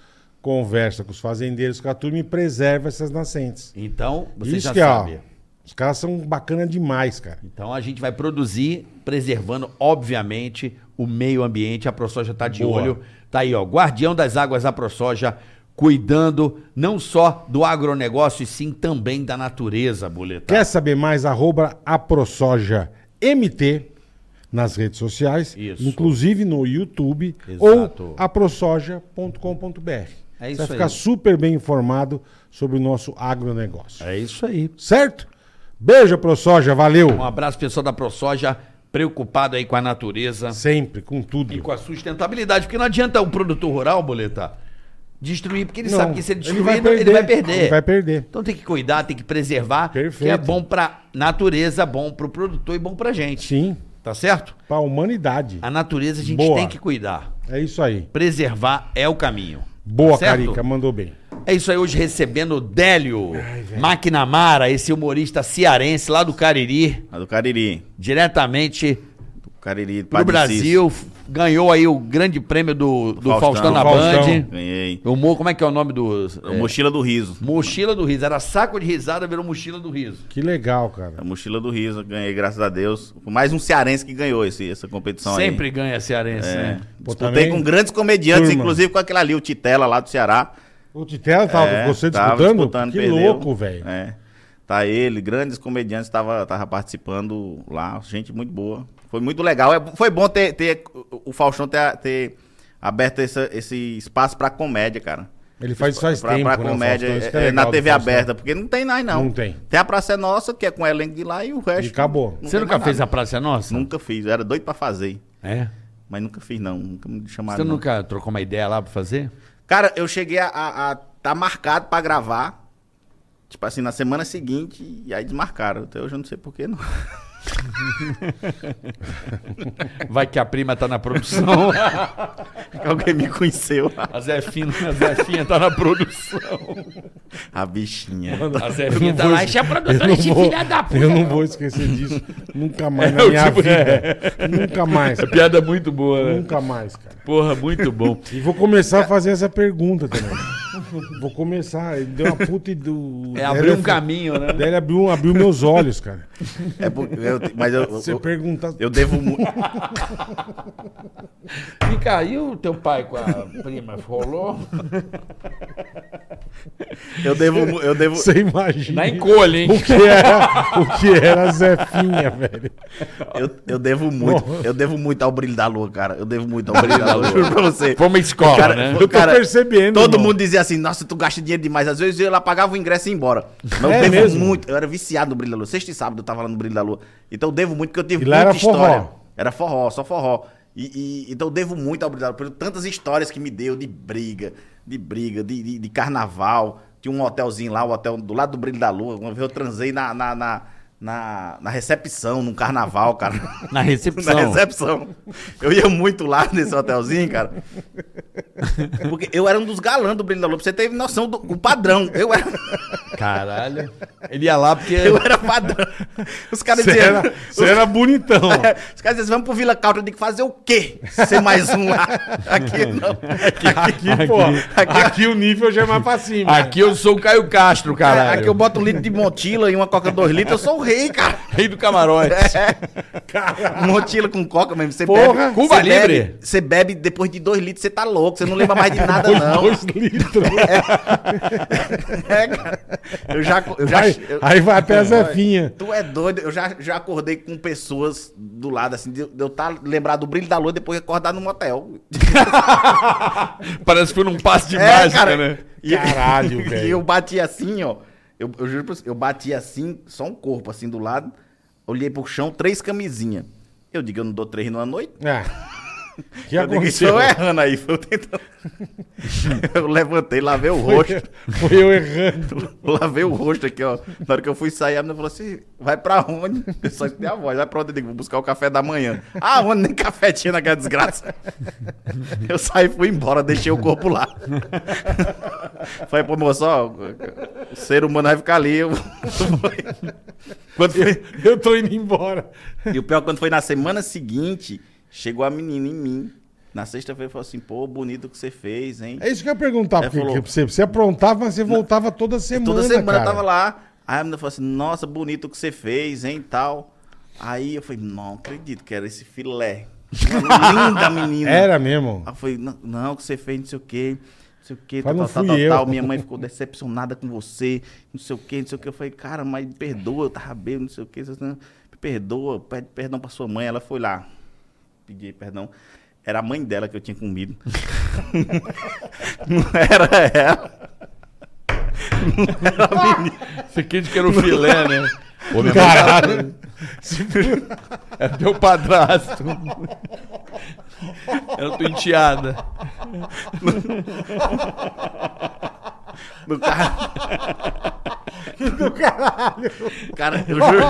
conversa com os fazendeiros, com a turma e preserva essas nascentes.
Então, você
Isso
já
que é a
sabe.
Os caras são bacana demais, cara.
Então a gente vai produzir, preservando, obviamente, o meio ambiente. A ProSoja está de
Boa.
olho. Tá aí, ó. Guardião das águas, a ProSoja, cuidando não só do agronegócio, e sim também da natureza, boletar.
Quer saber mais? Arroba AproSojaMT nas redes sociais,
Isso.
inclusive no YouTube
Exato.
ou aprosoja.com.br.
É
Você
isso
vai
aí.
ficar super bem informado sobre o nosso agronegócio.
É isso aí.
Certo? Beijo, ProSoja. Valeu.
Um abraço, pessoal da ProSoja, preocupado aí com a natureza
Sempre, com tudo.
e com a sustentabilidade. Porque não adianta o produtor rural, boletar, destruir, porque ele
Não,
sabe que se ele destruir, ele, vai perder.
Ele vai perder.
Então tem que cuidar, tem que preservar, que
Perfeito.
é bom pra natureza, bom pro produtor e bom pra gente.
Sim,
Tá certo?
para a humanidade.
A natureza a gente
Boa.
tem que cuidar.
É isso aí.
Preservar é o caminho.
Boa,
Tá Certo?
Carica, mandou bem.
É isso aí, hoje recebendo o Délio Maquinamara, esse humorista cearense lá do Cariri,
A do Cariri.
diretamente
Do Cariri. do
pro
Padre
Brasil. f- Ganhou aí o grande prêmio do, do
Faustão.
Faustão, na
Do Faustão.
Band.
Cício. Ganhei.
Humor, como é que é o nome do.
A
é,
Mochila do Riso.
mochila do Riso. Era saco de risada, virou mochila do riso.
Que legal,
A
cara.
Mochila do Riso. Ganhei, graças a Deus. Mais um cearense que ganhou esse, essa competição aí.
Sempre ganha cearense,
É.
né?
Pô,
Disputei
também-
com grandes comediantes,
Turma.
inclusive com aquele ali, o Titela lá do Ceará.
O Titela tava
É,
você
tava
disputando? que
perdeu.
louco, velho.
É. Tá ele, grandes comediantes tava, tava participando lá, gente muito boa. Foi muito legal. É, foi bom ter, ter o Faustão ter, ter aberto essa- esse espaço pra comédia, cara.
Ele faz isso faz
pra,
tempo,
pra
né,
comédia
Faustão? Isso que é
é,
legal
na
do
TV
Faustão.
aberta, porque não tem mais não.
Não tem.
Tem a Praça é Nossa, que é com o elenco de lá e o resto.
E acabou.
não
Você
tem
nunca
mais
fez a
nada.
Praça é Nossa?
Nunca fiz, eu era doido pra fazer,
É.
mas nunca fiz não, nunca me chamaram.
Você
não.
nunca trocou uma ideia lá pra fazer?
Cara, eu cheguei a, a, a tá marcado pra gravar. Tipo assim, na semana seguinte, e aí desmarcaram. Até hoje eu não sei porquê, não. [laughs]
Vai que a prima tá na produção.
Alguém me conheceu.
[laughs] A Zefinha, a Zefinha tá na produção.
A bichinha.
A
Eu
Zefinha
não
tá
vou
lá. Esse
esque-
é
eu
produtor
não
de
vou-
filha da puta.
Eu não vou esquecer disso. Nunca mais
[laughs]
na
É, o
minha
tipo-
vida.
é.
Nunca mais. cara.
Piada muito boa, né?
Nunca mais, cara.
Porra, muito bom.
E vou começar a fazer essa pergunta também. vou começar. Ele deu uma puta e do.
É abrir um caminho, né?
Daí ele abriu, abriu meus olhos, cara.
É porque eu, mas eu, eu,
Você pergunta.
eu devo muito.
E cá, e o teu pai com a prima? Rolou?
Eu devo. mu- Eu devo.
Você imagina.
Na encolha, hein?
O que era, o que era a Zefinha, velho.
Eu, eu devo muito.
Nossa.
Eu devo muito ao brilho da lua, cara. Eu devo muito ao brilho da lua. Juro pra você.
Foi uma escola,
Cara,
né?
foi-
Eu tô
Cara,
percebendo.
Todo
irmão.
mundo dizia assim, nossa, tu gasta dinheiro demais. Às vezes eu ia lá pagava o ingresso e ia embora. Mas eu
É
devo
mesmo?
muito. Eu era viciado no Brilho da Lua. Sexta e sábado eu tava lá no Brilho da Lua. Então eu devo muito, porque eu tive
E lá
muita
era forró.
Era forró, só forró. E, e- então eu devo muito ao Brilho da Lua. Por tantas histórias que me deu de briga, de briga, de, de- de carnaval. Tinha um hotelzinho lá, o hotel do lado do Brilho da Lua. Uma vez eu transei na... na, na na, na recepção, num carnaval, cara. [laughs]
Na
Na
recepção.
recepção. Eu ia muito lá nesse hotelzinho, cara. Porque eu era um dos galãs do Brilho da Lua. pra Você teve noção do o padrão. Eu era,
Caralho. Ele ia lá porque.
eu era padrão. Os caras
Você
diziam.
era,
os,
você era bonitão.
os caras diziam, vamos pro Vila Cauta. Eu digo, fazer o quê? Ser mais um lá. Aqui não.
Aqui, pô. Aqui, o nível já é mais pra cima. É,
Aqui eu sou o Caio Castro, caralho.
Aqui eu boto um litro de Montila e uma coca dois litros. Eu sou o rei, cara.
Rei do
[laughs]
camarote.
É.
[laughs] Montila com coca mesmo. Você
Porra,
bebe.
Cuba
você bebe-
Libre.
Você bebe depois de dois litros, você tá louco. Você não lembra mais de nada, não.
Dois litros.
[laughs] É, [laughs] cara. Eu já. Eu já
Aí,
eu-
aí vai até a Zefinha.
Tu é doido, eu já, já acordei com pessoas do lado, assim, de, de eu tá lembrar do brilho da lua e depois acordar num motel.
Parece que foi num passe de
É,
mágica,
cara.
né?
E-
Caralho,
[laughs] E eu
velho.
bati assim, ó. Eu, eu juro pra você, eu bati assim, só um corpo assim do lado, olhei pro chão, três camisinhas. Eu digo, eu não dou três numa noite.
Ah, que
eu digo, é. isso
aconteceu?
eu errando aí, foi eu [laughs] tentando. eu levantei, lavei o
Foi,
rosto. [laughs]
foi eu errando.
Lavei o rosto aqui, ó. Na hora que eu fui sair, a menina falou assim: vai pra onde? Eu só escutei a voz, vai pra onde? Eu digo, vou buscar o café da manhã. Ah, onde nem café tinha naquela [laughs] desgraça. Eu saí, fui embora, deixei o corpo [laughs] lá. Falei, pô, moço, ó, o ser humano vai ficar ali. Eu... Quando foi...
Eu tô indo embora.
E o pior, quando foi na semana seguinte, chegou a menina em mim. Na sexta-feira falou assim, pô, bonito que você fez, hein?
É isso que eu ia perguntar
É,
porque,
falou. é
pra você. Você aprontava, mas você voltava toda semana.
Toda semana
cara.
eu tava lá. Aí a menina falou assim, nossa, bonito o que você fez, hein, tal. Aí eu falei, não acredito que era esse filé.
[laughs]
Linda menina.
Era mesmo.
Aí eu falei, não, não, o que você fez, não sei o quê, não sei o quê, tal,
Mas não
tal, tal,
fui
tal,
eu.
tal. Minha mãe ficou decepcionada com você, não sei o quê, não sei o quê. Eu falei, cara, mas me perdoa, eu tava bêbado, não sei o quê. Você não- Me perdoa, pede perdão pra sua mãe. Ela foi lá, pedi perdão. Era a mãe dela que eu tinha comido. [laughs] não era ela.
Você quis que era o filé, é né?
Ô, minha mãe,
[laughs] Caralho.
É teu padrasto. Era tua enteada.
Do caralho. Do caralho. Cara, eu juro.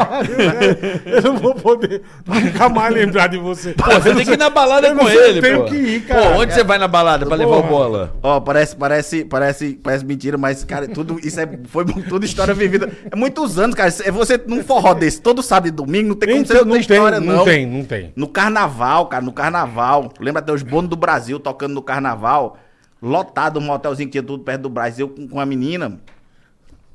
Eu não vou poder nunca mais lembrar de você.
Pô, você tem que ir na balada
Eu não
com
sei, eu
ele,
tenho
pô.
que ir, cara.
Pô, onde você vai na balada pra levar o
Porra.
bola?
Ó, parece, parece, parece, parece mentira, mas, cara, tudo isso é, foi tudo história vivida. É muitos anos, cara. É você num forró desse, todo sábado e domingo, não tem como você
Então,
não ter
não, tem,
história,
não.
não.
tem, não tem.
No carnaval, cara, no carnaval. Lembra até os bônus do Brasil tocando no carnaval. Lotado um motelzinho que tinha tudo perto do Brasil com, com a menina.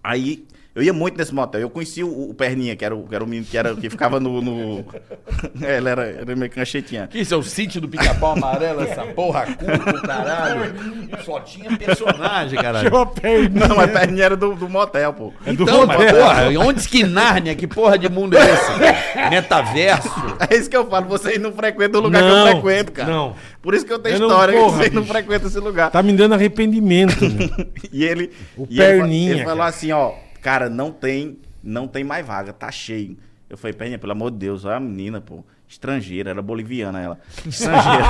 Aí. Eu ia muito nesse motel. Eu conheci o, o Perninha, que era o, que era o menino que, era, que ficava no. no... [laughs] É, ele era, era meio canchetinha.
Que isso é o sítio do pica-pau amarelo, essa porra, curto, caralho.
[laughs]
Só tinha personagem, caralho.
Eu perdi.
Não, mas Perninha era do, do motel, pô.
É
é um
Então, mas,
Romero.
porra, e onde que Nárnia, que porra de mundo é esse? Metaverso?
É isso que eu falo, vocês não frequentam o lugar
Não,
que eu frequento, cara.
não.
Por isso que eu tenho
Eu não-
história, que
porra,
vocês não
bicho.
frequentam esse lugar. [laughs]
Tá me dando arrependimento. né? [laughs] meu.
E ele.
O
e ele fa-
Perninha,
Ele, falou
cara.
assim, ó, cara, não tem, não tem mais vaga, tá cheio. Eu falei, Perninha, pelo amor de Deus, olha a menina, pô. Estrangeira, era boliviana
[laughs]
ela. Estrangeira.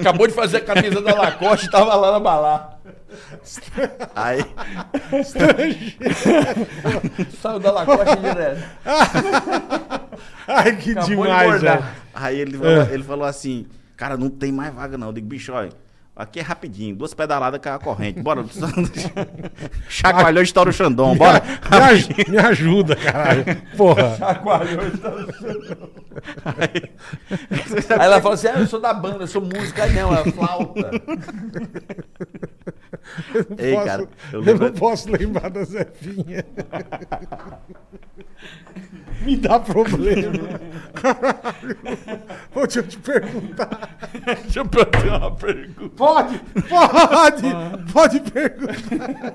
Acabou de fazer a camisa da Lacoste e tava lá na balada.
[laughs] Aí,
Saiu da Lacoste direto.
Ai, que
Acabou de
demais,
engordar.
velho.
aí ele, falou,
É.
ele falou assim, cara, não tem mais vaga, não. Eu digo, bicho, olha. Aqui é rapidinho, duas pedaladas com a corrente. Bora. [laughs] Chacoalhou, estoura o Xandão.
[laughs]
Bora.
Me, aj- me ajuda, caralho. Porra.
Aí ela falou
"É,
assim: ah, eu sou da banda, eu sou música. Aí não, é flauta.
Ei,
Posso-
cara, eu
[laughs] eu,
lembro-
não posso lembrar da Zefinha. me dá problema. Caralho. Pô, deixa eu te perguntar.
Deixa eu fazer uma pergunta.
Pode, pode, pode perguntar.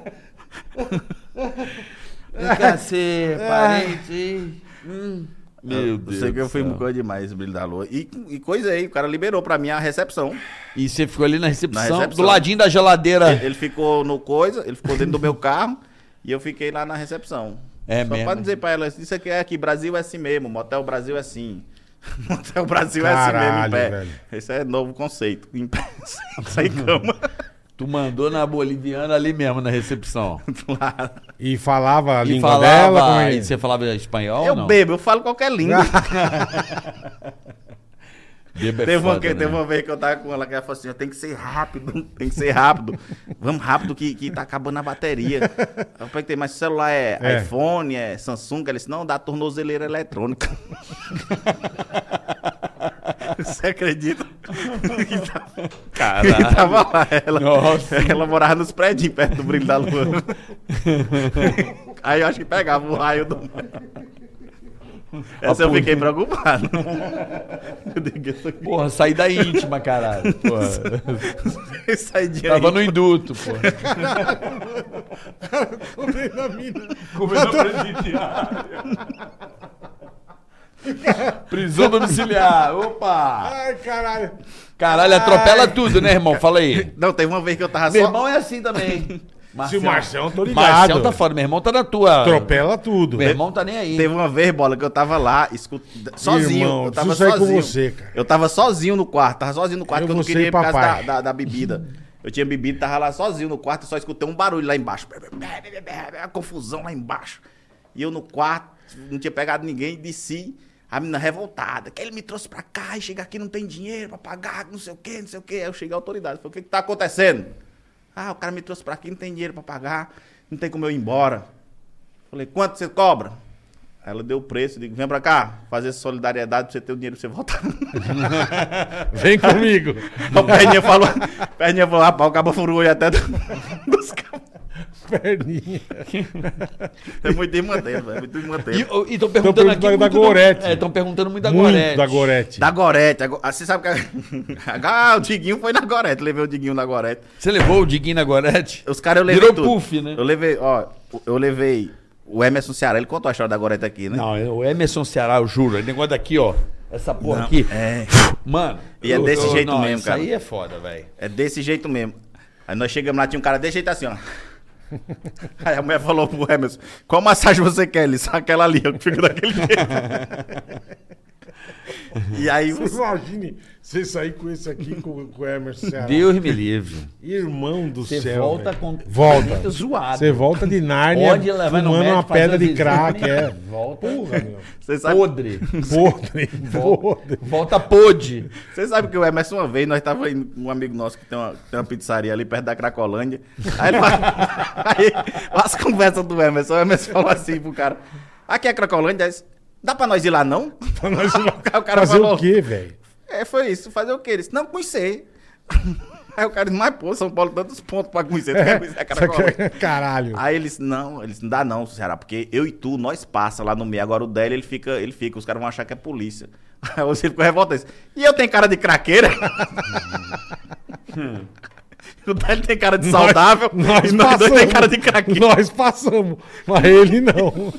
Vem cá, ser parente. Hum. Meu
Eu sei que eu fui um coisa demais, Brilho da Lua. E, e coisa aí, o cara liberou pra mim a recepção.
E você ficou ali na recepção,
Na recepção.
do ladinho da geladeira.
Ele ficou no coisa, ele ficou dentro do meu carro [laughs] e eu fiquei lá na recepção.
É
Só
mesmo?
pra dizer pra ela, isso aqui é aqui, Brasil é assim mesmo, Motel Brasil é assim. [laughs] Motel Brasil é assim mesmo, em
Caralho,
pé.
velho.
Esse é novo conceito, em pé, [laughs] sem- sem
[laughs]
cama.
Tu mandou na boliviana ali mesmo, na recepção.
Lá.
E falava a
e
língua
falava,
dela? Como é?
e você falava espanhol
Eu
ou não?
bebo, eu falo qualquer língua.
Bebo é
teve, uma,
foda, né?
que- teve
[laughs]
uma vez que eu tava com ela, que ela falou assim, tem que ser rápido, [laughs] tem que ser rápido. Vamos rápido que, que tá acabando a bateria. Eu perguntei, mas o celular é,
É.
iPhone, é Samsung? Ela disse, não, dá tornozeleira eletrônica. [laughs] Você acredita?
Caralho.
Ele [laughs] tava lá, ela,
Tá Nossa.
ela morava nos prédios perto do brilho da lua. Aí eu acho que pegava o raio do. Essa eu fiquei preocupado.
[laughs]
Eu digo, isso aqui- [laughs]
Porra, saí da íntima, caralho. Porra. [laughs]
Essa ideia
Tava
aí.
no induto, pô.
Comendo a mina.
Prisão domiciliar. Opa!
Ai, caralho.
Caralho, atropela tudo, né, irmão? Fala aí.
Não, teve uma vez que eu tava
Meu
só.
irmão é assim também.
Se o Marcelo, eu tô ligado.
Marcel tá fora, meu irmão tá na tua.
Atropela tudo.
Meu irmão tá nem aí.
Teve uma vez, bola, que eu tava lá, escut... sozinho.
Irmão,
eu tava
preciso sair com
sozinho.
você, cara.
Eu tava sozinho no quarto, tava sozinho no quarto,
Eu,
porque eu não
você
queria
e
ir por causa da,
papai.
da, da bebida. Eu tinha bebido, tava lá sozinho no quarto, só escutei um barulho lá embaixo. Confusão lá embaixo. E eu no quarto, não tinha pegado ninguém, desci. A menina revoltada, que ele me trouxe pra cá e chegar aqui não tem dinheiro pra pagar, não sei o quê, não sei o quê. Aí eu cheguei à autoridade, falei, o que que tá acontecendo? Ah, o cara me trouxe pra aqui, não tem dinheiro pra pagar, não tem como eu ir embora. Falei, quanto você cobra? Aí Ela deu o preço, eu digo, vem pra cá, fazer essa solidariedade pra você ter o dinheiro pra você voltar.
Vem comigo.
o Perninha falou, Perninha falou, rapaz, o cabo furou aí até do- dos cabos.
perninhas.
É muito irmã dele, velho. É muito irmã dele.
E estão perguntando
perguntando
aqui.
da-
muito
da Gorete.
É, estão perguntando muito da
Muito
Gorete.
da Gorete.
Da Gorete. a Go- Ah, Você sabe que. a- [laughs] ah, o Diguinho foi na Gorete. Levei o Diguinho na Gorete.
Você levou o Diguinho na Gorete?
Os caras eu levei.
Virou
tudo.
puff, né?
Eu levei, ó. Eu levei. O Emerson Ceará, ele contou a história da Gorete aqui, né?
Não, é o Emerson Ceará, eu juro. O negócio daqui, ó. Essa porra
Não,
aqui.
É,
Mano.
E é desse jeito mesmo,
isso
cara.
Isso aí é foda, velho.
é desse jeito mesmo. Aí nós chegamos lá, tinha um cara desse jeito
[laughs]
assim, ó. Aí a mulher falou pro Emerson: Qual massagem você quer? Ele "Só aquela ali, ó, que fica
[laughs]
daquele jeito. e aí.
Você Imagine você sair com esse aqui com, com o Emerson Ceará.
Deus me livre.
Irmão do
Você
céu.
volta
velho.
com
Volta.
zoado.
Você volta de Nárnia
Pode levar no
fumando
médico,
uma pedra
fazer
de crack,
exame.
é.
[laughs] Volta.
Porra, meu.
Você sabe,
Podre.
Podre, podre.
Volta podre.
Você sabe que o Emerson, uma vez, nós tava indo com um amigo nosso que tem uma, tem uma pizzaria ali perto da Cracolândia. Aí, ele, [laughs] aí as conversas do Emerson, o Emerson falou assim pro cara: Aqui é a Cracolândia, aí, dá pra nós ir lá não? Pra
nós ir lá.
o cara
Fazer
falou:
o quê, velho?
É, foi isso, fazer o quê? Ele disse: Não, conhecer. [laughs] Aí o cara disse: Mas pô, São Paulo, tantos pontos pra conhecer, tu quer conhecer a "Ah,
Isso aqui
Cracolândia?
é- Caralho.
Aí eles, não, eles não dá não, Ceará, porque eu e tu, nós passa lá no meio. Agora o Délio, ele fica, ele fica, os caras vão achar que é polícia. [laughs] Aí você ficou revoltado. disse, E eu tenho cara de craqueira? [laughs] o Délio tem cara de saudável, e Uhum. nós dois tem cara de craqueira.
Nós passamos, mas ele não.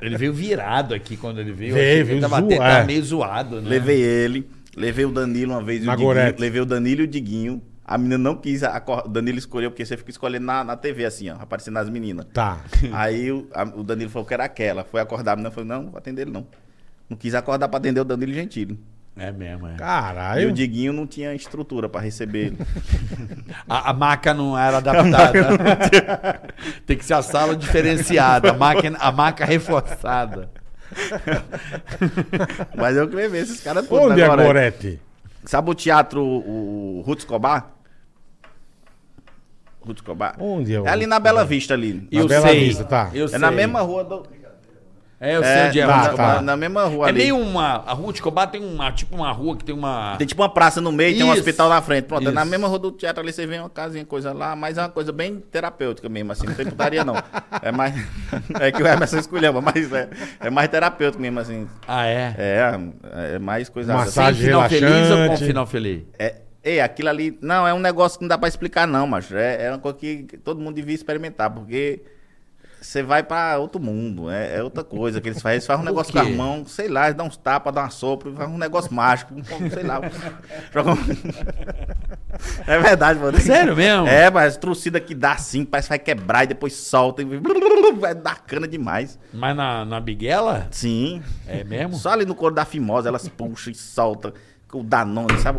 Ele veio virado aqui quando ele veio.
Veio,
Achei que
veio
ele tava,
zoado.
até, tava meio zoado, né?
Levei ele, levei o Danilo uma vez, e o
Na
Diguinho,
Gorete.
levei o Danilo e o Diguinho. A menina não quis, a- a- o Danilo escolheu, porque você fica escolhendo na, na TV, assim, ó, aparecendo as meninas.
Tá.
[laughs] Aí o, a- o Danilo falou que era aquela. Foi acordar a menina falou: não, não vou atender ele não. Não quis acordar pra atender o Danilo Gentili.
É mesmo, é.
Aí
Caralho.
o Diguinho não tinha estrutura pra receber ele.
A, a maca não era adaptada. né? [laughs] Tem que ser a sala diferenciada, a maca, a maca reforçada.
Mas eu que levei esses caras todos
Onde é
agora.
Gorete?
Sabe o teatro, o, o Ruth Escobar? Ruth Escobar?
Onde é o
É ali
Ruth
na Bela Vista ali.
Na
eu
Bela
sei.
Vista, tá.
Eu
é
sei.
na mesma rua do...
É, eu sei
É,
onde é.
na-
Ruth
tá,
Escobar.
na- Na mesma rua
É
ali.
meio uma. A Rua de Cobar tem uma. Tipo uma rua que tem uma.
Tem tipo uma praça no meio, tem um
Isso.
hospital na frente. Pronto, é na
Isso.
mesma rua do teatro ali você vê uma casinha, coisa lá, mas é uma coisa bem terapêutica mesmo, assim, não tem
[laughs]
putaria não. É mais. [laughs] É que o Emerson esculhamba, mas é, é mais terapêutico mesmo, assim.
Ah, é?
É, é mais coisa
Massagem.
Tem final feliz ou com
relaxante.
final feliz?
É, ei, aquilo ali. Não, é um negócio que não dá pra explicar, não, macho. É, é uma coisa que todo mundo devia experimentar, porque você vai pra outro mundo. É, é outra coisa que eles fazem. Eles fazem um
Por
negócio com a
quê?
mão, sei lá, eles dão uns tapas, dão uma sopro, fazem um negócio mágico, um- sei lá. Joga um- [laughs] É verdade, mano.
Sério mesmo?
É, mas trucida que dá assim, parece que vai quebrar e depois solta. E... [laughs] Vai dar cana demais.
Mas na, na Biguela?
Sim.
É mesmo?
Só ali no couro da Fimosa, elas puxam e soltam. O Danone, sabe?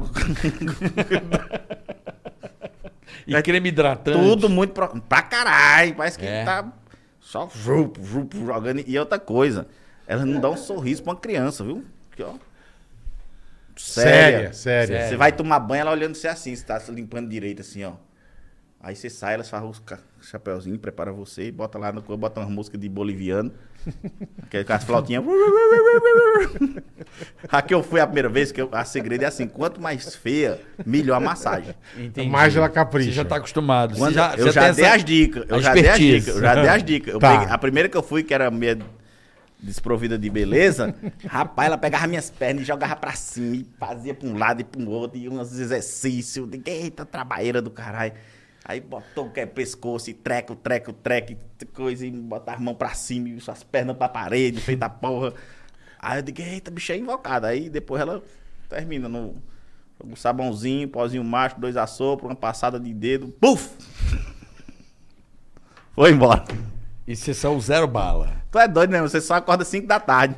E creme hidratante.
Tudo muito pra, pra caralho. Parece que
É.
tá só jup, jup, jogando. E outra coisa, ela não dá um sorriso pra uma criança, viu? Aqui, ó.
Séria, séria.
Você vai tomar banho, ela olhando você assim, você tá se limpando direito assim, ó. Aí você sai, elas fazem o chapéuzinho, prepara você, e bota lá no corpo, bota uma música
[laughs]
de boliviano. que é com as flautinhas. Aqui eu fui a primeira vez, que eu, a segredo é assim, quanto mais feia, melhor a massagem.
Entendi.
Mais ela capricha.
Você já tá acostumado. Você
Quando-
já,
eu
você
já
tem
dei
essa-
as dicas. Eu
a
já dei as
expertise.
dicas. Eu já dei as dicas. Eu
Tá.
peguei- a primeira que eu fui, que era meio desprovida de beleza, [laughs] rapaz, ela pegava minhas pernas e jogava pra cima, e fazia pra um lado e pra um outro, e uns exercícios. de- Eita, trabalheira do caralho. Aí botou o que é pescoço e treco, treco, treco, e coisa, e botava a mão pra cima e suas pernas pra parede, feita porra. Aí eu digo, eita, bicho é invocada. Aí depois ela termina no. Um sabãozinho, pozinho macho, dois assopros, uma passada de dedo, puf! [laughs] Foi embora.
[laughs] E você saiu zero bala.
Tu é doido mesmo, você só acorda 5 da tarde.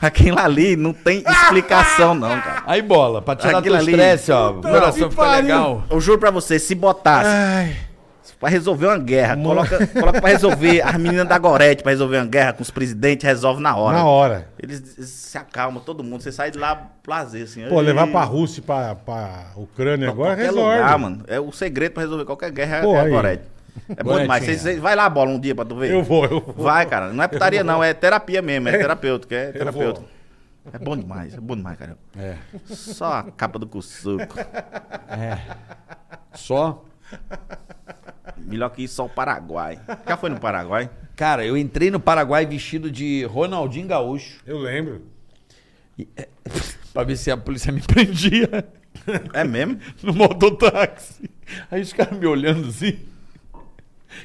Aquilo ali não tem explicação, não, cara.
Aí bola, pra tirar teu
Aquilo ali.
estresse, ó. O coração
que
fica
pariu.
legal.
Eu juro pra você, se botasse
Ai,
pra resolver uma guerra, coloca, coloca pra resolver as meninas da Gorete pra resolver uma guerra com os presidentes, resolve na hora.
na hora.
Eles se acalmam, todo mundo. Você sai de lá, prazer, assim.
Pô,
ei,
levar pra Rússia e pra, pra Ucrânia agora
qualquer
resolve.
lugar, mano. É o segredo pra resolver qualquer guerra
Pô,
é a
aí.
Gorete. É bom demais. Você, você- vai lá, bola, um dia pra tu ver.
Eu vou, eu vou.
Vai, cara. Não é putaria, não. É terapia mesmo. É terapêutico.
Eu
É
vou.
terapêutico. É bom demais. É bom demais, cara.
É.
Só
É.
a capa do Cussuco.
Só.
Melhor que isso, só o Paraguai. Já foi no Paraguai?
Cara, eu entrei no Paraguai vestido de Ronaldinho Gaúcho.
Eu lembro.
pra ver se a polícia me [laughs] prendia
É mesmo?
no mototáxi. Aí os caras me olhando assim.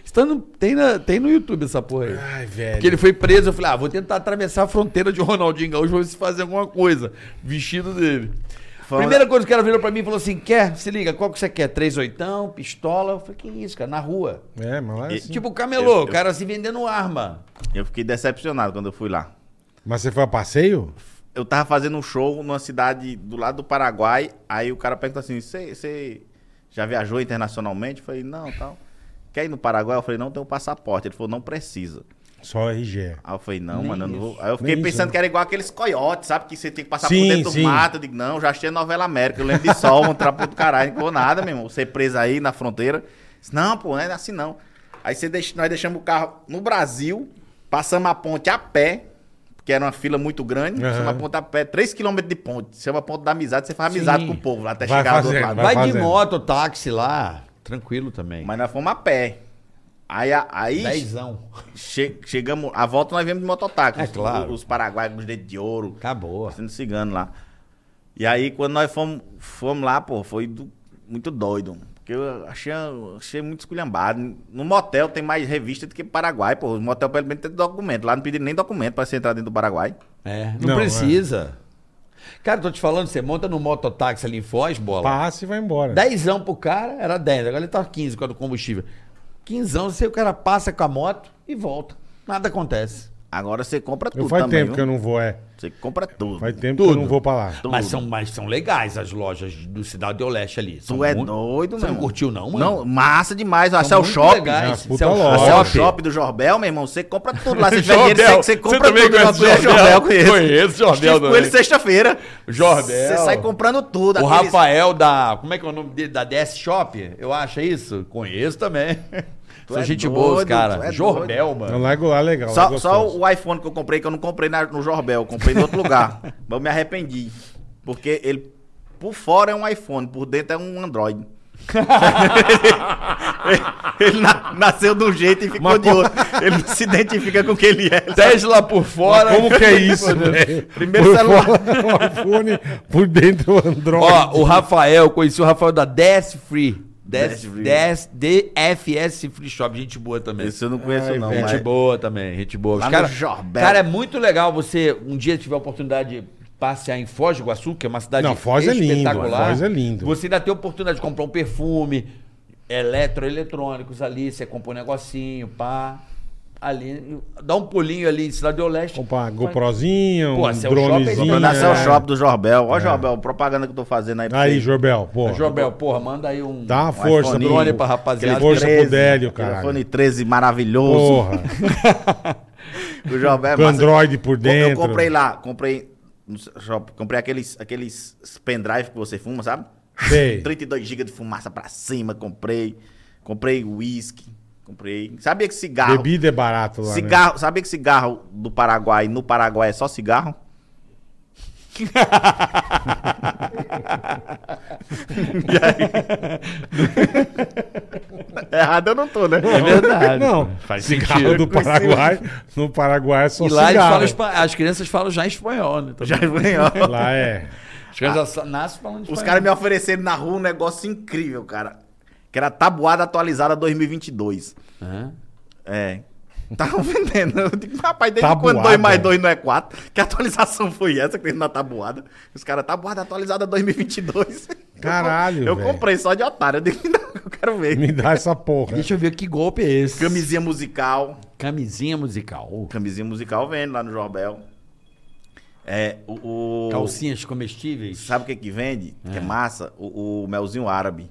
Isso tá no- tem, na- tem no YouTube essa porra aí.
Ai, velho.
Porque ele foi preso, eu falei, ah, vou tentar atravessar a fronteira de Ronaldinho Gaúcho pra ver se fazer alguma coisa. Vestido dele.
Fala-
Primeira coisa que o cara virou pra mim e falou assim: quer? Se liga, qual que você quer? Três oitão, pistola? Eu falei, que isso, cara? Na rua.
É, mas lá é
E-
assim.
Tipo, camelô,
Eu- eu-
o cara se vendendo arma.
Eu fiquei decepcionado quando eu fui lá.
Mas você foi a passeio?
Eu tava fazendo um show numa cidade do lado do Paraguai, aí o cara pergunta assim, você já viajou internacionalmente? Eu falei, não, tal. Quer ir no Paraguai? Eu falei, não, tenho passaporte. Ele falou, não precisa.
Só RG.
Aí eu falei, não,
Nem
mano, eu não
isso.
vou. Aí eu
Nem
fiquei
isso,
pensando
né?
que era igual aqueles coiotes, sabe? Que você tem que passar
Sim,
por dentro
sim.
do mato. Eu digo, não, já achei a novela América. Eu lembro de sol, um trapo do caralho, não vou nada, meu irmão. Você preso aí na fronteira. Disse, não, pô, não é assim não. Aí você deixa- nós deixamos o carro no Brasil, passamos a ponte a pé, porque era uma fila muito grande,
Aham.
passamos a ponte a pé, 3km de ponte. Chama ponte da amizade, você faz amizade
Sim.
com o povo lá até
Vai
chegar lá do outro
fazendo,
lado.
Vai
Vai, de
fazendo.
moto, táxi lá. Tranquilo também.
Mas nós fomos a pé. Aí, a- aí
Dezão.
che- chegamos, a volta nós viemos de mototáxi.
É
Os-
claro.
Os, paraguaios com os dedos de ouro.
Acabou.
sendo cigano lá. E aí, quando nós fomos, fomos lá, pô, foi do- muito doido. Porque eu achei, achei muito esculhambado. No motel tem mais revista do que Paraguai, pô. O motel pelo menos tem documento. Lá não pediram nem documento pra você entrar dentro do Paraguai.
É, não,
Não, é.
precisa. Cara, tô te falando, você monta no mototáxi ali em Foz, bola.
Passa e vai embora.
Dezão pro cara, era 10, agora ele tá 15 com a do combustível. Quinzão, você o cara passa com a moto e volta. Nada acontece.
Agora você compra tudo
Eu faz
também,
tempo que eu
viu?
não vou, é.
Você compra tudo. Então,
Faz tempo que
Tudo.
eu não vou pra lá.
Tudo.
Mas são, mas são legais as lojas do Cidade do Leste ali. São
Tu é
muito-
doido,
Você
meu
não
irmão.
curtiu não, mano?
Não, massa demais. Achar
São
o
muito
shopping.
legais.
É uma
Céu
puta
Shopping.
loja.
Achar o
Shopping.
shopping do Jorbel, meu irmão, você compra tudo lá. Você tiver
Jorbel.
dinheiro, você, você
Você
compra
também
tudo.
conhece
Jorbel,
o Jorbel? Conheço o Jorbel
Estive com
também.
Tipo, ele sexta-feira.
Jorbel.
Você sai comprando tudo.
O
aqueles-
Rafael da. Como é que é o nome dele? Da DS Shop? Eu acho é isso? Conheço também.
Tu
São
é
gente
doido,
boa, os
tu
cara.
é
Jorbel,
Eu
mano.
largo um lá legal. lá
Só,
é gostoso.
só o iPhone que eu comprei, que eu não comprei na- no Jorbel, eu comprei em outro
[laughs]
lugar. Mas eu me arrependi. Porque ele, por fora é um iPhone, por dentro é um Android. [laughs] ele na- nasceu de um jeito e ficou de outro. Ele não se identifica com o que ele é.
Tesla por fora.
Como
[laughs]
que é isso, velho? [laughs]
Primeiro celular.
fora o Um iPhone, por dentro um o Android.
Ó, o Rafael, conheci o Rafael da DS Free. DS,
DS Free.
DS, DFS Free Shop, gente boa também.
Esse eu não conheço,
Ai,
não.
gente
Mas...
boa também, gente boa. Os
Lá no
cara,
Jorbel.
cara, é muito legal você um dia tiver a oportunidade de passear em Foz do Iguaçu, que é uma cidade
Não, Foz é lindo, Foz é lindo.
Você ainda tem a oportunidade de comprar um perfume, eletroeletrônicos ali, você compra um negocinho, pá. Ali, dá um pulinho ali em Cidade do Leste.
Comprar uma GoProzinha, um
Pô, Cell Shopping,
dronezinho.
Sim,
Pra
é.
o shopping do Jorbel. Ó, Jorbel, propaganda que eu tô fazendo aí. pra
É. né? Aí,
você.
Jorbel, pô.
Jobel, porra, manda aí um.
Dá né? uma
É Um
força,
iPhone,
pro-
drone pra rapaziada.
Força pro
13,
Délio,
aquele
cara.
iPhone 13 maravilhoso.
Porra.
[laughs] O Jorbel é
Com
massa.
Android por
Com-
dentro.
Eu comprei lá, comprei no shopping, comprei aqueles, aqueles pendrive que você fuma, sabe?
Sei.
32 GB de fumaça pra cima, comprei. Comprei whisky, comprei. Sabia que cigarro.
Bebida é barato lá. né?
cigarro, sabia que cigarro do Paraguai, no Paraguai é
[laughs]
só cigarro? e aí? [laughs] Errado eu não tô, né?
É verdade.
Não,
Faz
cigarro
sentido.
do Paraguai. No Paraguai é só
E lá eles
cigarro.
falam espa- as crianças falam já espanhol, né?
Já vem, ó.
Lá é.
As crianças já sa- nascem falando
Os
espanhol.
caras me ofereceram na rua um negócio incrível, cara. Que era tabuada atualizada 2022.
Hã?
É. Estavam [laughs] vendendo. Eu digo, rapaz, desde
Tabuada.
quando 2 mais 2 não é 4? Que atualização foi essa que tem na tabuada? Os caras, tabuada atualizada 2022.
[laughs] Caralho,
Eu,
velho.
comprei só de otário. Eu digo, não, eu quero ver.
Me dá essa porra.
Deixa eu ver que golpe é esse.
Camisinha musical.
Camisinha
Oh.
musical.
Camisinha musical vende lá no Jorbel. É, o. o-
Calcinhas comestíveis.
Sabe o que que vende? Que é massa? O, o melzinho árabe.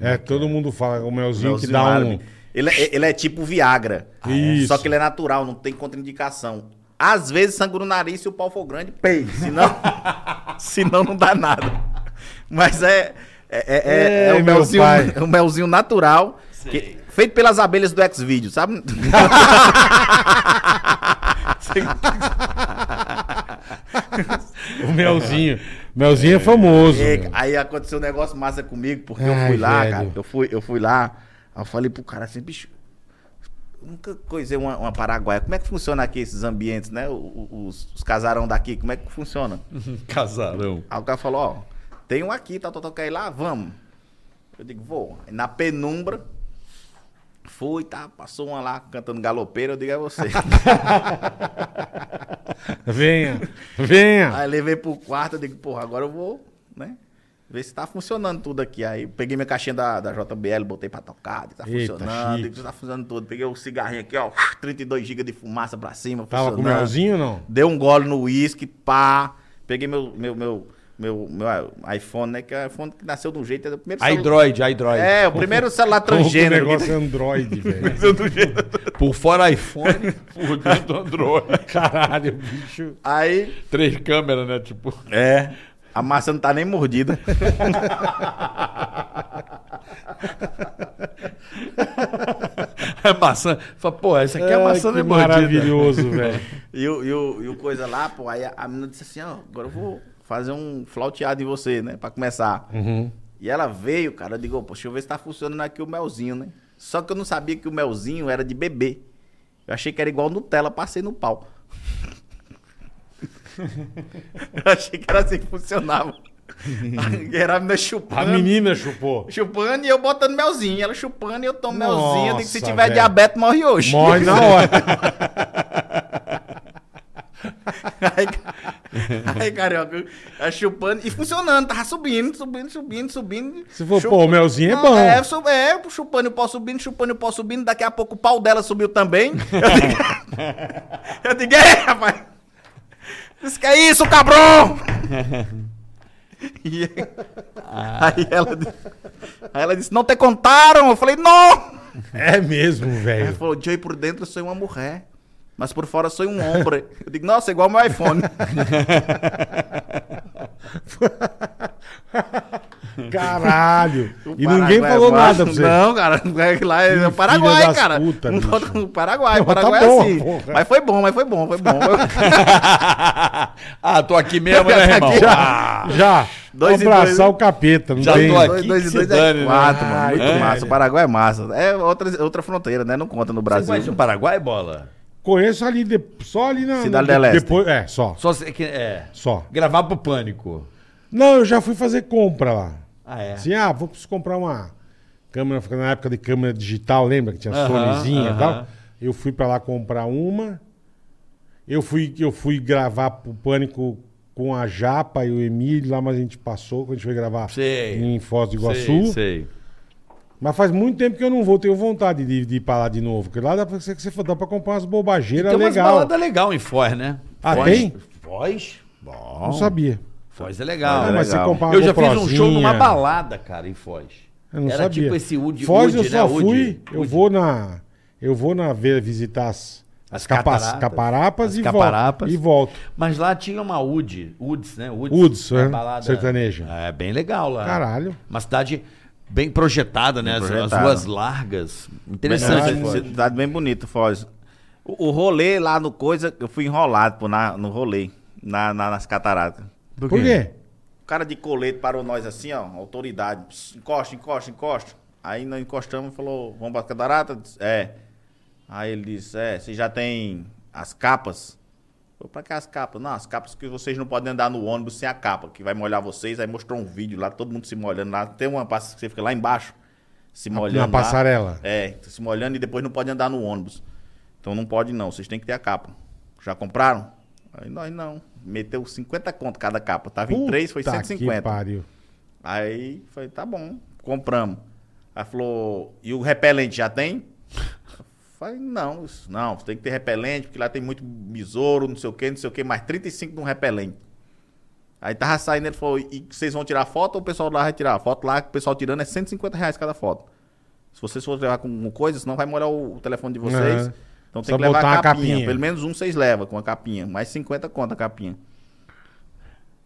É, todo mundo fala, o melzinho que
Melzinho
dá um.
árabe. Ele, é- ele é tipo Viagra.
Ah, é?
Só que ele é natural, não tem contraindicação. Às vezes sangra o nariz se o pau for grande, peide. Senão, [laughs] senão não dá nada. Mas é, é, é, é- é
Ei,
um,
meu
melzinho,
pai.
é [laughs] um melzinho natural. que- feito pelas abelhas do X-Video, sabe?
O melzinho. melzinho é famoso.
É,
meu.
aí aconteceu um negócio massa comigo, porque eu
Ai,
fui lá,
velho.
cara. Eu fui, eu fui lá. Aí eu falei pro cara assim, bicho, eu nunca coisei uma, uma paraguaia. Como é que funciona aqui esses ambientes, né? O- o- Os, os casarão daqui, como é que funciona?
Casarão.
Aí o cara falou, ó, tem um aqui, tá, tá, tá, quer ir lá? Vamos. Eu digo, vou. Aí Na penumbra, fui, tá, passou uma lá cantando galopeira, eu digo,
[laughs]
é você.
Venha, venha.
Aí levei pro quarto, eu digo, porra, agora eu vou, né? Ver se tá funcionando tudo aqui. Aí peguei minha caixinha da, da JBL, botei pra tocar, digo, tá
Eita,
funcionando,
chique.
digo, tá funcionando tudo. Peguei o cigarrinho aqui, ó, [laughs] 32 GB de fumaça pra cima,
Tava com
funcionando.
melzinho ou não?
Dei um gole no uísque, pá. Peguei meu, meu, meu, meu, meu iPhone, né? Que é o iPhone que nasceu de um jeito, é o primeiro
Android, Android.
É, o primeiro
[laughs]
celular
O
transgênero. né?
negócio é Android, velho.
Por fora iPhone, por dentro Android.
Caralho, bicho.
Aí.
Três câmeras, né? Tipo.
É. A massa não tá nem mordida.
[laughs] É maçã. Fala, pô, essa aqui é a
Ai,
maçã
que
de mordida. [laughs]
Maravilhoso, velho.
E o, e, o, e o coisa lá, pô, aí a, a menina disse assim, ó, agora eu vou fazer um flauteado em você, né? Pra começar.
Uhum.
E ela veio, cara, eu digo, "Ô, pô, deixa eu ver se tá funcionando aqui o melzinho, né? Só que eu não sabia que o melzinho era de bebê. Eu achei que era igual Nutella, passei no pau. [laughs] eu achei que era assim
[laughs]
que funcionava. Aí era a menina
A
chupando.
menina chupou.
Chupando e eu botando melzinho. Ela chupando e eu tomo melzinho. Eu digo, se
Nossa,
tiver
velho.
diabetes, morre hoje.
Morre na hora.
Aí, aí, carioca, aí chupando e funcionando, tava subindo, subindo, subindo, subindo.
Se for, pô, o melzinho é
Não,
bom.
É, su- é, chupando o pó subindo, chupando o pó subindo, daqui a pouco o pau dela subiu também. Eu digo, [laughs] eu digo é, rapaz. Isso que é isso, cabrão! [laughs] E aí, ela, di- aí ela disse, não te contaram? Eu falei, não!
É mesmo,
Ela [laughs]
velho.
falou, Joey, por dentro eu sou uma mulher, mas por fora eu sou um homem. Eu digo, nossa, é igual meu iPhone.
Caralho. E
Paraguai
ninguém falou
é
nada
baixo.
pra você.
Não, cara. Lá é
Filha
o Paraguai,
das
cara.
puta,
não
bicho.
pode- o Paraguai,
Não, [laughs]
o
mas tá
Paraguai
bom,
é assim.
porra.
Mas foi bom, mas foi bom,
[laughs]
foi bom.
ah, tô aqui mesmo, né, irmão?
Aqui, ó.
Ah, [laughs]
Já.
Dois e
abraçar
dois.
o capeta, não
né? Já
tem.
tô aqui.
dois, dois
que
e
se
dois
dane,
é
né?
quatro, mano.
Ai,
Muito
velho.
massa. O Paraguai é massa. É outra, outra fronteira, né? Não conta no
Você conhece
Brasil.
o Paraguai, bola?
Conheço ali, de- só ali na.
Cidade
na-
del Este.
Depois, é, só.
Só se- que- é.
Só.
Gravar pro pânico.
Não, eu já fui fazer compra lá.
Ah, é.
Assim, ah, vou preciso comprar uma câmera, foi na época de câmera digital, lembra que tinha
Aham,
Sonyzinha e
aham.
tal? Eu fui pra lá comprar uma. Eu fui, eu fui gravar pro Pânico com a Japa e o Emílio lá, mas a gente passou, quando a gente foi gravar
Sei.
em Foz do Iguaçu.
Sei, sei.
Mas faz muito tempo que eu não vou, tenho vontade de, de ir pra lá de novo, porque lá dá pra, você, que você for- dá pra comprar umas bobageiras
Tem umas
legal.
baladas legal em Foz, né?
Ah,
Foz-
tem?
Foz? Bom.
Não sabia.
Foz é
Ah,
legal.
Foz é
mas você
legal.
comprar uma
Eu já fiz um show numa
GoProzinha.
balada, cara, em Foz.
Eu não
Era
sabia.
tipo esse Wood
Foz eu
Wood,
só
né? Wood.
fui, eu
Wood.
vou na eu vou na ver visitar as, as
As
capas,
cataratas.
caparapas
As
e
caparapas.
volto. E volto.
Mas lá tinha uma Wood, Woods, né? Woods,
Woods,
uma
né? Sertaneja.
É bem legal lá.
Caralho.
Uma cidade bem projetada, né? As- As
projetada.
ruas largas. Interessante.
Bem,
Foz.
assim, Cidade bem bonita, Foz. O, o rolê lá no Coisa, eu fui enrolado pô, na, no rolê, na, na- nas cataratas.
Por quê?
O cara de colete parou nós assim, ó, autoridade. Pss, encosta, encosta, encosta. Aí nós encostamos e falou, vamos pra catarata? Eu disse, É. Aí ele disse, é, você já tem as capas? Eu, pra que as capas? Não, as capas que vocês não podem andar no ônibus sem a capa, que vai molhar vocês. Aí mostrou um vídeo lá, todo mundo se molhando lá. Tem uma passa que você fica lá embaixo, se molhando.
na
lá.
passarela.
É, se molhando e depois não pode andar no ônibus. Então não pode não, vocês têm que ter a capa. Já compraram? Aí nós não. Meteu 50 conto cada capa. Tava em 3, foi
Puta Que
150.
pariu.
Aí falei, tá bom, compramos. Aí falou, e o repelente já tem? Eu Falei, não, isso- não, tem que ter repelente, porque lá tem muito besouro, não sei o que, não sei o que, mais 35 de um repelente. Aí tava saindo, ele falou, e vocês vão tirar foto ou o pessoal lá vai tirar? A foto lá, que o pessoal tirando é 150 reais cada foto. Se vocês forem levar com coisa, senão vai molhar o, o telefone de vocês.
Aham.
Então tem
É. Só
que levar
botar uma
a capinha.
capinha.
Pelo menos um vocês levam com a capinha. Mais 50 conta a capinha.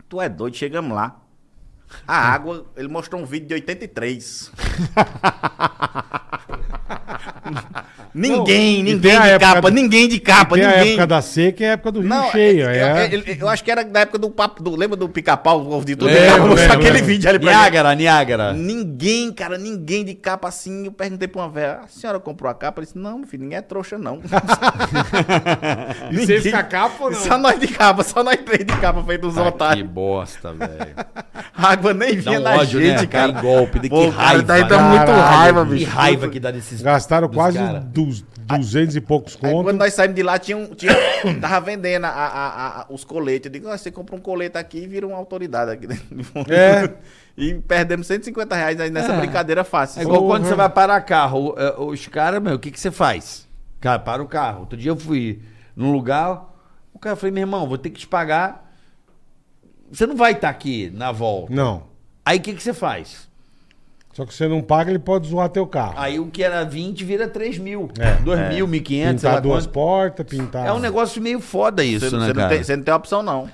Tu é doido, chegamos lá. A água,
[laughs]
ele mostrou um vídeo de 83. Ninguém,
e tem
ninguém
a
de
época
capa,
do-
ninguém de
Ah,
capa,
Tem a
ninguém.
época da seca e a época do rio
Não,
cheio.
é-
É,
é- ele- eu acho que era da época do papo, do, lembra do pica-pau, o ovo de tudo?
Lembro,
Ele [laughs] tava mostrando
lembro,
aquele
lembro.
vídeo ali pra mim.
Niágara, Niágara.
Ninguém, cara, ninguém de capa assim. Eu perguntei pra uma velha, a senhora comprou a capa? Ela disse, não, meu filho, ninguém é trouxa, não.
E vocês com a capa ou não?
[laughs] Só nós de capa, só nós três de capa, feito uns
Ah, que
otários.
bosta, velho.
A água nem
Dá
vinha
um
na
ódio,
gente,
né?
cara.
Cara, em golpe. De que
Pô, cara,
raiva.
tá aí, tá
né?
muito raiva,
Que
bicho.
raiva que dá desses...
Gastaram
dos
quase
cara.
du- 200 e poucos
Aí
contos.
quando nós saímos de lá, tinha um. [coughs] Tinha, tava vendendo a- a- a- a- os coletes. Eu digo, "Ah, você compra um colete aqui e vira uma autoridade aqui dentro.
É.
[laughs] E perdemos 150 reais aí nessa brincadeira fácil.
Ah. É igual
Porra.
quando você vai parar carro. é, Os caras, meu, o que, que você faz? Cara, para o carro. Outro dia eu fui num lugar, o cara falou, meu irmão, vou ter que te pagar. Você não vai estar aqui na volta.
Não.
Aí o que, que você faz?
Só que você não paga, ele pode zoar teu carro.
Aí o que era 20 vira 3 mil.
É,
2 mil, 1.500, sei
pintar
lá
duas
quanto.
portas, pintar.
É um negócio meio foda isso,
Você,
né,
você não
cara?
tem, você não tem opção, não.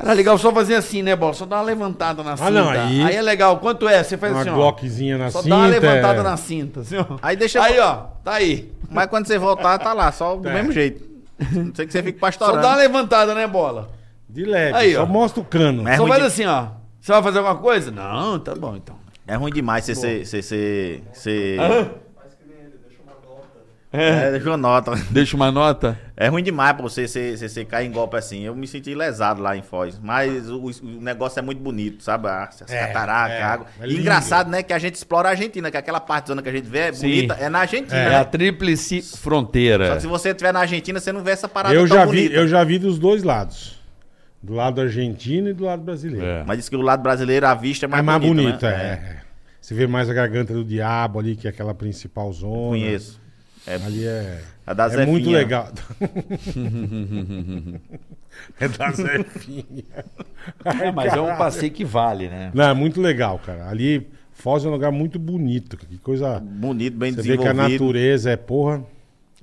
Era legal só fazer assim, né, bola? Só dar uma levantada na cinta.
Ah, não, aí-
aí... é legal. Quanto é? Você faz
Uma
assim, ó.
glockzinha na
Só
cinta.
dá uma levantada
é.
na cinta, assim, ó.
Aí deixa-
Aí, ó, tá aí.
Mas quando você voltar, tá lá, só do mesmo jeito. Não sei que você fica
Só
pastorando.
dá uma levantada, né, bola?
De leve.
Aí,
só
ó.
mostra o cano.
É
só
ruim
faz
de-
assim, ó. Você vai fazer alguma coisa? Não, tá bom, então.
É ruim demais você ser. ser, ser, ser... É, deixa uma nota.
Deixa uma nota.
É ruim demais pra você, você, você, você cair em golpe assim. Eu me senti lesado lá em Foz. Mas o, o negócio é muito bonito, sabe? As, as
É,
cataracas,
é.
a água.
É
E
lindo.
engraçado, né? Que a gente explora a Argentina, que aquela parte zona que a gente vê é
Sim.
bonita, é na Argentina.
É, a tríplice
Só
fronteira.
que se você estiver na Argentina, você não vê essa parada
Eu
tá
já,
tão
vi,
bonita.
eu já vi dos dois lados. Do lado argentino e do lado brasileiro.
É.
Mas diz que o lado brasileiro, a vista é
Mas
mais
é mais
bonita.
bonito,
né?
é. é. Você vê mais a garganta do diabo ali, que é aquela principal zona.
Conheço.
Ali é.
A da
é muito
[laughs]
Zefinha.
legal. [laughs] é da Zefinha.
É, mas é um passeio que vale, né?
Não, é muito legal, cara. Ali, Foz é um lugar muito bonito. cara. Que coisa.
Bonito, bem
Você vê que a
desenvolvido.
natureza é porra.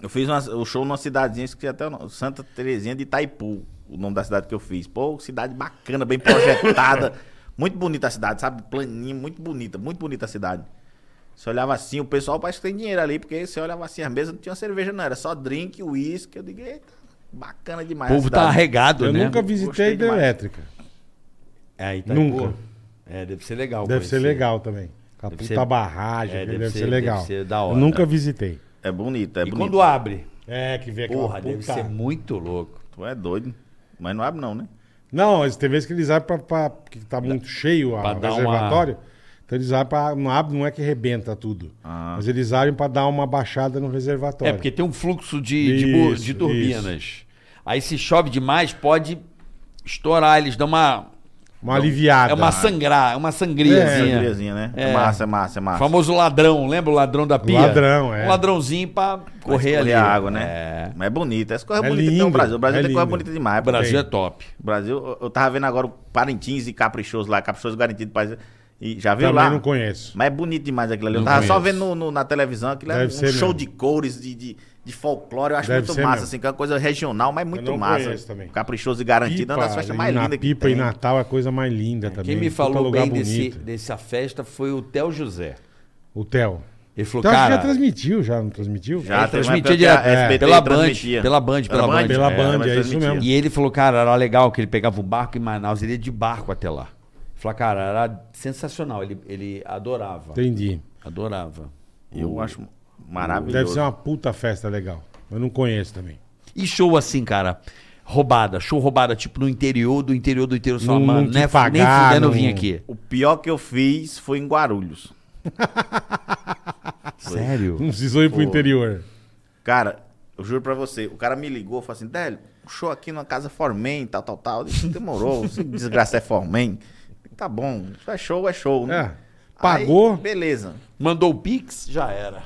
Eu fiz uma- o show numa cidadezinha, esqueci até o nome, Santa Terezinha de Itaipu, o nome da cidade que eu fiz. Pô, cidade bacana, bem
[laughs]
projetada. muito bonita a cidade, sabe? Planinho, muito bonita, muito bonita a cidade. Você olhava assim, o pessoal parece que tem dinheiro ali, porque você olhava assim, as mesas não tinha cerveja, não. Era só drink, uísque. Eu digo, eita, bacana
O
demais. a
povo tá
cidade.
arregado,
Eu
né?
nunca
Gostei
visitei a hidrelétrica.
É, aí tá
Nunca.
pô. É, deve ser legal.
Deve ser
conhecer.
legal também. Com a
Deve
puta
ser-
barragem,
é,
aquele
deve
deve, ser,
ser-
legal.
deve ser da hora. né?
Eu nunca visitei.
É bonito, é
E
bonito.
quando abre?
É, que vê aquela
Porra, deve
puta-
ser muito louco.
Tu é doido. Mas não abre, não, né?
Não, mas tem vezes que eles abrem pra, pra- porque tá muito cheio o
pra dar uma-
reservatório. Então eles abrem pra. Não abre, não é que rebenta tudo. Mas eles abrem pra dar uma baixada no reservatório.
Ah. É, porque tem um fluxo de, de bu-
Isso,
de turbinas. Aí se chove demais, pode estourar, eles dão uma...
Uma aliviada.
É uma sangrar, é uma sangriazinha.
Cervejazinha, né? É.
É.
massa, é massa, é massa.
Famoso ladrão, lembra o ladrão da pia?
Ladrão, é.
Um ladrãozinho pra correr ali.
a água, né?
É.
Mas é bonito. Essa coisa
É
bonita tem
lindo,
no Brasil. O Brasil
é
tem coisa
lindo.
bonita demais.
O Brasil é top.
O Brasil, eu- eu tava vendo agora o Parintins e Caprichoso lá, Caprichoso garantido. pra- E já viu
Também
lá?
não conheço.
Mas é bonito demais aquilo ali. Eu
Não
tava só
conheço.
vendo no- no- na televisão aquilo é
Deve
um
ser
show
mesmo.
de cores, de, de, de folclore. Eu acho
Deve
muito
ser
massa,
mesmo.
assim, que é uma coisa regional, mas muito
não
massa.
conheço também.
Caprichoso e garantido, é uma das
Pipa,
festas
e
mais
na
lindas que
Pipa e
tem.
Natal é a coisa mais linda também.
Quem me
Puta
falou
lugar
bem desse,
bonito.
dessa festa foi o Theo José.
O Theo.
Ele falou,
Então acho que já
cara...
transmitiu, já não transmitiu?
Já
Ele
teve uma
transmitia
época que
direto,
a
é,
SBT
pela Band,
transmitia.
pela Band, pela Band.
Pela
É,
Band,
mas
é isso
transmitia.
mesmo.
E ele falou, cara, era legal que ele pegava o barco em Manaus, ele ia de barco até lá. Ele falou, cara, era sensacional. Ele, ele adorava.
Entendi.
Adorava.
Eu acho maravilhoso.
Deve ser uma puta festa legal. Eu não conheço também.
E show assim, cara, roubada, show roubada, tipo no interior, do interior do interior, sua
Não-
mano,
não te
né?
pagar,
nem fudendo eu
não-
vim aqui.
O pior que eu fiz foi em Guarulhos.
Sério?
Não precisou ir pro interior.
Cara, eu juro pra você, o cara me ligou, falou assim, Délio, um show aqui numa casa Formen, tal, tal, tal. Eu disse, demorou, se desgraça é Formen. Tá bom, isso é show, é show, né?
É, pagou.
Aí, beleza.
Mandou o Pix? Já era.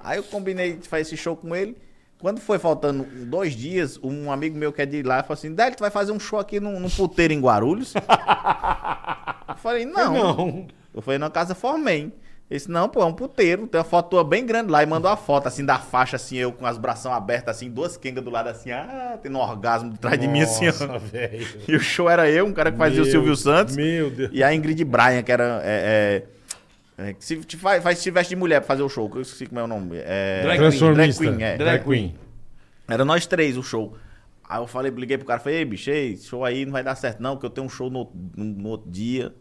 Aí eu combinei de fazer esse show com ele. Quando foi faltando dois dias, um amigo meu que é de lá falou assim: Délio, tu vai fazer um show aqui num, num puteiro em
[laughs]
Guarulhos? eu falei: não.
Não.
Eu falei: na casa Formem. Ele disse: não, pô, é um puteiro. Tem uma foto tua bem grande lá. E mandou a foto assim da faixa, assim, eu com as bração abertas, assim, duas quengas do lado, assim, ah, tendo um orgasmo atrás de mim, assim, ó.
Nossa, velho.
E o show era eu, um cara que fazia o
Meu-
Silvio Santos.
Meu Deus.
E a Ingrid Bryan, que era. é, é, É, Se, te faz, faz- se veste de mulher pra fazer o show, que eu esqueci como é o nome. É...
Drag
Transformista.
Drag queen, é.
Drag queen.
Era nós três o show. Aí eu falei, liguei pro cara, falei, ei, bicho, ei, esse show aí não vai dar certo não, porque eu tenho um show no, outro- no, no outro dia,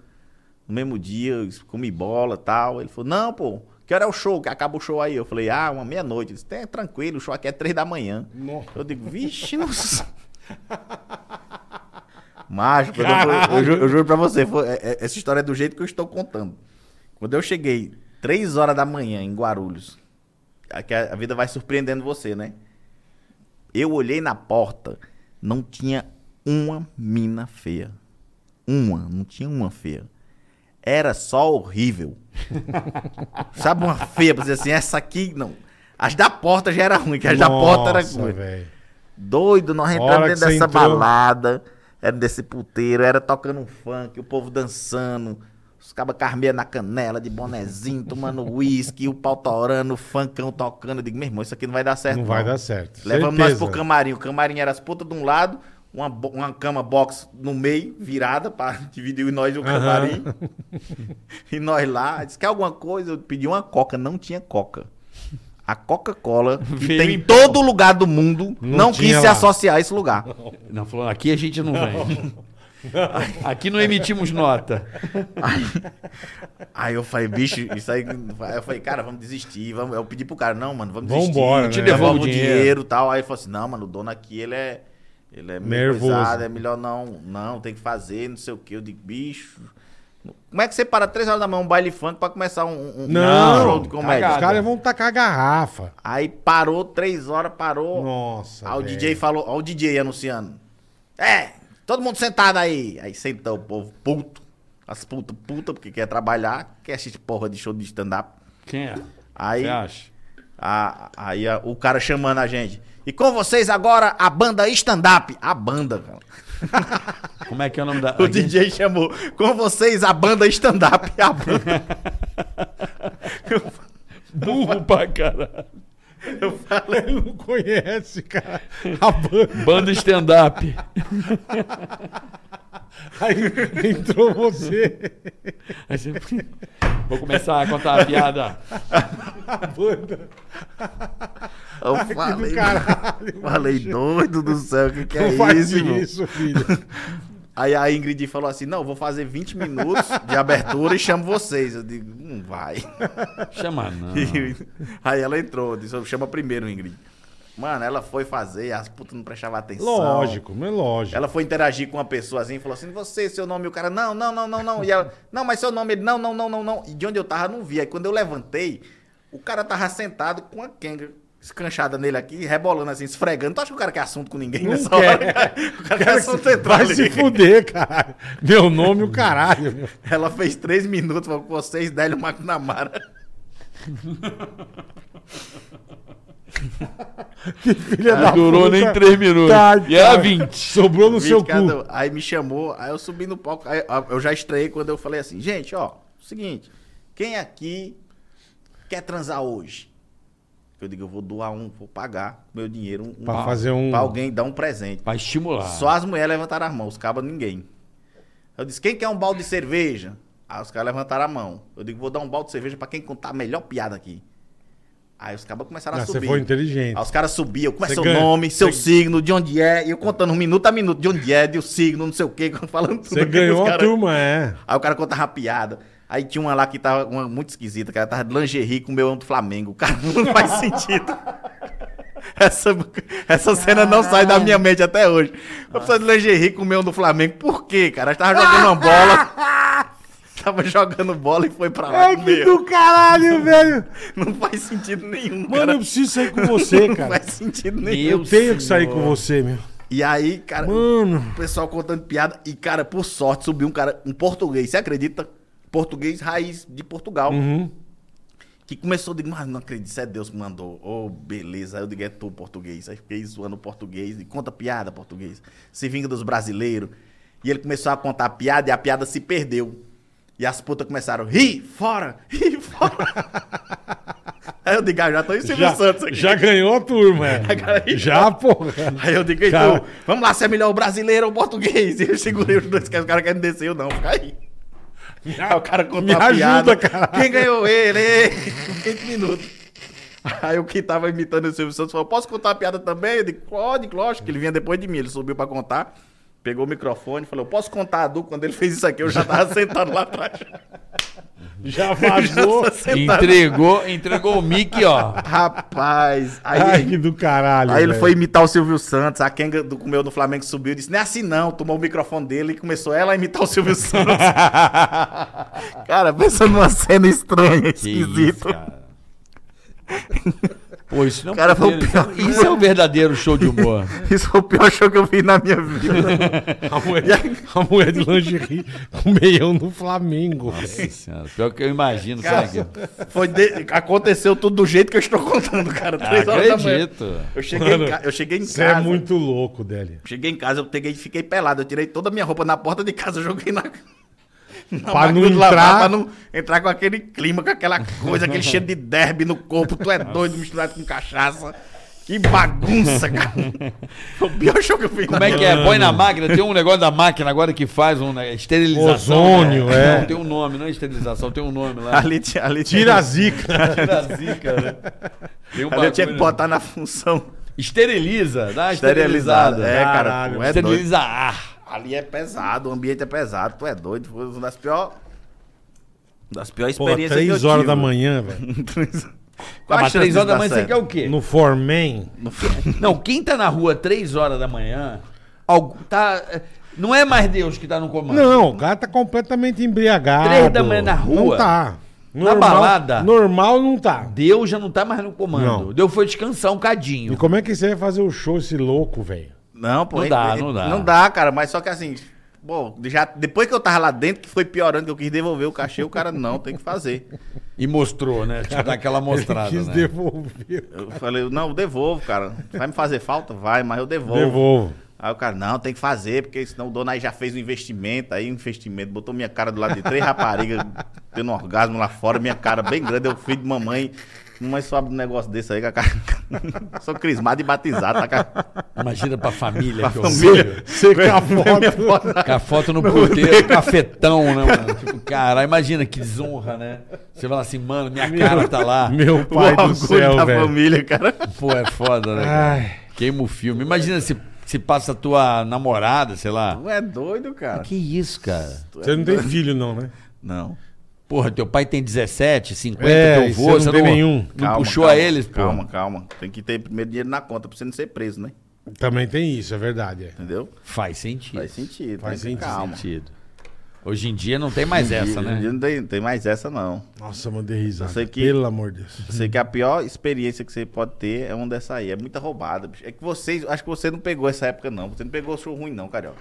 no mesmo dia, eu comi bola e tal. Ele falou, não, pô, que hora é o show? Que acaba o show aí? Eu falei, ah, uma meia-noite. Ele disse, é, tranquilo, o show aqui é três da manhã.
Nossa.
Eu digo, vixe, nossa. [laughs] Mágico, eu, eu, eu, ju- eu juro pra você, foi- é- é- essa história é do jeito que eu estou contando. Quando eu cheguei, três horas da manhã, em Guarulhos, é que a a vida vai surpreendendo você, né? Eu olhei na porta, não tinha uma mina feia. Uma, não tinha uma feia. Era só horrível. [laughs] Sabe uma feia pra dizer assim, essa aqui não. As da porta já era ruim, que as da porta era
Nossa,
ruim.
velho.
Doido, nós
Hora
entramos
que
dentro
você
dessa
entrou.
balada, era desse puteiro, era tocando um funk, o povo dançando, os cabas carmeia na canela, de bonezinho, tomando uísque, o pau torando, o funkão tocando. Eu digo, meu irmão, isso aqui não vai dar certo.
Não vai dar certo.
Levamos nós
Certeza.
pro camarim. O camarim era as putas de um lado, uma, bo- uma cama box no meio, virada, pra [laughs] dividir nós e o camarim. [laughs] e nós lá. Disse, quer alguma coisa? Eu pedi uma coca, não tinha coca. A Coca-Cola, que
Veio
tem
em
em todo lugar do mundo,
Não
não,
tinha
quis se
lá.
associar a esse lugar.
Não, falou, aqui a gente não, [laughs] vem. Aqui não emitimos nota.
Aí eu falei, bicho, isso aí. Aí eu falei, cara, vamos desistir. Vamos... Eu pedi pro cara, não, mano, vamos desistir.
Vambora,
te
né?
devolvo
Devolve
o
o dinheiro.
dinheiro e tal. Aí ele falou assim: não, mano, o dono aqui, ele é. Ele é meio
Nervoso.
coisado, é melhor não. Não, tem que fazer, não sei o quê. Eu digo, bicho. Como é que você para três horas da manhã um baile funk pra começar um, um-
Não,
um show de comédia?
Os caras vão tacar a garrafa.
Aí parou, três horas, parou.
Nossa.
Aí Ah, o
velho.
DJ falou, ó o DJ anunciando. É, todo mundo sentado aí. Aí sentou o povo puto. As putas puta, porque quer trabalhar, quer assistir porra de show de stand-up.
Quem é?
Aí,
Você acha?
a- aí a- o cara chamando a gente. E com vocês agora a banda stand-up. A banda, cara.
Como é que é o nome da.
O DJ chamou. Com vocês a banda stand-up. A banda.
Burro pra caralho.
Eu falei,
Ele [laughs] não conhece, cara. A banda.
Banda stand-up.
Aí entrou você.
Aí você- [laughs] Vou começar a contar a piada.
A banda.
eu
Que do
falei,
caralho.
falei doido do céu, o que, que
Não
é
faz
isso, irmão?
isso, filho.
Aí a Ingrid falou assim: não, vou fazer 20 minutos de abertura e chamo vocês. Eu digo, não vai.
Chama
Ah.
não.
Aí ela entrou, eu disse, "Eu chama primeiro, Ingrid. Mano, ela foi fazer, as putas não prestavam atenção.
Lógico, mas lógico.
Ela foi interagir com uma pessoa assim, falou assim: você, seu nome, e o cara, não, não, não, não, não. E ela, não, mas seu nome, ele, não, não, não, não, não. E de onde eu tava, não via. Aí quando eu levantei, o cara tava sentado com a kenga escanchada nele aqui, rebolando assim, esfregando. Tu acha que o cara quer assunto com ninguém nessa hora? cara? O cara quer assunto central
Vai
ali.
se fuder, caralho. Meu nome, o caralho. meu.
[laughs] Ela fez três minutos, falou com vocês, Délio McNamara.
Filha da
Durou
puta.
nem três minutos.
Tá,
e era
tá.
20.
Sobrou no seu
Cada-
cu.
Aí me chamou, aí eu subi no palco. aí, ó, eu já estreiei quando eu falei assim, gente, ó, seguinte, quem aqui quer transar hoje? Eu digo, eu vou doar um, vou pagar meu dinheiro. Um,
Pra fazer um-
Pra alguém dar um presente.
Pra estimular.
Só as mulheres levantaram as mãos, os cabas ninguém. Eu disse, quem quer um balde de cerveja? Aí os caras levantaram a mão. Eu digo, vou dar um balde de cerveja pra quem contar a melhor piada aqui. Aí os cabas começaram
Ah,
a subir.
Você foi inteligente.
Aí os caras subiam, como é
Você
seu
ganha-
nome, seu
você-
signo, de onde é, e eu contando um minuto a minuto de onde é, de o signo, não sei o quê, [laughs] falando tudo.
Você
aqui
ganhou
pros
a
caras.
turma, é.
Aí o cara contava piada. Aí tinha uma lá que tava uma muito esquisita, que ela tava de lingerie com o meu do Flamengo. [laughs] Cara, não faz sentido. [laughs] Essa, essa cena não sai da minha mente até hoje. Eu preciso de lingerie com o meu do Flamengo. Por quê, cara? Ela tava jogando uma bola.
[laughs]
Tava jogando bola e foi pra lá.
Ai, É que
meu.
do
[laughs]
caralho, velho.
Não faz sentido nenhum,
Mano, eu
cara.
preciso sair com
[laughs]
você,
Não
cara.
faz sentido nenhum.
Meu
Eu tenho que sair
senhor.
com você, meu.
E aí, cara,
Mano.
o pessoal contando piada. E, cara, por sorte, subiu um cara, um português, você acredita? Português raiz de Portugal.
Uhum.
Que começou, eu digo, mas não acredito, isso é Deus que mandou. Ô, beleza. Aí eu digo, é tu, português. Aí fiquei zoando o português. E conta piada, português. Se vinga dos brasileiros. E ele começou a contar a piada e a piada se perdeu. E as putas começaram, ri, fora, ri, fora. [laughs] aí eu digo, ah, já tô em Silvio
Já,
Santos aqui. tá.
já ganhou a turma, é. Já, porra.
Aí eu digo, então,
Cara.
[laughs] vamos lá, se é melhor o brasileiro ou o português. E eu segurei os dois, que os caras querem descer, eu não, fica aí. Aí o cara contou
Me
a piada.
ajuda, cara.
Quem ganhou [laughs] ele? 20 minutos. Aí o que tava imitando o Silvio Santos falou: Posso contar a piada também? Eu digo, pode, lógico, que ele vinha depois de mim. Ele subiu pra contar, pegou o microfone, falou: Posso contar a dupla? Quando ele fez isso aqui, eu já tava [laughs] sentado lá atrás.
Já [laughs] vazou.
Já sentado.
Entregou, entregou o Mickey, ó.
[laughs] Rapaz, aí,
Ai, que do caralho.
aí ele
velho.
foi imitar o Silvio Santos. A Kenga do comeu do Flamengo subiu e disse: Não é assim não. Tomou o microfone dele e começou ela a imitar o Silvio [laughs] Santos. cara, pensa numa cena estranha, esquisita.
cara. Pô, isso não
Cara,
é um
foi o
verdadeiro-
pior.
Isso é um verdadeiro show de humor.
Isso foi o pior show que eu vi na minha vida.
A [laughs] mulher, a mulher de lingerie com meião no Flamengo.
Nossa senhora, pior que eu imagino,
Cara,
sabe?
[laughs] foi de- Aconteceu tudo do jeito que eu estou contando, cara. Três horas da manhã.
Acredito.
Eu cheguei,
Mano,
em ca- eu cheguei em
Você é
casa.
muito louco, Délio.
Cheguei em casa, eu peguei, fiquei pelado. Eu tirei toda a minha roupa na porta de casa, [laughs] eu joguei na. na
Pra não
máquina de lavar,
entrar.
pra não entrar com aquele clima, com aquela coisa, aquele cheiro de derby no corpo. Tu é doido misturado com cachaça. Que bagunça, cara. Foi o pior show que eu fiz
Como é que é? Põe na máquina, tem um negócio da máquina agora que faz um né, esterilização.
Ozônio,
né?
é.
Não, tem um nome, não é esterilização, tem um nome
[laughs]
lá.
Ali, tinha- ali tinha-
Tira a zica.
[laughs] Tira a zica, né? Tem um
ali eu tinha que
bagulho-
botar na função.
Esteriliza, dá uma
Esterilizado.
esterilizada.
É, cara.
Caralho.
tu é doido.
Esteriliza ar.
Ali é pesado, o ambiente é pesado, tu é doido. Foi uma das piores. Das piores
Pô,
experiências que eu
três horas
tive.
da manhã, velho.
Três- Qual a
Mas
chance
três horas
de dar
da manhã você
certo?
quer o quê?
No Foreman.
[laughs] Não, quem tá na rua três horas da manhã, algu- tá, eh, não é mais Deus que tá no comando.
Não, o cara tá completamente embriagado.
Três da manhã na
Não
rua?
tá.
balada?
Normal não tá.
Deus já não tá mais no comando.
Não.
Deus foi descansar um
E
cadinho.
como é que você vai fazer o show esse louco, velho?
Não, pô.
Não
é-
dá,
é-
não dá.
Não dá, cara, mas só que assim, bom, já, depois que eu tava lá dentro, que foi piorando, que eu quis devolver o cachê, o cara não, tem que fazer.
E mostrou, né? Tipo, dá aquela mostrada,
Ele quis
né?
devolver.
Eu falei, não, eu devolvo, cara. Vai me fazer falta? Vai, mas eu devolvo.
Devolvo.
Aí o cara, não, tem que fazer, porque senão o dono aí já fez um investimento, aí um investimento, botou minha cara do lado de três raparigas, tendo um orgasmo lá fora, minha cara bem grande, eu filho de mamãe. Mas sobe um negócio desse aí, com a cara. [laughs] Sou crismado e batizado, tá? cara?
Imagina pra família. que horror.
Família. [laughs]
Seca a foto.
Com a foto no puteiro, cafetão, né, mano? Tipo, cara, imagina que desonra, né? Você fala assim, mano, minha cara tá lá. [laughs]
Meu
O
pai do
orgulho
céu,
da
velho.
família, cara.
Pô, é foda, né? cara?
Ai.
Queima o filme. Imagina se, se passa a tua namorada, sei lá.
Não é doido, cara.
Que isso, cara?
Você não tem filho, não, né?
Não.
Porra, teu pai tem 17, 50,
É,
teu
e
vô,
você
você
não
não,
tem nenhum.
não puxou a
calma,
eles, pô.
Calma, calma. Tem que ter primeiro dinheiro na conta pra você não ser preso, né?
Também tem isso, é verdade. é.
Entendeu?
Faz sentido.
Faz sentido.
Faz
tem que-
sentido.
Calma.
sentido. Hoje em dia não tem mais essa,
Hoje em dia
né?
Não tem, tem mais essa, não.
Nossa, eu mandei risada.
Eu sei que-
Pelo amor de Deus.
Eu sei que a pior experiência que você pode ter é uma dessa aí. É muita roubada, bicho. É que vocês. Acho que você não pegou essa época, não. Você não pegou show ruim, não, carioca.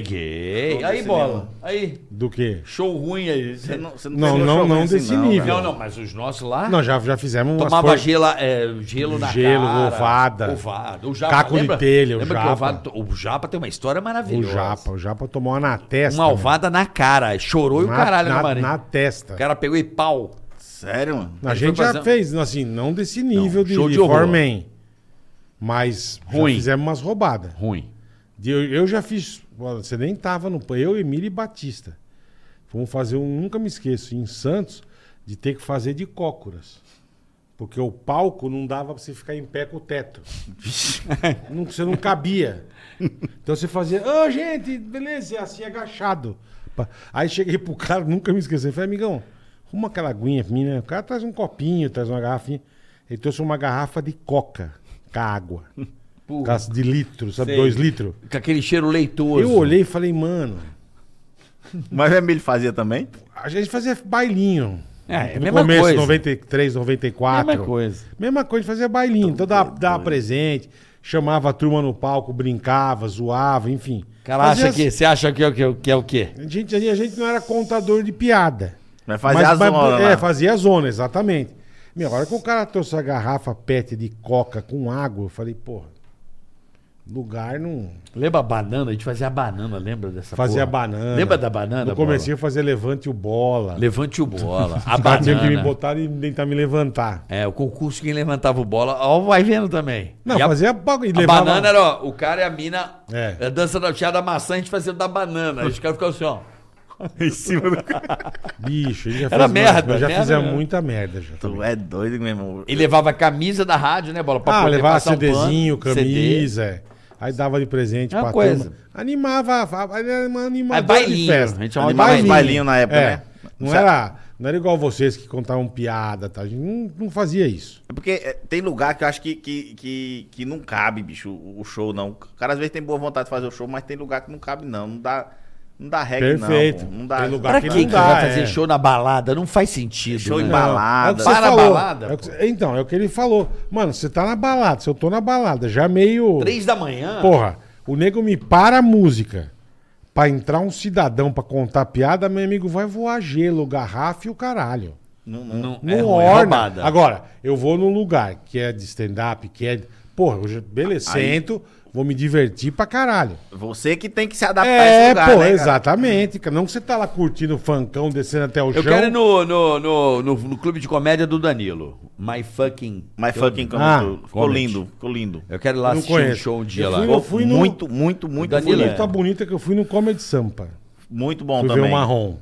Peguei.
Todo
Aí,
esse
bola. Aí,
Do quê?
show ruim aí.
Você não, você
Não,
pegou
não,
show
não
ruim assim,
desse nível.
cara.
Não, não, mas os nossos lá.
Nós já, já fizemos umas
Tomava
por-
gelo, é, gelo na
Gelo,
cara.
ovada.
Ovada. O Japa,
Caco de
lembra?
telha, o
lembra Que
Japa.
o, ovada, o Japa tem uma história
O
maravilhosa.
Japa. O Japa tomou uma na testa.
Uma ovada na cara. Chorou Um e
mano.
o
Tá na,
caralho na,
na,
parede.
na testa.
O cara pegou e pau.
Sério, mano?
A
Ele
gente
foi
já
fazer-
fez, assim, não desse nível de,
show
de
de horror.
Foreman. Mas
Ruim.
já fizemos umas roubadas.
Ruim.
De- Eu, eu já fiz. Você nem tava no. Eu, Emílio e Batista. Fomos fazer um. Nunca me esqueço, em Santos, de ter que fazer de cócoras. Porque o palco não dava pra você ficar em pé com o teto. [laughs] Não- você não cabia. Então você fazia, ô gente, beleza, e assim agachado. Pa- Aí cheguei pro cara, nunca me esqueci. Falei, amigão, arruma aquela aguinha pra mim, né? O cara traz um copinho, traz uma garrafinha. Ele trouxe uma garrafa de coca com água. Caça de litro, sabe?
Sei.
Dois litros.
Com aquele cheiro leitoso.
Eu olhei e falei, mano,
Mas o Emílio fazia também?
a gente fazia bailinho.
É, é a
no
mesma
começo,
coisa. É
93, 94.
Mesma coisa.
Mesma coisa, fazia bailinho. Então dava, dava presente, chamava a turma no palco, brincava, zoava, enfim.
Cara, acha
Fazia
que, você acha que é, o que, que é o quê?
A gente, a gente não era contador de piada.
Mas fazia a zona
É,
né?
lá.
fazia a zona, exatamente. Meu, a hora que o cara trouxe a garrafa pet de coca com água, eu falei, porra, lugar não.
Lembra a banana? A gente fazia a banana, lembra dessa Tá
Fazia
porra?
banana.
Lembra da banana,
No
Bola?
comecinho eu fazia levante o bola.
Levante o
[laughs]
bola. A
Os caras tinham que me
banana.
botar e tentar me levantar.
É, o concurso quem levantava o bola. Ó, vai vendo também.
Não,
E a
fazia bagulho.
A
levava-
banana era, ó, o cara e a mina.
É.
É. dança da, tinha da maçã, a gente fazia da banana. Aí os caras ficavam assim, ó.
em cima do cara.
Bicho, ele já
Era
fez
merda,
nós já
merda
fizemos
mesmo.
muita merda já.
Tu é doido, meu irmão.
Ele levava a camisa da rádio, né, Bola?
Ah,
poder
levar
passar um
CDzinho,
pano, CD.
camisa. é. Aí dava de presente
É uma
pra
coisa.
turma. Animava, animava
É bailinho, a gente chamava de
Animava os
bailinho.
bailinhos na época,
É.
né?
Não era, não era igual vocês que contavam piada, tá? A gente não, não fazia isso.
É porque é, tem lugar que eu acho que, que, que, que não cabe, bicho, o o show, não. O cara às vezes tem boa vontade de fazer o show, mas tem lugar que não cabe, não. Não dá, não dá regra, É não.
Perfeito.
pô. Não dá.
Tem lugar
Pra
que
que,
não
que
dá,
vai fazer
é.
show na balada? Não faz sentido.
Show em
né?
balada.
Não, é o que você
Para a
falou.
balada,
É o que você- então, é o que ele falou. Mano, você tá na balada, se eu tô na balada, já meio.
Três da manhã?
Porra, o nego me para a música. Pra entrar um cidadão pra contar piada, meu amigo vai voar gelo, garrafa e o caralho.
Não, não.
Não,
Não
é ruim, é
orna.
roubada.
Agora, eu vou num lugar que é de stand-up, que é. Porra, eu já- beleza, sento, vou me divertir pra caralho.
Você que tem que se
Tá
adaptar a
É,
esse lugar,
pô,
né, cara?
exatamente. cara. Não que você tá lá curtindo o funkão, descendo até o
Eu
chão.
quero ir no, no, no, no, no clube de comédia do Danilo. My fucking.
Mas fucking como
Ah,
tu- ficou
comedy.
lindo, ficou lindo.
Eu quero ir lá
Não
assistir um
conheço.
show um dia
Eu
lá.
fui no- fui no-
Muito, muito, muito,
Danilo
bonito.
é-
Tá bonita que eu fui no Comedy Sampa.
Muito bom
Fui ver
também.
o marrom.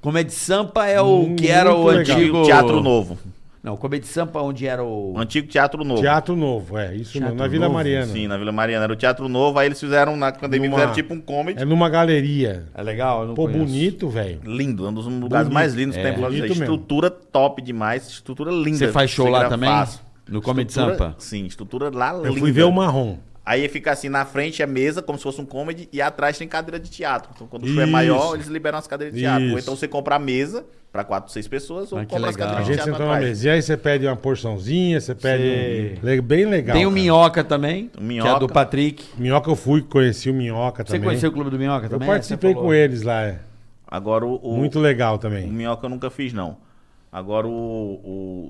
Comedy Sampa é
Hum.
o que era o
Muito legal. um
antigo.
Teatro Novo.
Não, Comedy Sampa é onde era o.
[laughs]
O antigo Teatro Novo.
Teatro Novo, é, isso mesmo, na Vila Mariana.
Sim, na Vila Mariana. Era o Teatro Novo, aí eles fizeram, na pandemia,
Numa-
fizeram tipo um comedy.
É numa galeria.
É legal, eu não
Pô,
conheço.
bonito, velho.
Lindo, um dos lugares mais lindos que tem pra
bonito
fazer.
mesmo.
Estrutura top demais, estrutura linda.
Você faz show
Você
lá
grava
também?
fácil.
No Comedy
Estrutura-
Sampa?
Sim, estrutura lá
Eu
linda.
fui ver o marrom.
Aí fica assim, na frente é mesa, como se fosse um comedy, e atrás tem cadeira de teatro. Então quando o show é
Isso.
maior, eles liberam as cadeiras de teatro.
Isso.
Ou então você compra a mesa pra quatro, seis pessoas, ou
Ah, que
compra as
legal.
A
cadeiras de
gente
teatro
sentou na
atrás.
mesinha, aí você pede uma porçãozinha, você pede um... Le- Bem legal.
Tem o
cara.
Minhoca também, que é
Minhoca.
do Patrick.
Minhoca eu fui, conheci o Minhoca
Você
também.
conheceu o Clube do Minhoca
Eu
também?
participei com eles lá, é.
Agora o, o,
Muito legal
o
também.
Minhoca eu nunca fiz, não. Agora o,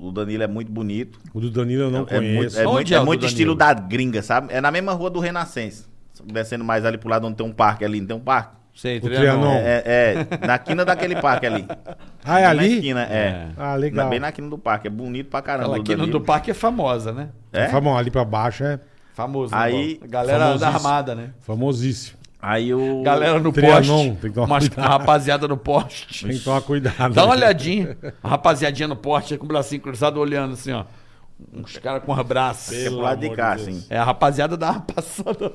o, o Danilo é muito bonito.
O do Danilo eu não
É muito,
conheço.
é
Onde
muito,
é
é
o do
muito
Danilo?
estilo da gringa, sabe? É na mesma rua do Renascença. Descendo mais ali pro lado onde tem um parque ali, não tem um parque?
Sei,
O Trianon.
Trianon.
É, é, na quina daquele parque ali.
Ah, é
Na
ali?
esquina, é.
Ah,
Na-
legal.
Bem na quina do parque. É bonito pra caramba.
Aquela
o
aqui no
Danilo.
do parque é famosa, né?
É?
Famão, ali pra baixo é
Famoso.
Aí-
Né, Bola? galera da
famosíssimo.
armada, né?
famosíssimo.
Aí o.
Galera no poste.
Trianon, tem que tomar
Uma
cuidado.
rapaziada no poste.
Tem que tomar cuidado.
Dá uma
[laughs]
olhadinha. A rapaziadinha no poste, é com o bracinho cruzado, olhando assim, ó. Uns caras com os braços.
É pro lado de
amor
cá,
de Deus.
assim.
É a rapaziada da uma [laughs] passada.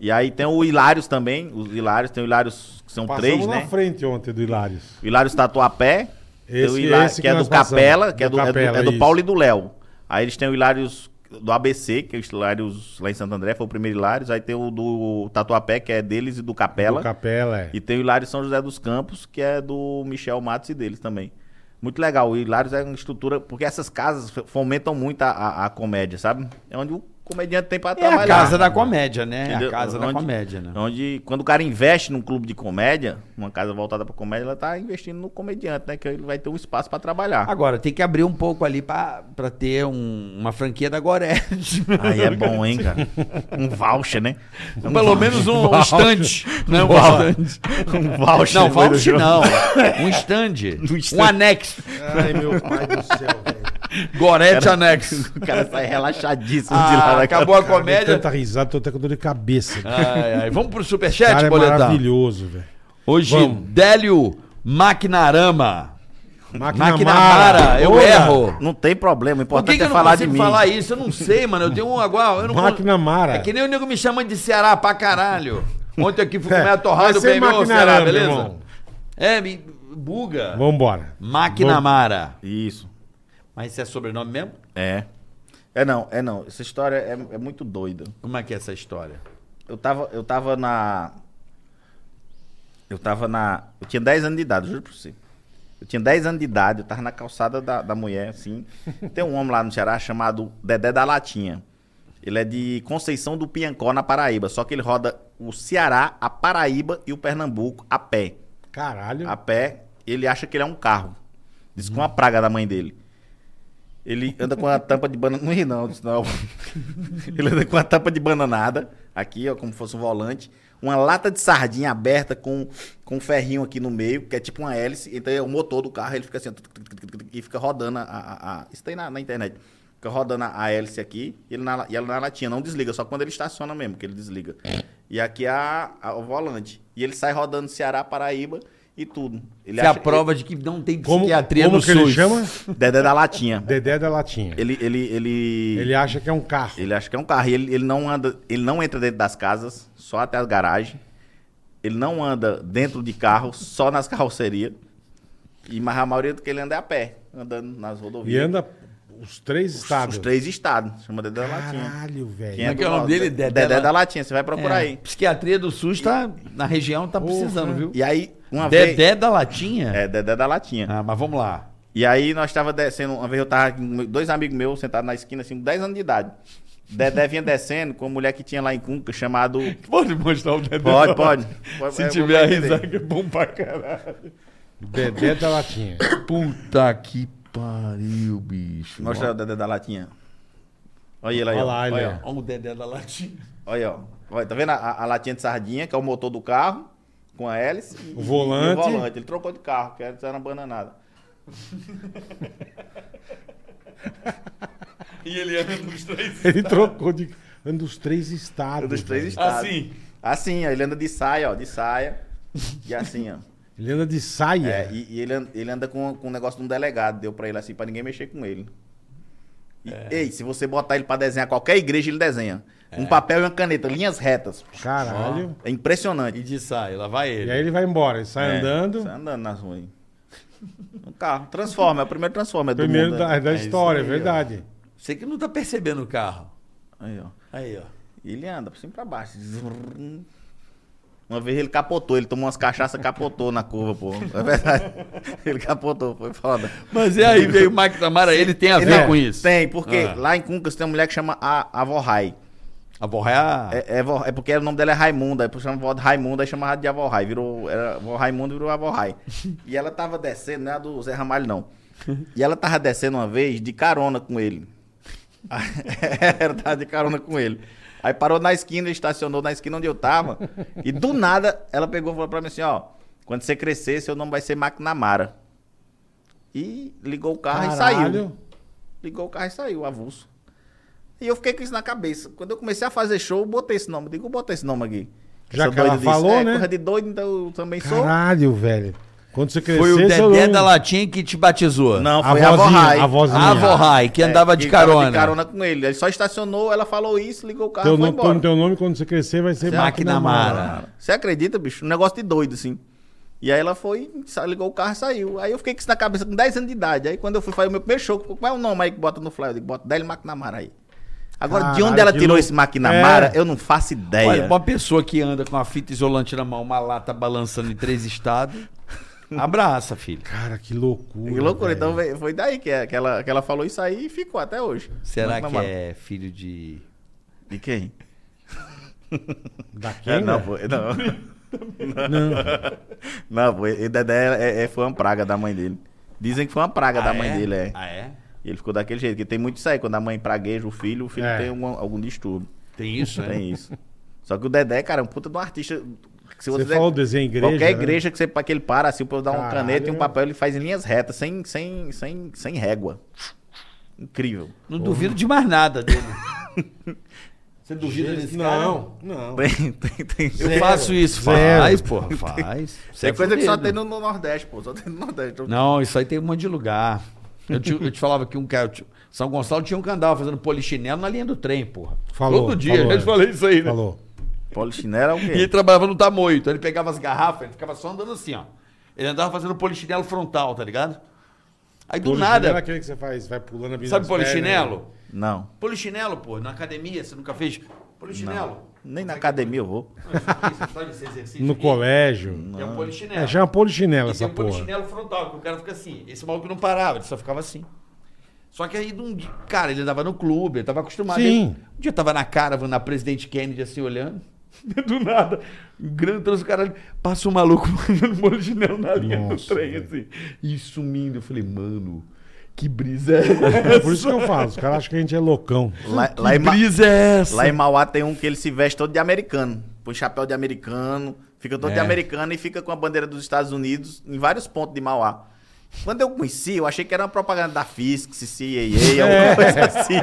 E aí tem o Hilários também. Os Hilários, tem o Hilários, que são
Passamos
três,
na
né?
frente ontem do Hilários.
O Hilários Tatuapé. tem
Esse-
o Hilá-
esse
que,
que
é
nós
do Capela,
passamos.
que é
Do
do, é do-
Capela,
é do
isso.
Paulo e do Léo. Aí eles têm o Hilários do ABC, que é o Hilários lá em Santo André, foi o primeiro Hilários. Aí tem o do Tatuapé, que é deles e do Capela.
Do Capela, é.
E tem o Hilário São José dos Campos, que é do Michel Matos e deles também. Muito legal. O Hilários é uma estrutura. Porque essas casas f- fomentam muito a, a- a comédia, sabe? É onde o comediante tem pra
É a
trabalhar.
casa da comédia, né? É
Entendeu?
a casa da
Onde-
comédia, né?
Onde, Então, quando o cara investe num clube de comédia, uma casa voltada pra comédia, ela tá investindo no comediante, né? Que ele vai ter um espaço
[laughs]
pra trabalhar.
Agora, tem que abrir um pouco ali pra, pra ter um- uma franquia da [laughs] Gorete.
Aí é bom, hein, cara? [laughs] Um voucher, né? Um
Pelo
voucher.
menos um, um stand. Não, um stand.
[laughs] Um voucher.
Não,
no meio do
voucher
jogo.
[laughs] não. Um stand.
Um
Um,
stand.
anexo.
Ai, meu pai do céu, velho.
Gorete anexo.
O cara sai relaxadíssimo de lá.
Ah,
da
acabou a
Dei
comédia.
tanta risada, tô até com dor de cabeça.
Ai, ai. Vamos pro
O
superchat,
cara é
boletar?
maravilhoso, velho.
Hoje,
Vamos.
Délio Maquinarama.
Máquina
Maquinamara, eu
Porra.
erro.
Não tem problema, o
Por que,
importante
que eu
é
não
falar de
consigo
mim.
falar isso? Eu não sei, mano. Eu tenho um agora. Eu não
Maquinamara.
É que nem o nego me chama de Ceará pra caralho. Ontem aqui fui
[laughs] É,
comer a torrada
vai
do BMO,
ser Maquinarama,
Ceará, beleza?
irmão.
É, me buga.
Vambora.
Maquinamara.
Isso.
Mas isso é sobrenome mesmo?
É. É não, é não. Essa história é, é muito doida.
Como é que é essa história?
Eu tava, eu tava na. Eu tava na. Eu tinha 10 anos de idade, juro pra você. Eu tinha 10 anos de idade, eu tava na calçada da, da mulher, assim. Tem um homem lá no Ceará chamado Dedé da Latinha. Ele é de Conceição do Piancó, na Paraíba. Só que ele roda o Ceará, a Paraíba e o Pernambuco a pé.
Caralho.
a pé, ele acha que ele é um carro. Diz que é uma praga da mãe dele. Ele anda com a tampa de banana. Não ri não, disse não. [laughs] Ele anda com a tampa de bananada, aqui, ó, como fosse um volante. Uma lata de sardinha aberta com, com um ferrinho aqui no meio, que é tipo uma hélice. Então é o motor do carro, ele fica assim, ó, tuc, tuc, tuc, tuc, tuc, e fica rodando a. a- a- isso tem na, na internet. Fica rodando a, a hélice aqui e, ele na la- e ela na latinha. Não desliga, só quando ele estaciona mesmo, que ele desliga. E aqui é a, a- o volante. E ele sai rodando Ceará, Paraíba. e tudo. Ele
Isso é a prova de que não tem
Como,
psiquiatria
como
no
que
SUS.
ele chama?
Dedé da latinha.
Dedé da Latinha. Ele,
Ele, ele, ele, ele...
acha que é um carro.
acha que é um carro. E ele, ele não anda, ele não entra dentro das casas, só até as garagens. Ele não anda dentro de carro, só nas [laughs] carrocerias. E mas a maioria do que ele anda é a pé, andando nas
E
rodovias.
anda os três estados.
Os três estados. Chama Dedé da Latinha.
Caralho, velho.
Quem
Como é que é o
do-
nome dele?
Dedé,
Dedé
da
La-
Latinha. Você vai procurar
É,
aí.
Psiquiatria do SUS tá, na região tá precisando, viu?
E aí, uma vez.
Dedé da latinha?
É, Dedé da Latinha.
Ah, mas vamos lá. [laughs]
E aí nós tava descendo, uma vez eu tava com dois amigos meus sentados na esquina, assim, com 10 anos de idade. Dedé vinha descendo com uma mulher que tinha lá em Cunca, chamado...
[laughs]
Pode mostrar o Dedé.
Pode, pode.
Se
É,
tiver a
vou entender.
risada, é bom pra caralho.
Dedé da Latinha.
Puta que pariu, bicho.
Mostra o Dedé da latinha. Olha ele aí,
Olha
ó.
lá, ele, é.
olha,
ó.
Olha o Dedé da latinha. [laughs]
ó. Olha, ó. Olha, tá vendo a, a latinha de sardinha, que é o motor do carro, com a hélice. e-
O volante.
e o volante. Ele trocou de carro, que antes era uma bananada.
E ele anda nos três.
Ele trocou de. Anda dos três estados.
Um Dos três
velho.
Tá.
estados.
Assim.
Assim, ó. Ele anda de saia, ó.
[laughs]
De saia. E assim, ó.
Ele anda de saia.
É, e, e ele, an- ele anda com, com um negócio de um delegado, deu pra ele assim, pra ninguém mexer com ele. E,
É.
Ei, se você botar ele pra desenhar qualquer igreja, ele desenha. Um papel e uma caneta, linhas retas.
Caralho.
É impressionante.
E de sai, lá vai ele.
E aí ele vai embora. Ele sai
É,
Tá andando.
Sai andando nas ruas. aí. Um carro. Transforma, é o primeiro transforma do
Primeiro
mundo.
da,
né?
da
É isso
história, é
aí, ó.
verdade.
Você que não tá percebendo o carro.
Aí, ó.
Aí, ó.
E ele anda pra cima e pra baixo. Zurrum. Uma vez ele capotou, ele tomou umas cachaças, capotou na curva, pô. É verdade. [laughs] Ele capotou, foi foda.
Mas é aí, veio o Mike Tamara, ele tem a
Ele-
ver
Não,
com isso.
É. Tem, porque
Ah.
lá em Cuncas tem uma mulher que chama a, a Vó Rai.
A borra é a...
É, é vó- é porque o nome dela é Raimunda, aí chama vó de Raimunda, aí chamava de Avó Rai. Virou, era vó Raimunda virou Avó Rai. E ela tava descendo, não é a do Zé Ramalho não. E ela tava descendo uma vez de carona com ele. [laughs] ela tava de carona com ele. Aí parou na esquina, estacionou na esquina onde eu tava. E do nada ela pegou e falou pra mim assim: ó, quando você crescer, seu nome vai ser McNamara. E ligou o carro Ah, e saiu.
Caralho.
Ligou o carro e saiu, avulso. E eu fiquei com isso na cabeça. Quando eu comecei a fazer show, eu botei esse nome. Eu Digo, eu botei esse nome aqui.
Já
Sou
que ela
doido
falou,
é,
né?
Coisa de doido, então eu também
Caralho, velho. Quando
É.
você crescer,
Foi o
seu
Dedé
um.
nome-
da latinha que te batizou.
sou. Não,
A
foi a
vozinha,
Vorrai.
a vozinha.
A Vorrai, que andava de carona.
de carona com ele. Ele só estacionou, ela falou isso, ligou o carro
Teu
e Ah, foi
nome,
embora.
quando teu nome, quando você crescer, vai ser Maquinamara.
Maquinamara.
Você acredita, bicho? Um negócio de doido, assim. E aí ela foi, sa- ligou o carro e saiu. Aí eu fiquei com isso na cabeça com 10 anos de idade. Aí quando eu fui fazer o meu primeiro show, qual é o nome aí que bota no flyer? Eu digo, bota Délio McNamara aí. Agora, de
Caralho,
onde ela
que
tirou
louco.
esse McNamara,
É.
eu não faço ideia.
Olha, uma pessoa que anda com a fita isolante na mão, uma lata balançando em três [laughs] estados, abraça, filho.
Cara, que loucura.
Que loucura,
velho.
então veio- foi daí que, é- que ela, que ela falou isso aí e ficou até hoje.
Será
Muito
que
mamado.
é filho de...
De quem?
Da quem,
É, não,
velho?
pô,
[laughs]
não. Não, pô, e Dedé é- é- foi uma praga da mãe dele. Dizem que foi uma praga da
Ah,
mãe
é?
dele, é.
Ah, é?
E ele ficou daquele jeito, porque tem muito isso aí, quando a mãe pragueja o filho, o filho
É.
tem algum, algum distúrbio.
Tem isso, né?
Tem isso. Só que o Dedé, cara, é um puta de um artista. que se
Você
é
der-
falou desenho igreja,
Qualquer
né?
igreja que, você, pra que ele para, assim, o povo dá uma
Caralho.
caneta e um papel, ele faz em linhas retas, sem, sem, sem, sem régua. Incrível.
Não duvido de mais nada
[laughs]
dele. Você duvida desse cara?
Não, não.
[laughs] Tem, tem, tem.
Eu
é
faço isso.
Zero.
Faz, porra, faz. Você
Tem
é
coisa que só
fudido.
tem no, no Nordeste, pô. Só tem no Nordeste.
Não, isso aí tem um monte de lugar. Eu te, eu te falava que um cara. t- São Gonçalo tinha um que andava fazendo polichinelo na linha do trem, porra.
Falou,
Todo dia,
falou,
eu já te
é.
falei isso aí, né?
Falou.
Polichinelo é o
E ele
quê?
trabalhava no tamoio, então ele pegava as garrafas, ele ficava só andando assim, ó. Ele andava fazendo polichinelo frontal, tá ligado? Aí do
Polichinelo É
nada.
aquele que você faz, vai pulando a vida
Sabe
das pernas, né?
polichinelo?
Não.
Polichinelo, pô, na academia, você nunca fez? Polichinelo.
Nem na academia eu vou.
Não, isso aqui, você faz esse exercício
né? No
aqui?
colégio.
É um polichinelo.
É, chama
E
polichinelo
tem
essa
um
porra.
polichinelo frontal, que o cara fica assim. Esse maluco não parava, ele só ficava assim. Só que aí, de um dia, cara, ele andava no clube, ele tava acostumado.
Sim.
Ele- um dia eu tava na cara, na presidente Kennedy, assim, olhando. [laughs] Do nada, um grande trouxe o cara. Passa um maluco [laughs] mandando polichinelo na linha do
Nossa,
trem,
velho.
assim. E sumindo. Eu falei, mano, que brisa é essa?
Por isso que eu falo, os caras acham que a gente é loucão.
Lá, lá
Que
em Ma-
brisa é essa?
lá em Mauá tem um que ele se veste todo de americano. Põe chapéu de americano, fica todo de
É.
americano e fica com a bandeira dos Estados Unidos em vários pontos de Mauá. Quando eu conheci, eu achei que era uma propaganda da Fisk, CCAA, alguma coisa assim.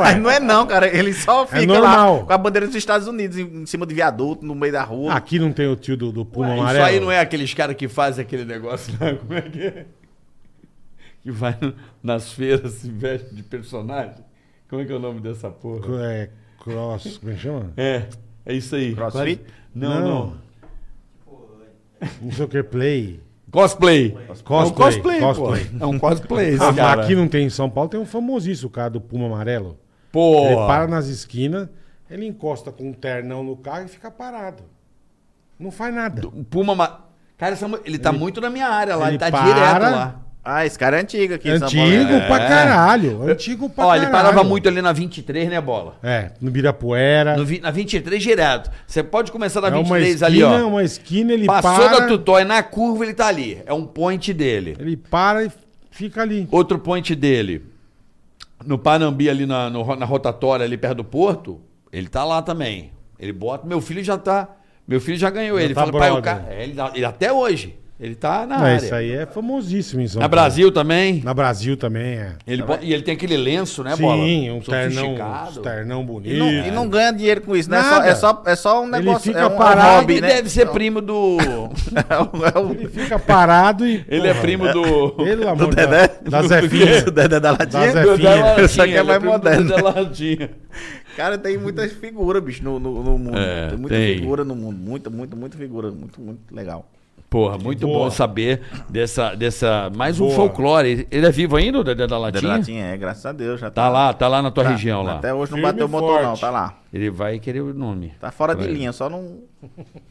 Mas não é não, cara. Ele só fica lá
normal. Ah.
com a bandeira dos Estados Unidos em, em cima de viaduto, no meio da rua.
Aqui não tem o tio do, do Puma
Isso
Amarelo.
aí não é aqueles caras que fazem aquele negócio lá, [laughs] como é que é? Que vai no- nas feiras, se veste de personagem. Como é que é o nome dessa porra?
É, cross, como é que chama?
É, é isso aí.
Crossfit?
Quase- Não, não.
Não. Não sei o que, play.
Cosplay.
Cosplay,
é um cosplay,
cosplay.
pô. É um cosplay
Ah,
esse
mas
cara.
aqui não tem em São Paulo, tem um famosíssimo, o cara do Puma Amarelo.
Pô.
Ele para nas esquinas, ele encosta com um ternão no carro e fica parado. Não faz nada.
O [laughs] Puma... ma- Cara, essa mu- ele tá muito na minha área lá. Ele,
ele
tá
para.
direto lá.
Ah, esse cara é antigo aqui em São Paulo.
Antigo
É.
pra caralho. Antigo pra
Ó,
caralho.
ele parava muito ali na 23, né, Bola?
É, no Birapuera.
No vi- na 23 direto. Você pode começar na
é uma
23
esquina,
ali, ó.
uma esquina, ele
Passou
para.
da Tutói na curva, ele tá ali. É um point dele.
Ele para e fica ali.
Outro point dele, no Panambi, ali na, no ro- na rotatória, ali perto do Porto, ele tá lá também. Ele bota, meu filho já tá. Meu filho já ganhou ele.
tá
fala, pai, o
brother."
cara. é, ele, dá- ele até hoje. Ele tá na
Não,
área.
isso aí é famosíssimo em São
Na
Paulo.
Brasil também.
Na Brasil também é.
Ele bota- e ele tem aquele lenço, né, Bola?
Sim, um ternão,
Sofisticado.
um ternão bonito.
É. E não, e não ganha dinheiro com isso, né? É só,
Nada.
é, só, é só um
Ele
negócio.
fica
é um, é um
parado,
hobby,
Ah, Ele
né?
deve ser primo do.
[laughs]
[laughs]
É um- é um-
Ele fica parado e.
Ele é
porra,
primo do.
Pelo
do
amor de
Dedé.
Deus. Da Zefinha.
Do Dedé da Latinha.
Da
do
Zefinha.
Zé Latinha,
Só que é
ele
mais
primo do
moderno.
Zé Latinha.
Cara, tem muitas figuras, bicho, no, no, no mundo.
É,
tem muita
tem.
figura no mundo. Muita, muita, muita figura. Muito, muito legal.
Porra, muito
Boa.
bom saber dessa, dessa mais um
Boa.
folclore. Ele é vivo ainda, o Dedé da
Dedé
Latinha?
da Latinha, é, graças a Deus. Já
Tá lá, tá lá na tua região lá.
Até hoje não
Firme
bateu
e
o motor, não.
forte.
Tá lá.
Ele vai querer o nome.
Tá fora de
Peraí.
linha, só não.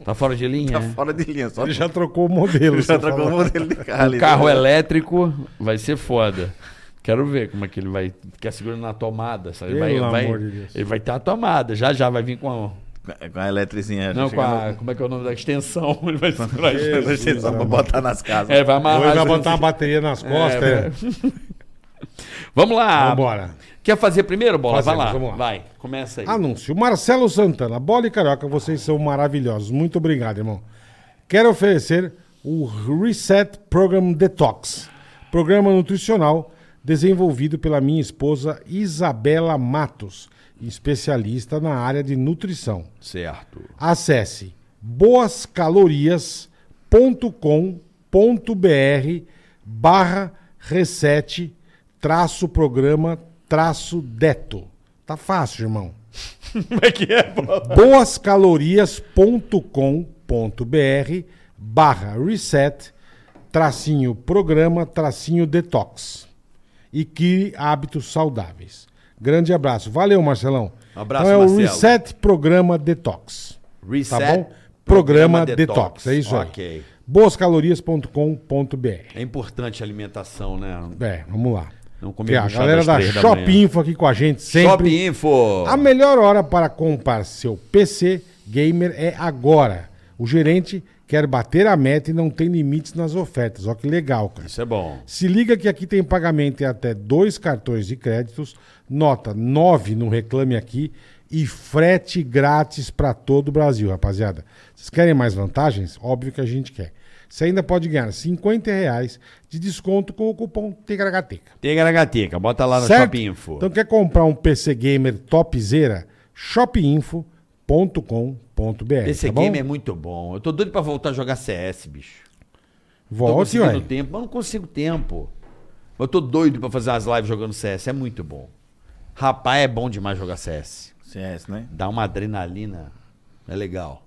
Tá fora de linha?
Tá
né?
fora de linha, só
Ele
[laughs]
já trocou o modelo.
Ele já
você
trocou o
falou.
modelo de
[laughs]
carro ali. né?
O carro é elétrico vai ser foda. Quero ver como é que ele vai ficar segurando na tomada. Sabe? Ele vai,
Pelo
vai-
amor de Deus.
Ele vai ter a tomada. Já já vai vir com a.
Com a eletrizinha.
Não, com
[laughs]
a. Como é que é o nome da extensão? [laughs] Ele vai segurar a extensão.
Só pra botar nas casas.
É, vai amarrar.
Ou ele vai
as-
botar uma bateria nas costas.
É, Ah,
É,
[laughs] Vamos lá.
Vambora.
Quer fazer primeiro, Bola? vai lá.
Fazemos, vamos lá. Ah,
Vai, começa aí.
Anúncio. Marcelo Santana, bola e carioca, vocês são maravilhosos. Muito obrigado, irmão. Quero oferecer o Reset Program Detox, programa nutricional desenvolvido pela minha esposa Isabela Matos, especialista na área de nutrição.
Certo.
Acesse boascalorias.com.br barra reset traço programa traço deto. Tá fácil, irmão.
Como é que é, Bola?
boascalorias.com.br barra reset tracinho programa tracinho detox e crie hábitos saudáveis. Grande abraço. Valeu, Marcelão.
Abraço,
então é o
Marcelo.
Reset Programa Detox.
Reset.
tá bom?
Programa
Programa, Detox.
Detox.
É isso aí.
Ok.
Boascalorias.com.br.
É importante a alimentação, né?
É, vamos lá.
Não
Tem
comer
a
buchada
galera
às
da
três da
Shop
manhã.
Info aqui com a gente sempre.
Shop Info.
A melhor hora para comprar seu PC gamer é agora. O gerente quer bater a meta e não tem limites nas ofertas. Ó que legal, cara.
Isso é bom.
Se liga que aqui tem pagamento em até dois cartões de créditos, nota 9 no Reclame Aqui e frete grátis para todo o Brasil, rapaziada. Vocês querem mais vantagens? Óbvio que a gente quer. Você ainda pode ganhar R$ 50 reais de desconto com o cupom TECRAGATECA.
Tegaragateca, bota lá no
Certo?
Shop Info.
Então quer comprar um PC Gamer topzera? shopinfo.com.br
Esse
tá bom?
game é muito bom. Eu tô doido pra voltar a jogar CS, bicho. tô
Volte,
conseguindo
ué.
tempo, mas não consigo tempo. Eu tô doido pra fazer umas lives jogando CS, é muito bom. Rapaz, é bom demais jogar CS.
CS, né?
Dá uma adrenalina, é legal.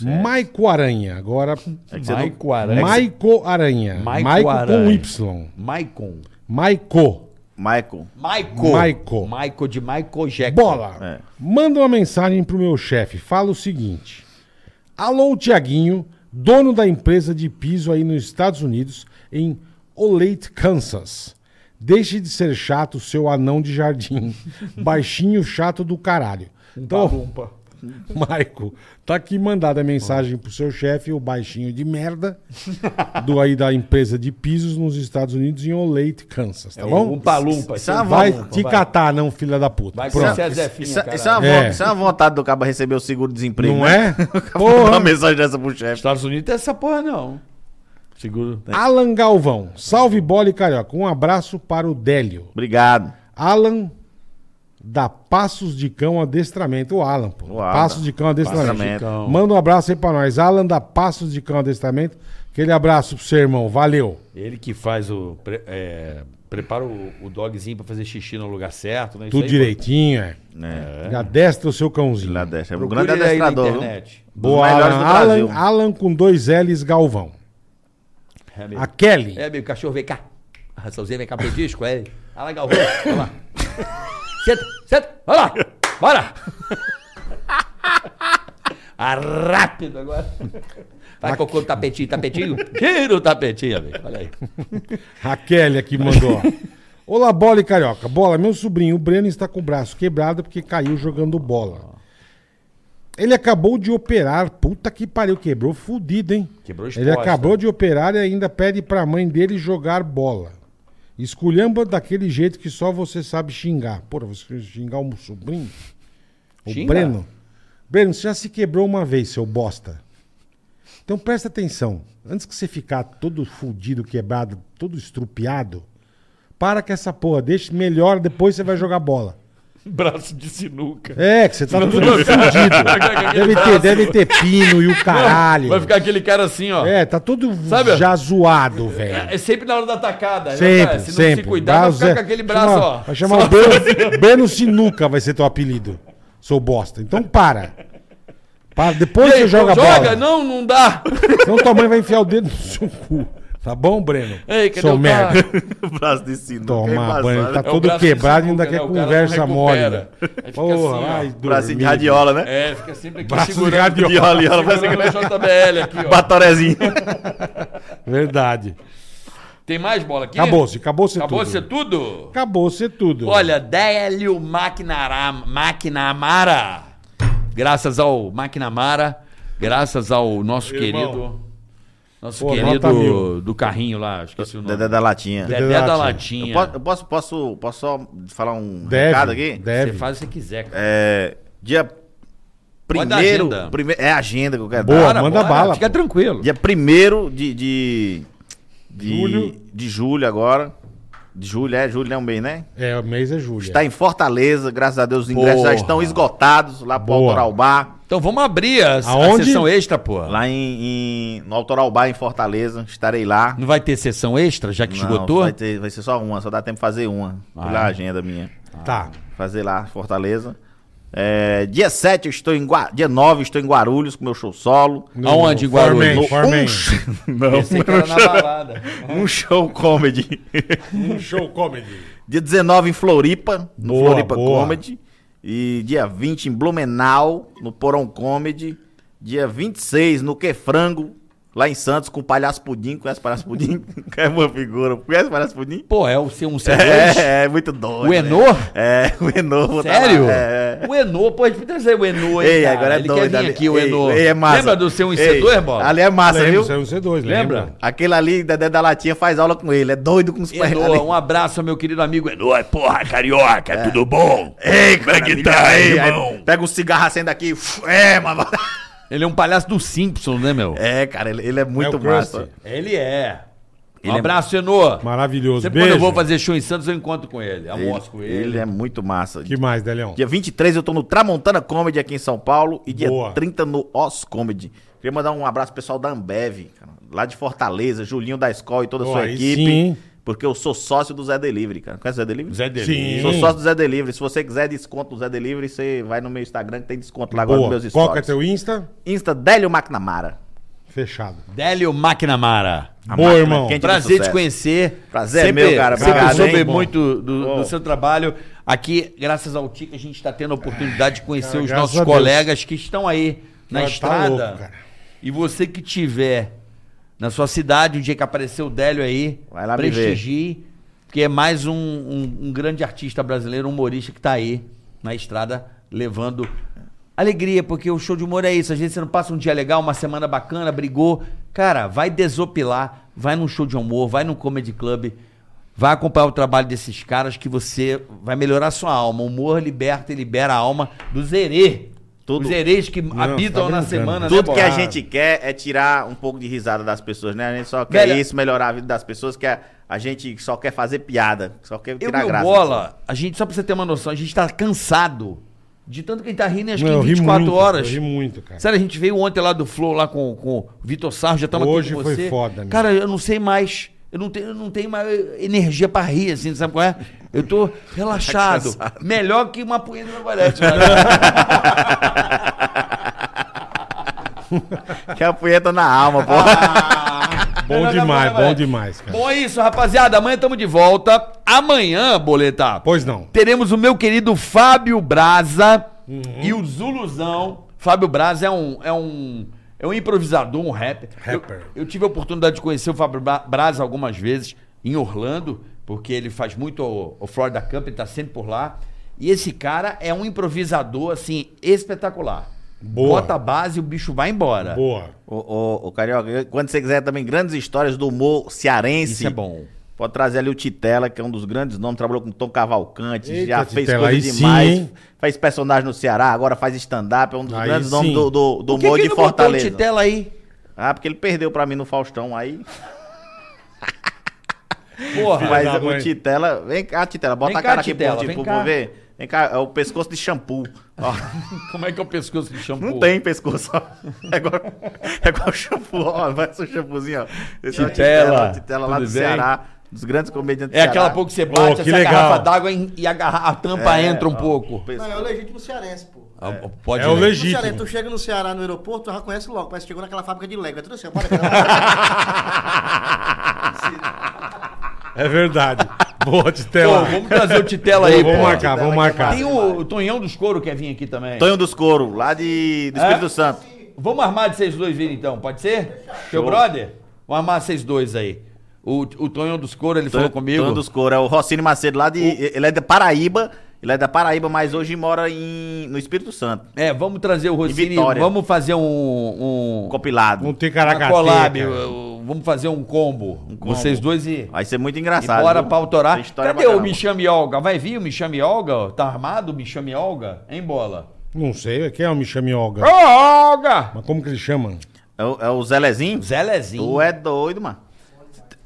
Maico Aranha, agora...
É que você não-
Aranha.
Maico Aranha.
Maico
Maico com
Aranha.
Y.
Maicon.
Maico.
Michael.
Maico.
Maico.
Maico de Maico Jack.
Bola.
É.
Manda uma mensagem pro meu chefe. Fala o seguinte. Alô, Tiaguinho, dono da empresa de piso aí nos Estados Unidos, em Olate, Kansas. Deixe de ser chato, seu anão de jardim. Baixinho chato do caralho. Então, [laughs] Maico, tá aqui mandada a mensagem pro seu chefe, o baixinho de merda, do aí da empresa de pisos nos Estados Unidos, em Olate, Kansas, tá bom?
Um palumpa.
Isso é uma
Vai
Vamos,
te catar, não, filha da puta.
Vai
Pronto.
Isso é
Isso-
Zefinha,
isso-
caralho.
isso é uma vo-
É.
isso é uma vontade do cabo receber o seguro-desemprego. [laughs]
Não
né?
é?
Vou dar
Porra.
uma mensagem dessa pro chefe.
é Estados Unidos tem essa porra, não.
Seguro.
né?
Alan Galvão, salve bola e carioca. Um abraço para o Délio.
Obrigado.
Alan da Passos de Cão Adestramento. O Alan, pô.
O Alan.
Passos de Cão Adestramento.
Adestramento.
Então. Manda um abraço aí pra nós. Alan da Passos de Cão Adestramento. Aquele abraço pro seu irmão. Valeu.
Ele que faz o. pre- é, prepara o, o dogzinho pra fazer xixi no lugar certo, né? Isso
Tudo
aí,
direitinho, é.
É.
Ele Adestra o seu cãozinho.
Ele adestra. É um
Procure
grande
ele aí na
adestrador. viu?
internet.
Um dos
Boa,
melhores
Alan.
do
Alan,
Brasil.
Alan com dois L's Galvão.
É, meu.
A Kelly.
É, meu cachorro, vem cá. A raçãozinha vem cá pro disco, é. Olha lá, Galvão. Olha
[laughs]
lá. Senta, senta. Olha lá. Bora. [laughs] Ah, rápido agora. Vai colocando o tapetinho, tapetinho. Tira o tapetinho, amigo. Olha aí.
A Kelly aqui mandou. ó. Olá, bola e carioca. Bola, meu sobrinho, o Breno está com o braço quebrado porque caiu jogando bola. Ele acabou de operar. Puta que pariu, quebrou fudido, hein?
Quebrou
Ele
exposta.
acabou de operar e ainda pede pra mãe dele jogar bola. Esculhamba daquele jeito que só você sabe xingar. Porra, você xingar um sobrinho? O
Xinga.
Breno? Breno, você já se quebrou uma vez, seu bosta. Então presta atenção. Antes que você ficar todo fudido, quebrado, todo estrupiado, para com essa porra. Deixa melhor, depois você vai jogar bola.
Braço de sinuca.
É, que você tá todo
[laughs]
fudido. Deve ter, deve ter pino e o caralho.
Vai ficar aquele cara assim, ó.
É, tá todo
Sabe?
já zoado, velho.
É sempre na hora da atacada. né,
Sempre,
cara? Se
sempre.
não se cuidar, vai
Braço
ficar
é-
com aquele braço,
chama-
ó. assim.
Vai chamar o [laughs] Breno, Breno Sinuca, vai ser teu apelido. Sou bosta. Então para. Para, depois
Ei,
você joga,
joga,
bola.
não, não dá.
Senão tua mãe vai enfiar o dedo no seu cu. Tá bom, Breno?
Ei, cadê
Sou
o
merda.
cara?
O [laughs] braço de sinuca. é
Toma
embaçado,
banho, tá
né?
o
todo
braço de
quebrado e ainda
sinuca,
quer
né? O cara não
conversa mole.
recupera.
velho.
Aí fica
Porra,
assim, ó.
vai
Bracinho de
dormir.
radiola, né?
É, fica sempre aqui
Braço de
segurando.
radiola. [laughs]
De
Tá
radiola. vai ser
é
segurando o JBL aqui, ó.
Batorezinho.
Verdade.
Tem mais bola aqui?
Acabou-se, acabou-se tudo.
Acabou você tudo?
Acabou-se tudo.
Olha, Délio Maquinara- Maquinamara. Graças ao Maquinamara, graças ao nosso
Irmão.
querido. Nosso
Pô, nota mil.
querido do carrinho lá, esqueci o nome.
[laughs] Dedé da latinha.
Dedé
Dedé
da
Latinha.
Latinha.
Eu posso, eu posso, posso, posso só falar um
deve,
recado aqui?
Você
deve.
faz o que você quiser, cara.
É, dia
Pode dar
primeiro,
agenda.
prime- É a agenda que eu quero
Boa,
dar.
Bora, manda bala,
Fica
pô.
tranquilo.
Dia 1 de, de, de,
Julho.
de julho agora. De julho, é, julho é um mês, né?
É, o mês é julho.
Está em Fortaleza, graças a Deus os ingressos já
Porra.
estão esgotados lá pro
Boa.
Autoral Bar.
Então vamos abrir a, a
Aonde?
sessão extra, pô.
Lá em, em- no Autoral Bar em Fortaleza, estarei lá.
Não vai ter sessão extra, já que
Não,
esgotou? Ah, é?
Vai, ter- vai ser só uma, só dá tempo de fazer uma. Pela agenda minha.
Tá.
Fazer lá, em Fortaleza. É, dia 7 eu estou em Gua... Dia 9 eu estou em Guarulhos com meu show solo.
No-
Aonde, em Guarulhos?
Forman, Forman.
No- um sh- [laughs] Não,
Pensei que era na balada.
um show comedy.
Um show comedy.
Dia 19 em Floripa, no
Boa,
Floripa
boa.
Comedy. E dia 20 em Blumenau, no Porão Comedy. Dia 26 no Que Frango, lá em Santos, com o Palhaço Pudim. Conhece o Palhaço Pudim? [laughs] é uma figura. Conhece o Palhaço Pudim?
Pô, é o C1, C2?
É, é muito doido.
o
né?
Enor?
É, [laughs] o Enor. vou tá lá.
Sério?
É, é.
O Enô, pô, a gente podia trazer o Enô aí.
Ei,
cara.
agora é
Ele
doido.
quer vir
ali.
aqui, o
Ei,
Enô.
ei, é massa.
Lembra do C1 e
Ei,
C2, bola?
Ali é massa,
Lembra,
viu?
saiu no C2, lembra?
Lembra?
Aquele ali, Dedé da Latinha, faz aula com ele. É doido com os pernas ali.
Enô, um abraço ao meu querido amigo Enô.
Oi, porra, carioca,
É.
tudo bom?
Ei, como é que tá aí,
irmão?
Aí Pega um cigarro assim daqui. É, mano.
Ele é um palhaço do Simpson, né, meu?
[laughs] É, cara, ele, ele é muito
o Krusty.
massa.
Ele é. Um
Ele é-
abraço, Enô.
Maravilhoso.
Sempre quando
Beijo.
eu vou fazer show em Santos, eu encontro com ele. Almoço com
Ele,
ele.
ele é muito massa.
Que mais, Deleão?
Dia 23 eu tô no Tramontana Comedy aqui em São Paulo e dia
Boa.
30 no Os Comedy. Queria mandar um abraço pro pessoal da Ambev, cara, lá de Fortaleza, Julinho da escola e toda a
Pô,
sua
aí
equipe.
sim, hein?
Porque eu sou sócio do Zé Delivery, cara. Conhece o Zé Delivery?
Zé é dele.
Sim.
Sou sócio do Zé Delivery. Se você quiser desconto do Zé Delivery, você vai no meu Instagram que tem desconto lá agora
Boa.
nos meus
Qual que é
stories.
teu Insta?
Insta Délio McNamara.
Fechado.
Délio Maquinamara.
A
Boa,
máquina
irmão.
quente do
Prazer te
sucesso.
conhecer.
Prazer é meu, cara.
Sempre
Obrigado,
soube
hein?
muito do,
Bom.
do seu trabalho. Aqui, graças ao TIC, a gente está tendo a oportunidade de conhecer
cara,
os
graças
nossos
a Deus.
colegas que estão aí na
Cara, tá
estrada.
louco, cara.
e você que tiver na sua cidade, um dia que aparecer o Délio aí,
Vai lá me ver.
prestigie, porque é mais um, um- um grande artista brasileiro, um humorista que está aí na estrada levando alegria, porque o show de humor é isso. Às vezes você não passa um dia legal, uma semana bacana, brigou. Cara, vai desopilar, vai num show de humor, vai num comedy club, vai acompanhar o trabalho desses caras que você vai melhorar sua alma. O humor liberta e libera a alma do zerê.
Tudo,
Os hereis que habitam
tá
na
brincando.
semana, né,
Tudo
tudo que a
Bola?
gente quer é tirar um pouco de risada das pessoas, né? A gente só quer
Velho,
isso, melhorar a vida das pessoas, que a, a gente só quer fazer piada, só quer
Eu
tirar
e o
graça.
Bola, a gente, só pra você ter uma noção, a gente tá cansado de tanto que a gente tá rindo, acho
Não, eu
que
ri
24
muito,
horas.
Eu ri muito, cara.
Sério, a gente veio ontem lá do Flow, lá com, com o Vitor Sarro, já estamos
Hoje
aqui com
foi
você.
foda, meu.
Cara, eu não sei mais. Eu não tenho, eu não tenho mais energia pra rir, assim, sabe qual é? Eu
[laughs]
tô relaxado.
Tá
Melhor que uma punheta na guarete.
Que é a punheta na alma, pô.
Ah.
Bom demais, bom demais,
[laughs]
cara.
Bom, é isso, rapaziada. Amanhã estamos de volta. Amanhã, boleta.
Pois não.
Teremos o meu querido Fábio Braza
Uhum.
e o Zuluzão. Fábio Braza é um, é um, é um improvisador, um rapper.
Rapper.
Eu, eu tive a oportunidade de conhecer o Fábio Bra- Braza algumas vezes em Orlando, porque ele faz muito o, o Florida Cup, ele tá sempre por lá. E esse cara é um improvisador, assim, espetacular.
Boa.
Bota a base e o bicho vai embora.
Boa.
Ô, ô, ô, Carioca, quando você quiser também grandes histórias do humor cearense.
Isso é bom.
Pode trazer ali o Titela, que é um dos grandes nomes, trabalhou com Tom Cavalcante,
Eita,
já fez
Titela,
coisa
aí sim,
demais.
hein?
fez personagem no Ceará, agora faz stand-up, é um dos
Aí
grandes
sim.
nomes do, do, do
Por que
humor
que
de
não botou
Fortaleza.
O Titela aí.
Ah, porque ele perdeu pra mim no Faustão aí.
Porra.
Mas
da
o
mãe.
Titela. Vem cá, Titela, bota
Vem
a cara
cá,
aqui
Titela,
pro,
vem
pro
cá.
povo ver. Vem cá, é o pescoço de shampoo.
[laughs]
Ó,
Como é que é o pescoço de shampoo?
não tem pescoço, ó. É igual, é igual shampoo, ó. Vai ser o shampoozinho, ó. Esse é o
Titela,
Titela, Titela lá do
tudo bem?
Ceará. Dos grandes comediantes do
É aquela
Ceará.
pouco que você bate,
Ô,
essa
que legal.
garrafa d'água em- e a, garra- a tampa
É,
entra um
ó,
pouco.
Não, é o legítimo cearense, pô.
Ah, Pode
É o
ler.
No Ceará,
legítimo.
tu chega no Ceará, no aeroporto, tu já conhece logo, parece que chegou naquela fábrica de Lego. É tudo assim, ó, bora cá.
É verdade. Boa,
Pô,
Titela.
vamos trazer o
[laughs]
Titela aí,
Pô, vamos
pô.
marcar, vamos marcar.
Tem um o, o Tonhão dos Couro quer vir aqui também.
Tonho dos Couro, lá de, do
É?
Espírito Santo.
Vamos armar de vocês dois virem então, pode ser? Seu brother? Vamos armar vocês dois aí. O, o Tonhão dos Couro, ele falou comigo.
Tonho dos Couro, é o Rocine Macedo lá de. Ele é da Paraíba. Ele é da Paraíba, mas hoje mora em, no Espírito Santo.
É, vamos trazer o Rossini,
Vitória.
vamos fazer um... um
Compilado.
Um
uma
Ticaracate.
collab, uh, vamos fazer um combo.
combo.
Vocês dois e...
Vai ser muito
E
engraçado.
bora
viu?
pra autorar.
Essa história é
Cadê o
bacana.
Me Chame Olga? Vai vir o Me Chame Olga? Tá armado o Me Chame Olga? Hein, bola?
Não sei, quem é o Michame
Ô,
Olga?
Olga!
Mas como que ele chama?
É o, é o Zelezinho?
Zé Lezinho.
Tu é doido, mano.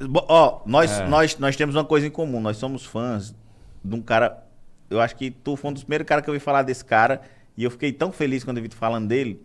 Bo- Ó, nós,
É.
nós, nós temos uma coisa em comum. Nós somos fãs de um cara. Eu acho que tu foi um dos primeiros caras que eu ouvi falar desse cara. E eu fiquei tão feliz quando eu vi tu falando dele.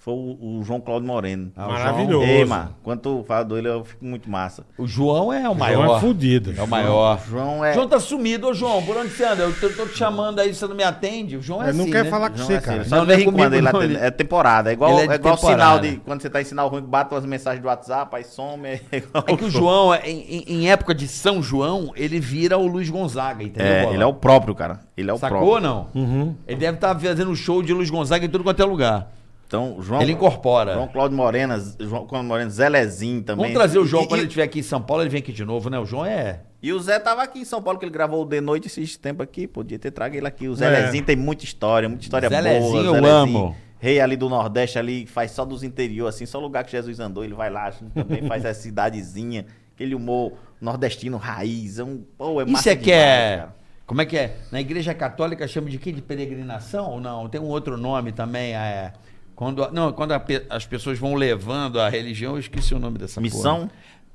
Foi o, o João Cláudio Moreno.
Ah, o
Maravilhoso.
Ei, mano, quando tu fala dele, eu fico muito massa.
O João é o maior.
é fudido.
É o maior.
João é.
João tá sumido, ô João. Por onde você anda? Eu tô, tô te chamando aí, você não me atende. O João é
Ele
assim,
não quer
né?
falar com
João
você,
é
cara.
assim, só
Não,
não,
não é
é quando
comigo,
ele,
não,
atende-
ele-
é temporada. É igual,
Ele é de
é igual
temporada.
sinal de quando você tá em sinal ruim, bate umas mensagens do WhatsApp, aí some. É, igual
É que o João, é- em, em- em época de São João, ele vira o Luiz Gonzaga, entendeu?
[laughs] É,
bola?
ele é o próprio, cara. Ele é o
Sacou ou
próprio.
não?
Uhum.
Ele deve estar fazendo um show de Luiz Gonzaga em tudo quanto é lugar.
Então, João.
Ele incorpora.
João Cláudio Morena, João Cláudio Morena, Zelezinho também.
É. Vamos trazer o João
E-
quando
e,
ele estiver aqui em São Paulo, ele vem aqui de novo, né? O João é.
e o Zé tava aqui em São Paulo, que ele gravou o De Noite esses tempo aqui. Podia ter trago ele aqui. O
É.
Zelezinho tem muita história, muita história
Zelezinho
boa.
eu amo.
Rei ali do Nordeste, ali, faz só dos interior, assim, só lugar que Jesus andou, ele vai lá, assim,
[laughs]
também faz essa cidadezinha, aquele humor nordestino raiz. É um, pô, é
Isso
massa
é que
demais,
é.
cara.
Como é que é? Na igreja católica chama de quê? De peregrinação ou não? Tem um outro nome também. É... Quando, não, quando a pe- as pessoas vão levando a religião, eu esqueci o nome dessa
Missão?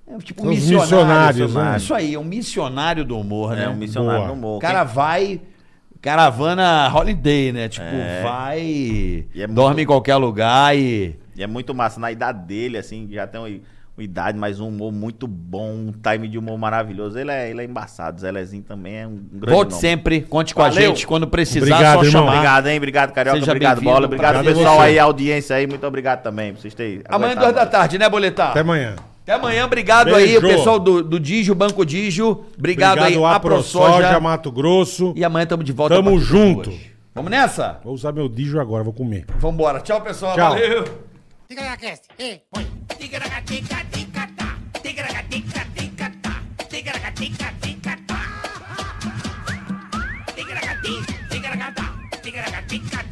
porra. É tipo um
Os
missionário.
missionários, né?
Isso aí, é um missionário do humor, né?
É um missionário
Boa.
no humor.
O cara vai. Caravana holiday, né? Tipo, vai.
É. E é muito-
dorme em qualquer lugar e.
E é muito massa. Na idade dele, assim, já tem uma, uma idade, mas um humor muito bom, um time de humor maravilhoso. Ele é, ele é embaçado. Zelezinho também é um grande
Volte
nome.
sempre, conte com a
Valeu.
gente. Quando precisar,
Obrigado,
só
irmão.
chamar.
Obrigado, hein? Obrigado, Carioca.
Seja
obrigado,
bem-vindo.
Bola. Obrigado,
Obrigado a
pessoal
você.
aí, a audiência aí. Muito obrigado também por vocês terem
Amanhã,
aguentado
duas da
nós.
tarde, né, Boletar?
Até amanhã.
Até amanhã, obrigado
Beijo.
aí, o pessoal do, do Digio, Banco Digio. Obrigado, aí,
AproSoja,
AproSoja.
Mato Grosso.
E amanhã estamos de volta.
Tamo
a partir das
junto.
duas. Vamos nessa?
Vou usar meu dijo agora, vou comer.
Vambora. Tchau, pessoal.
Tchau.
Valeu.
Fica na cast. Ei, oi.
Tica-tica-tica-tica-tica-tica-tica-tica-tica-tica-tica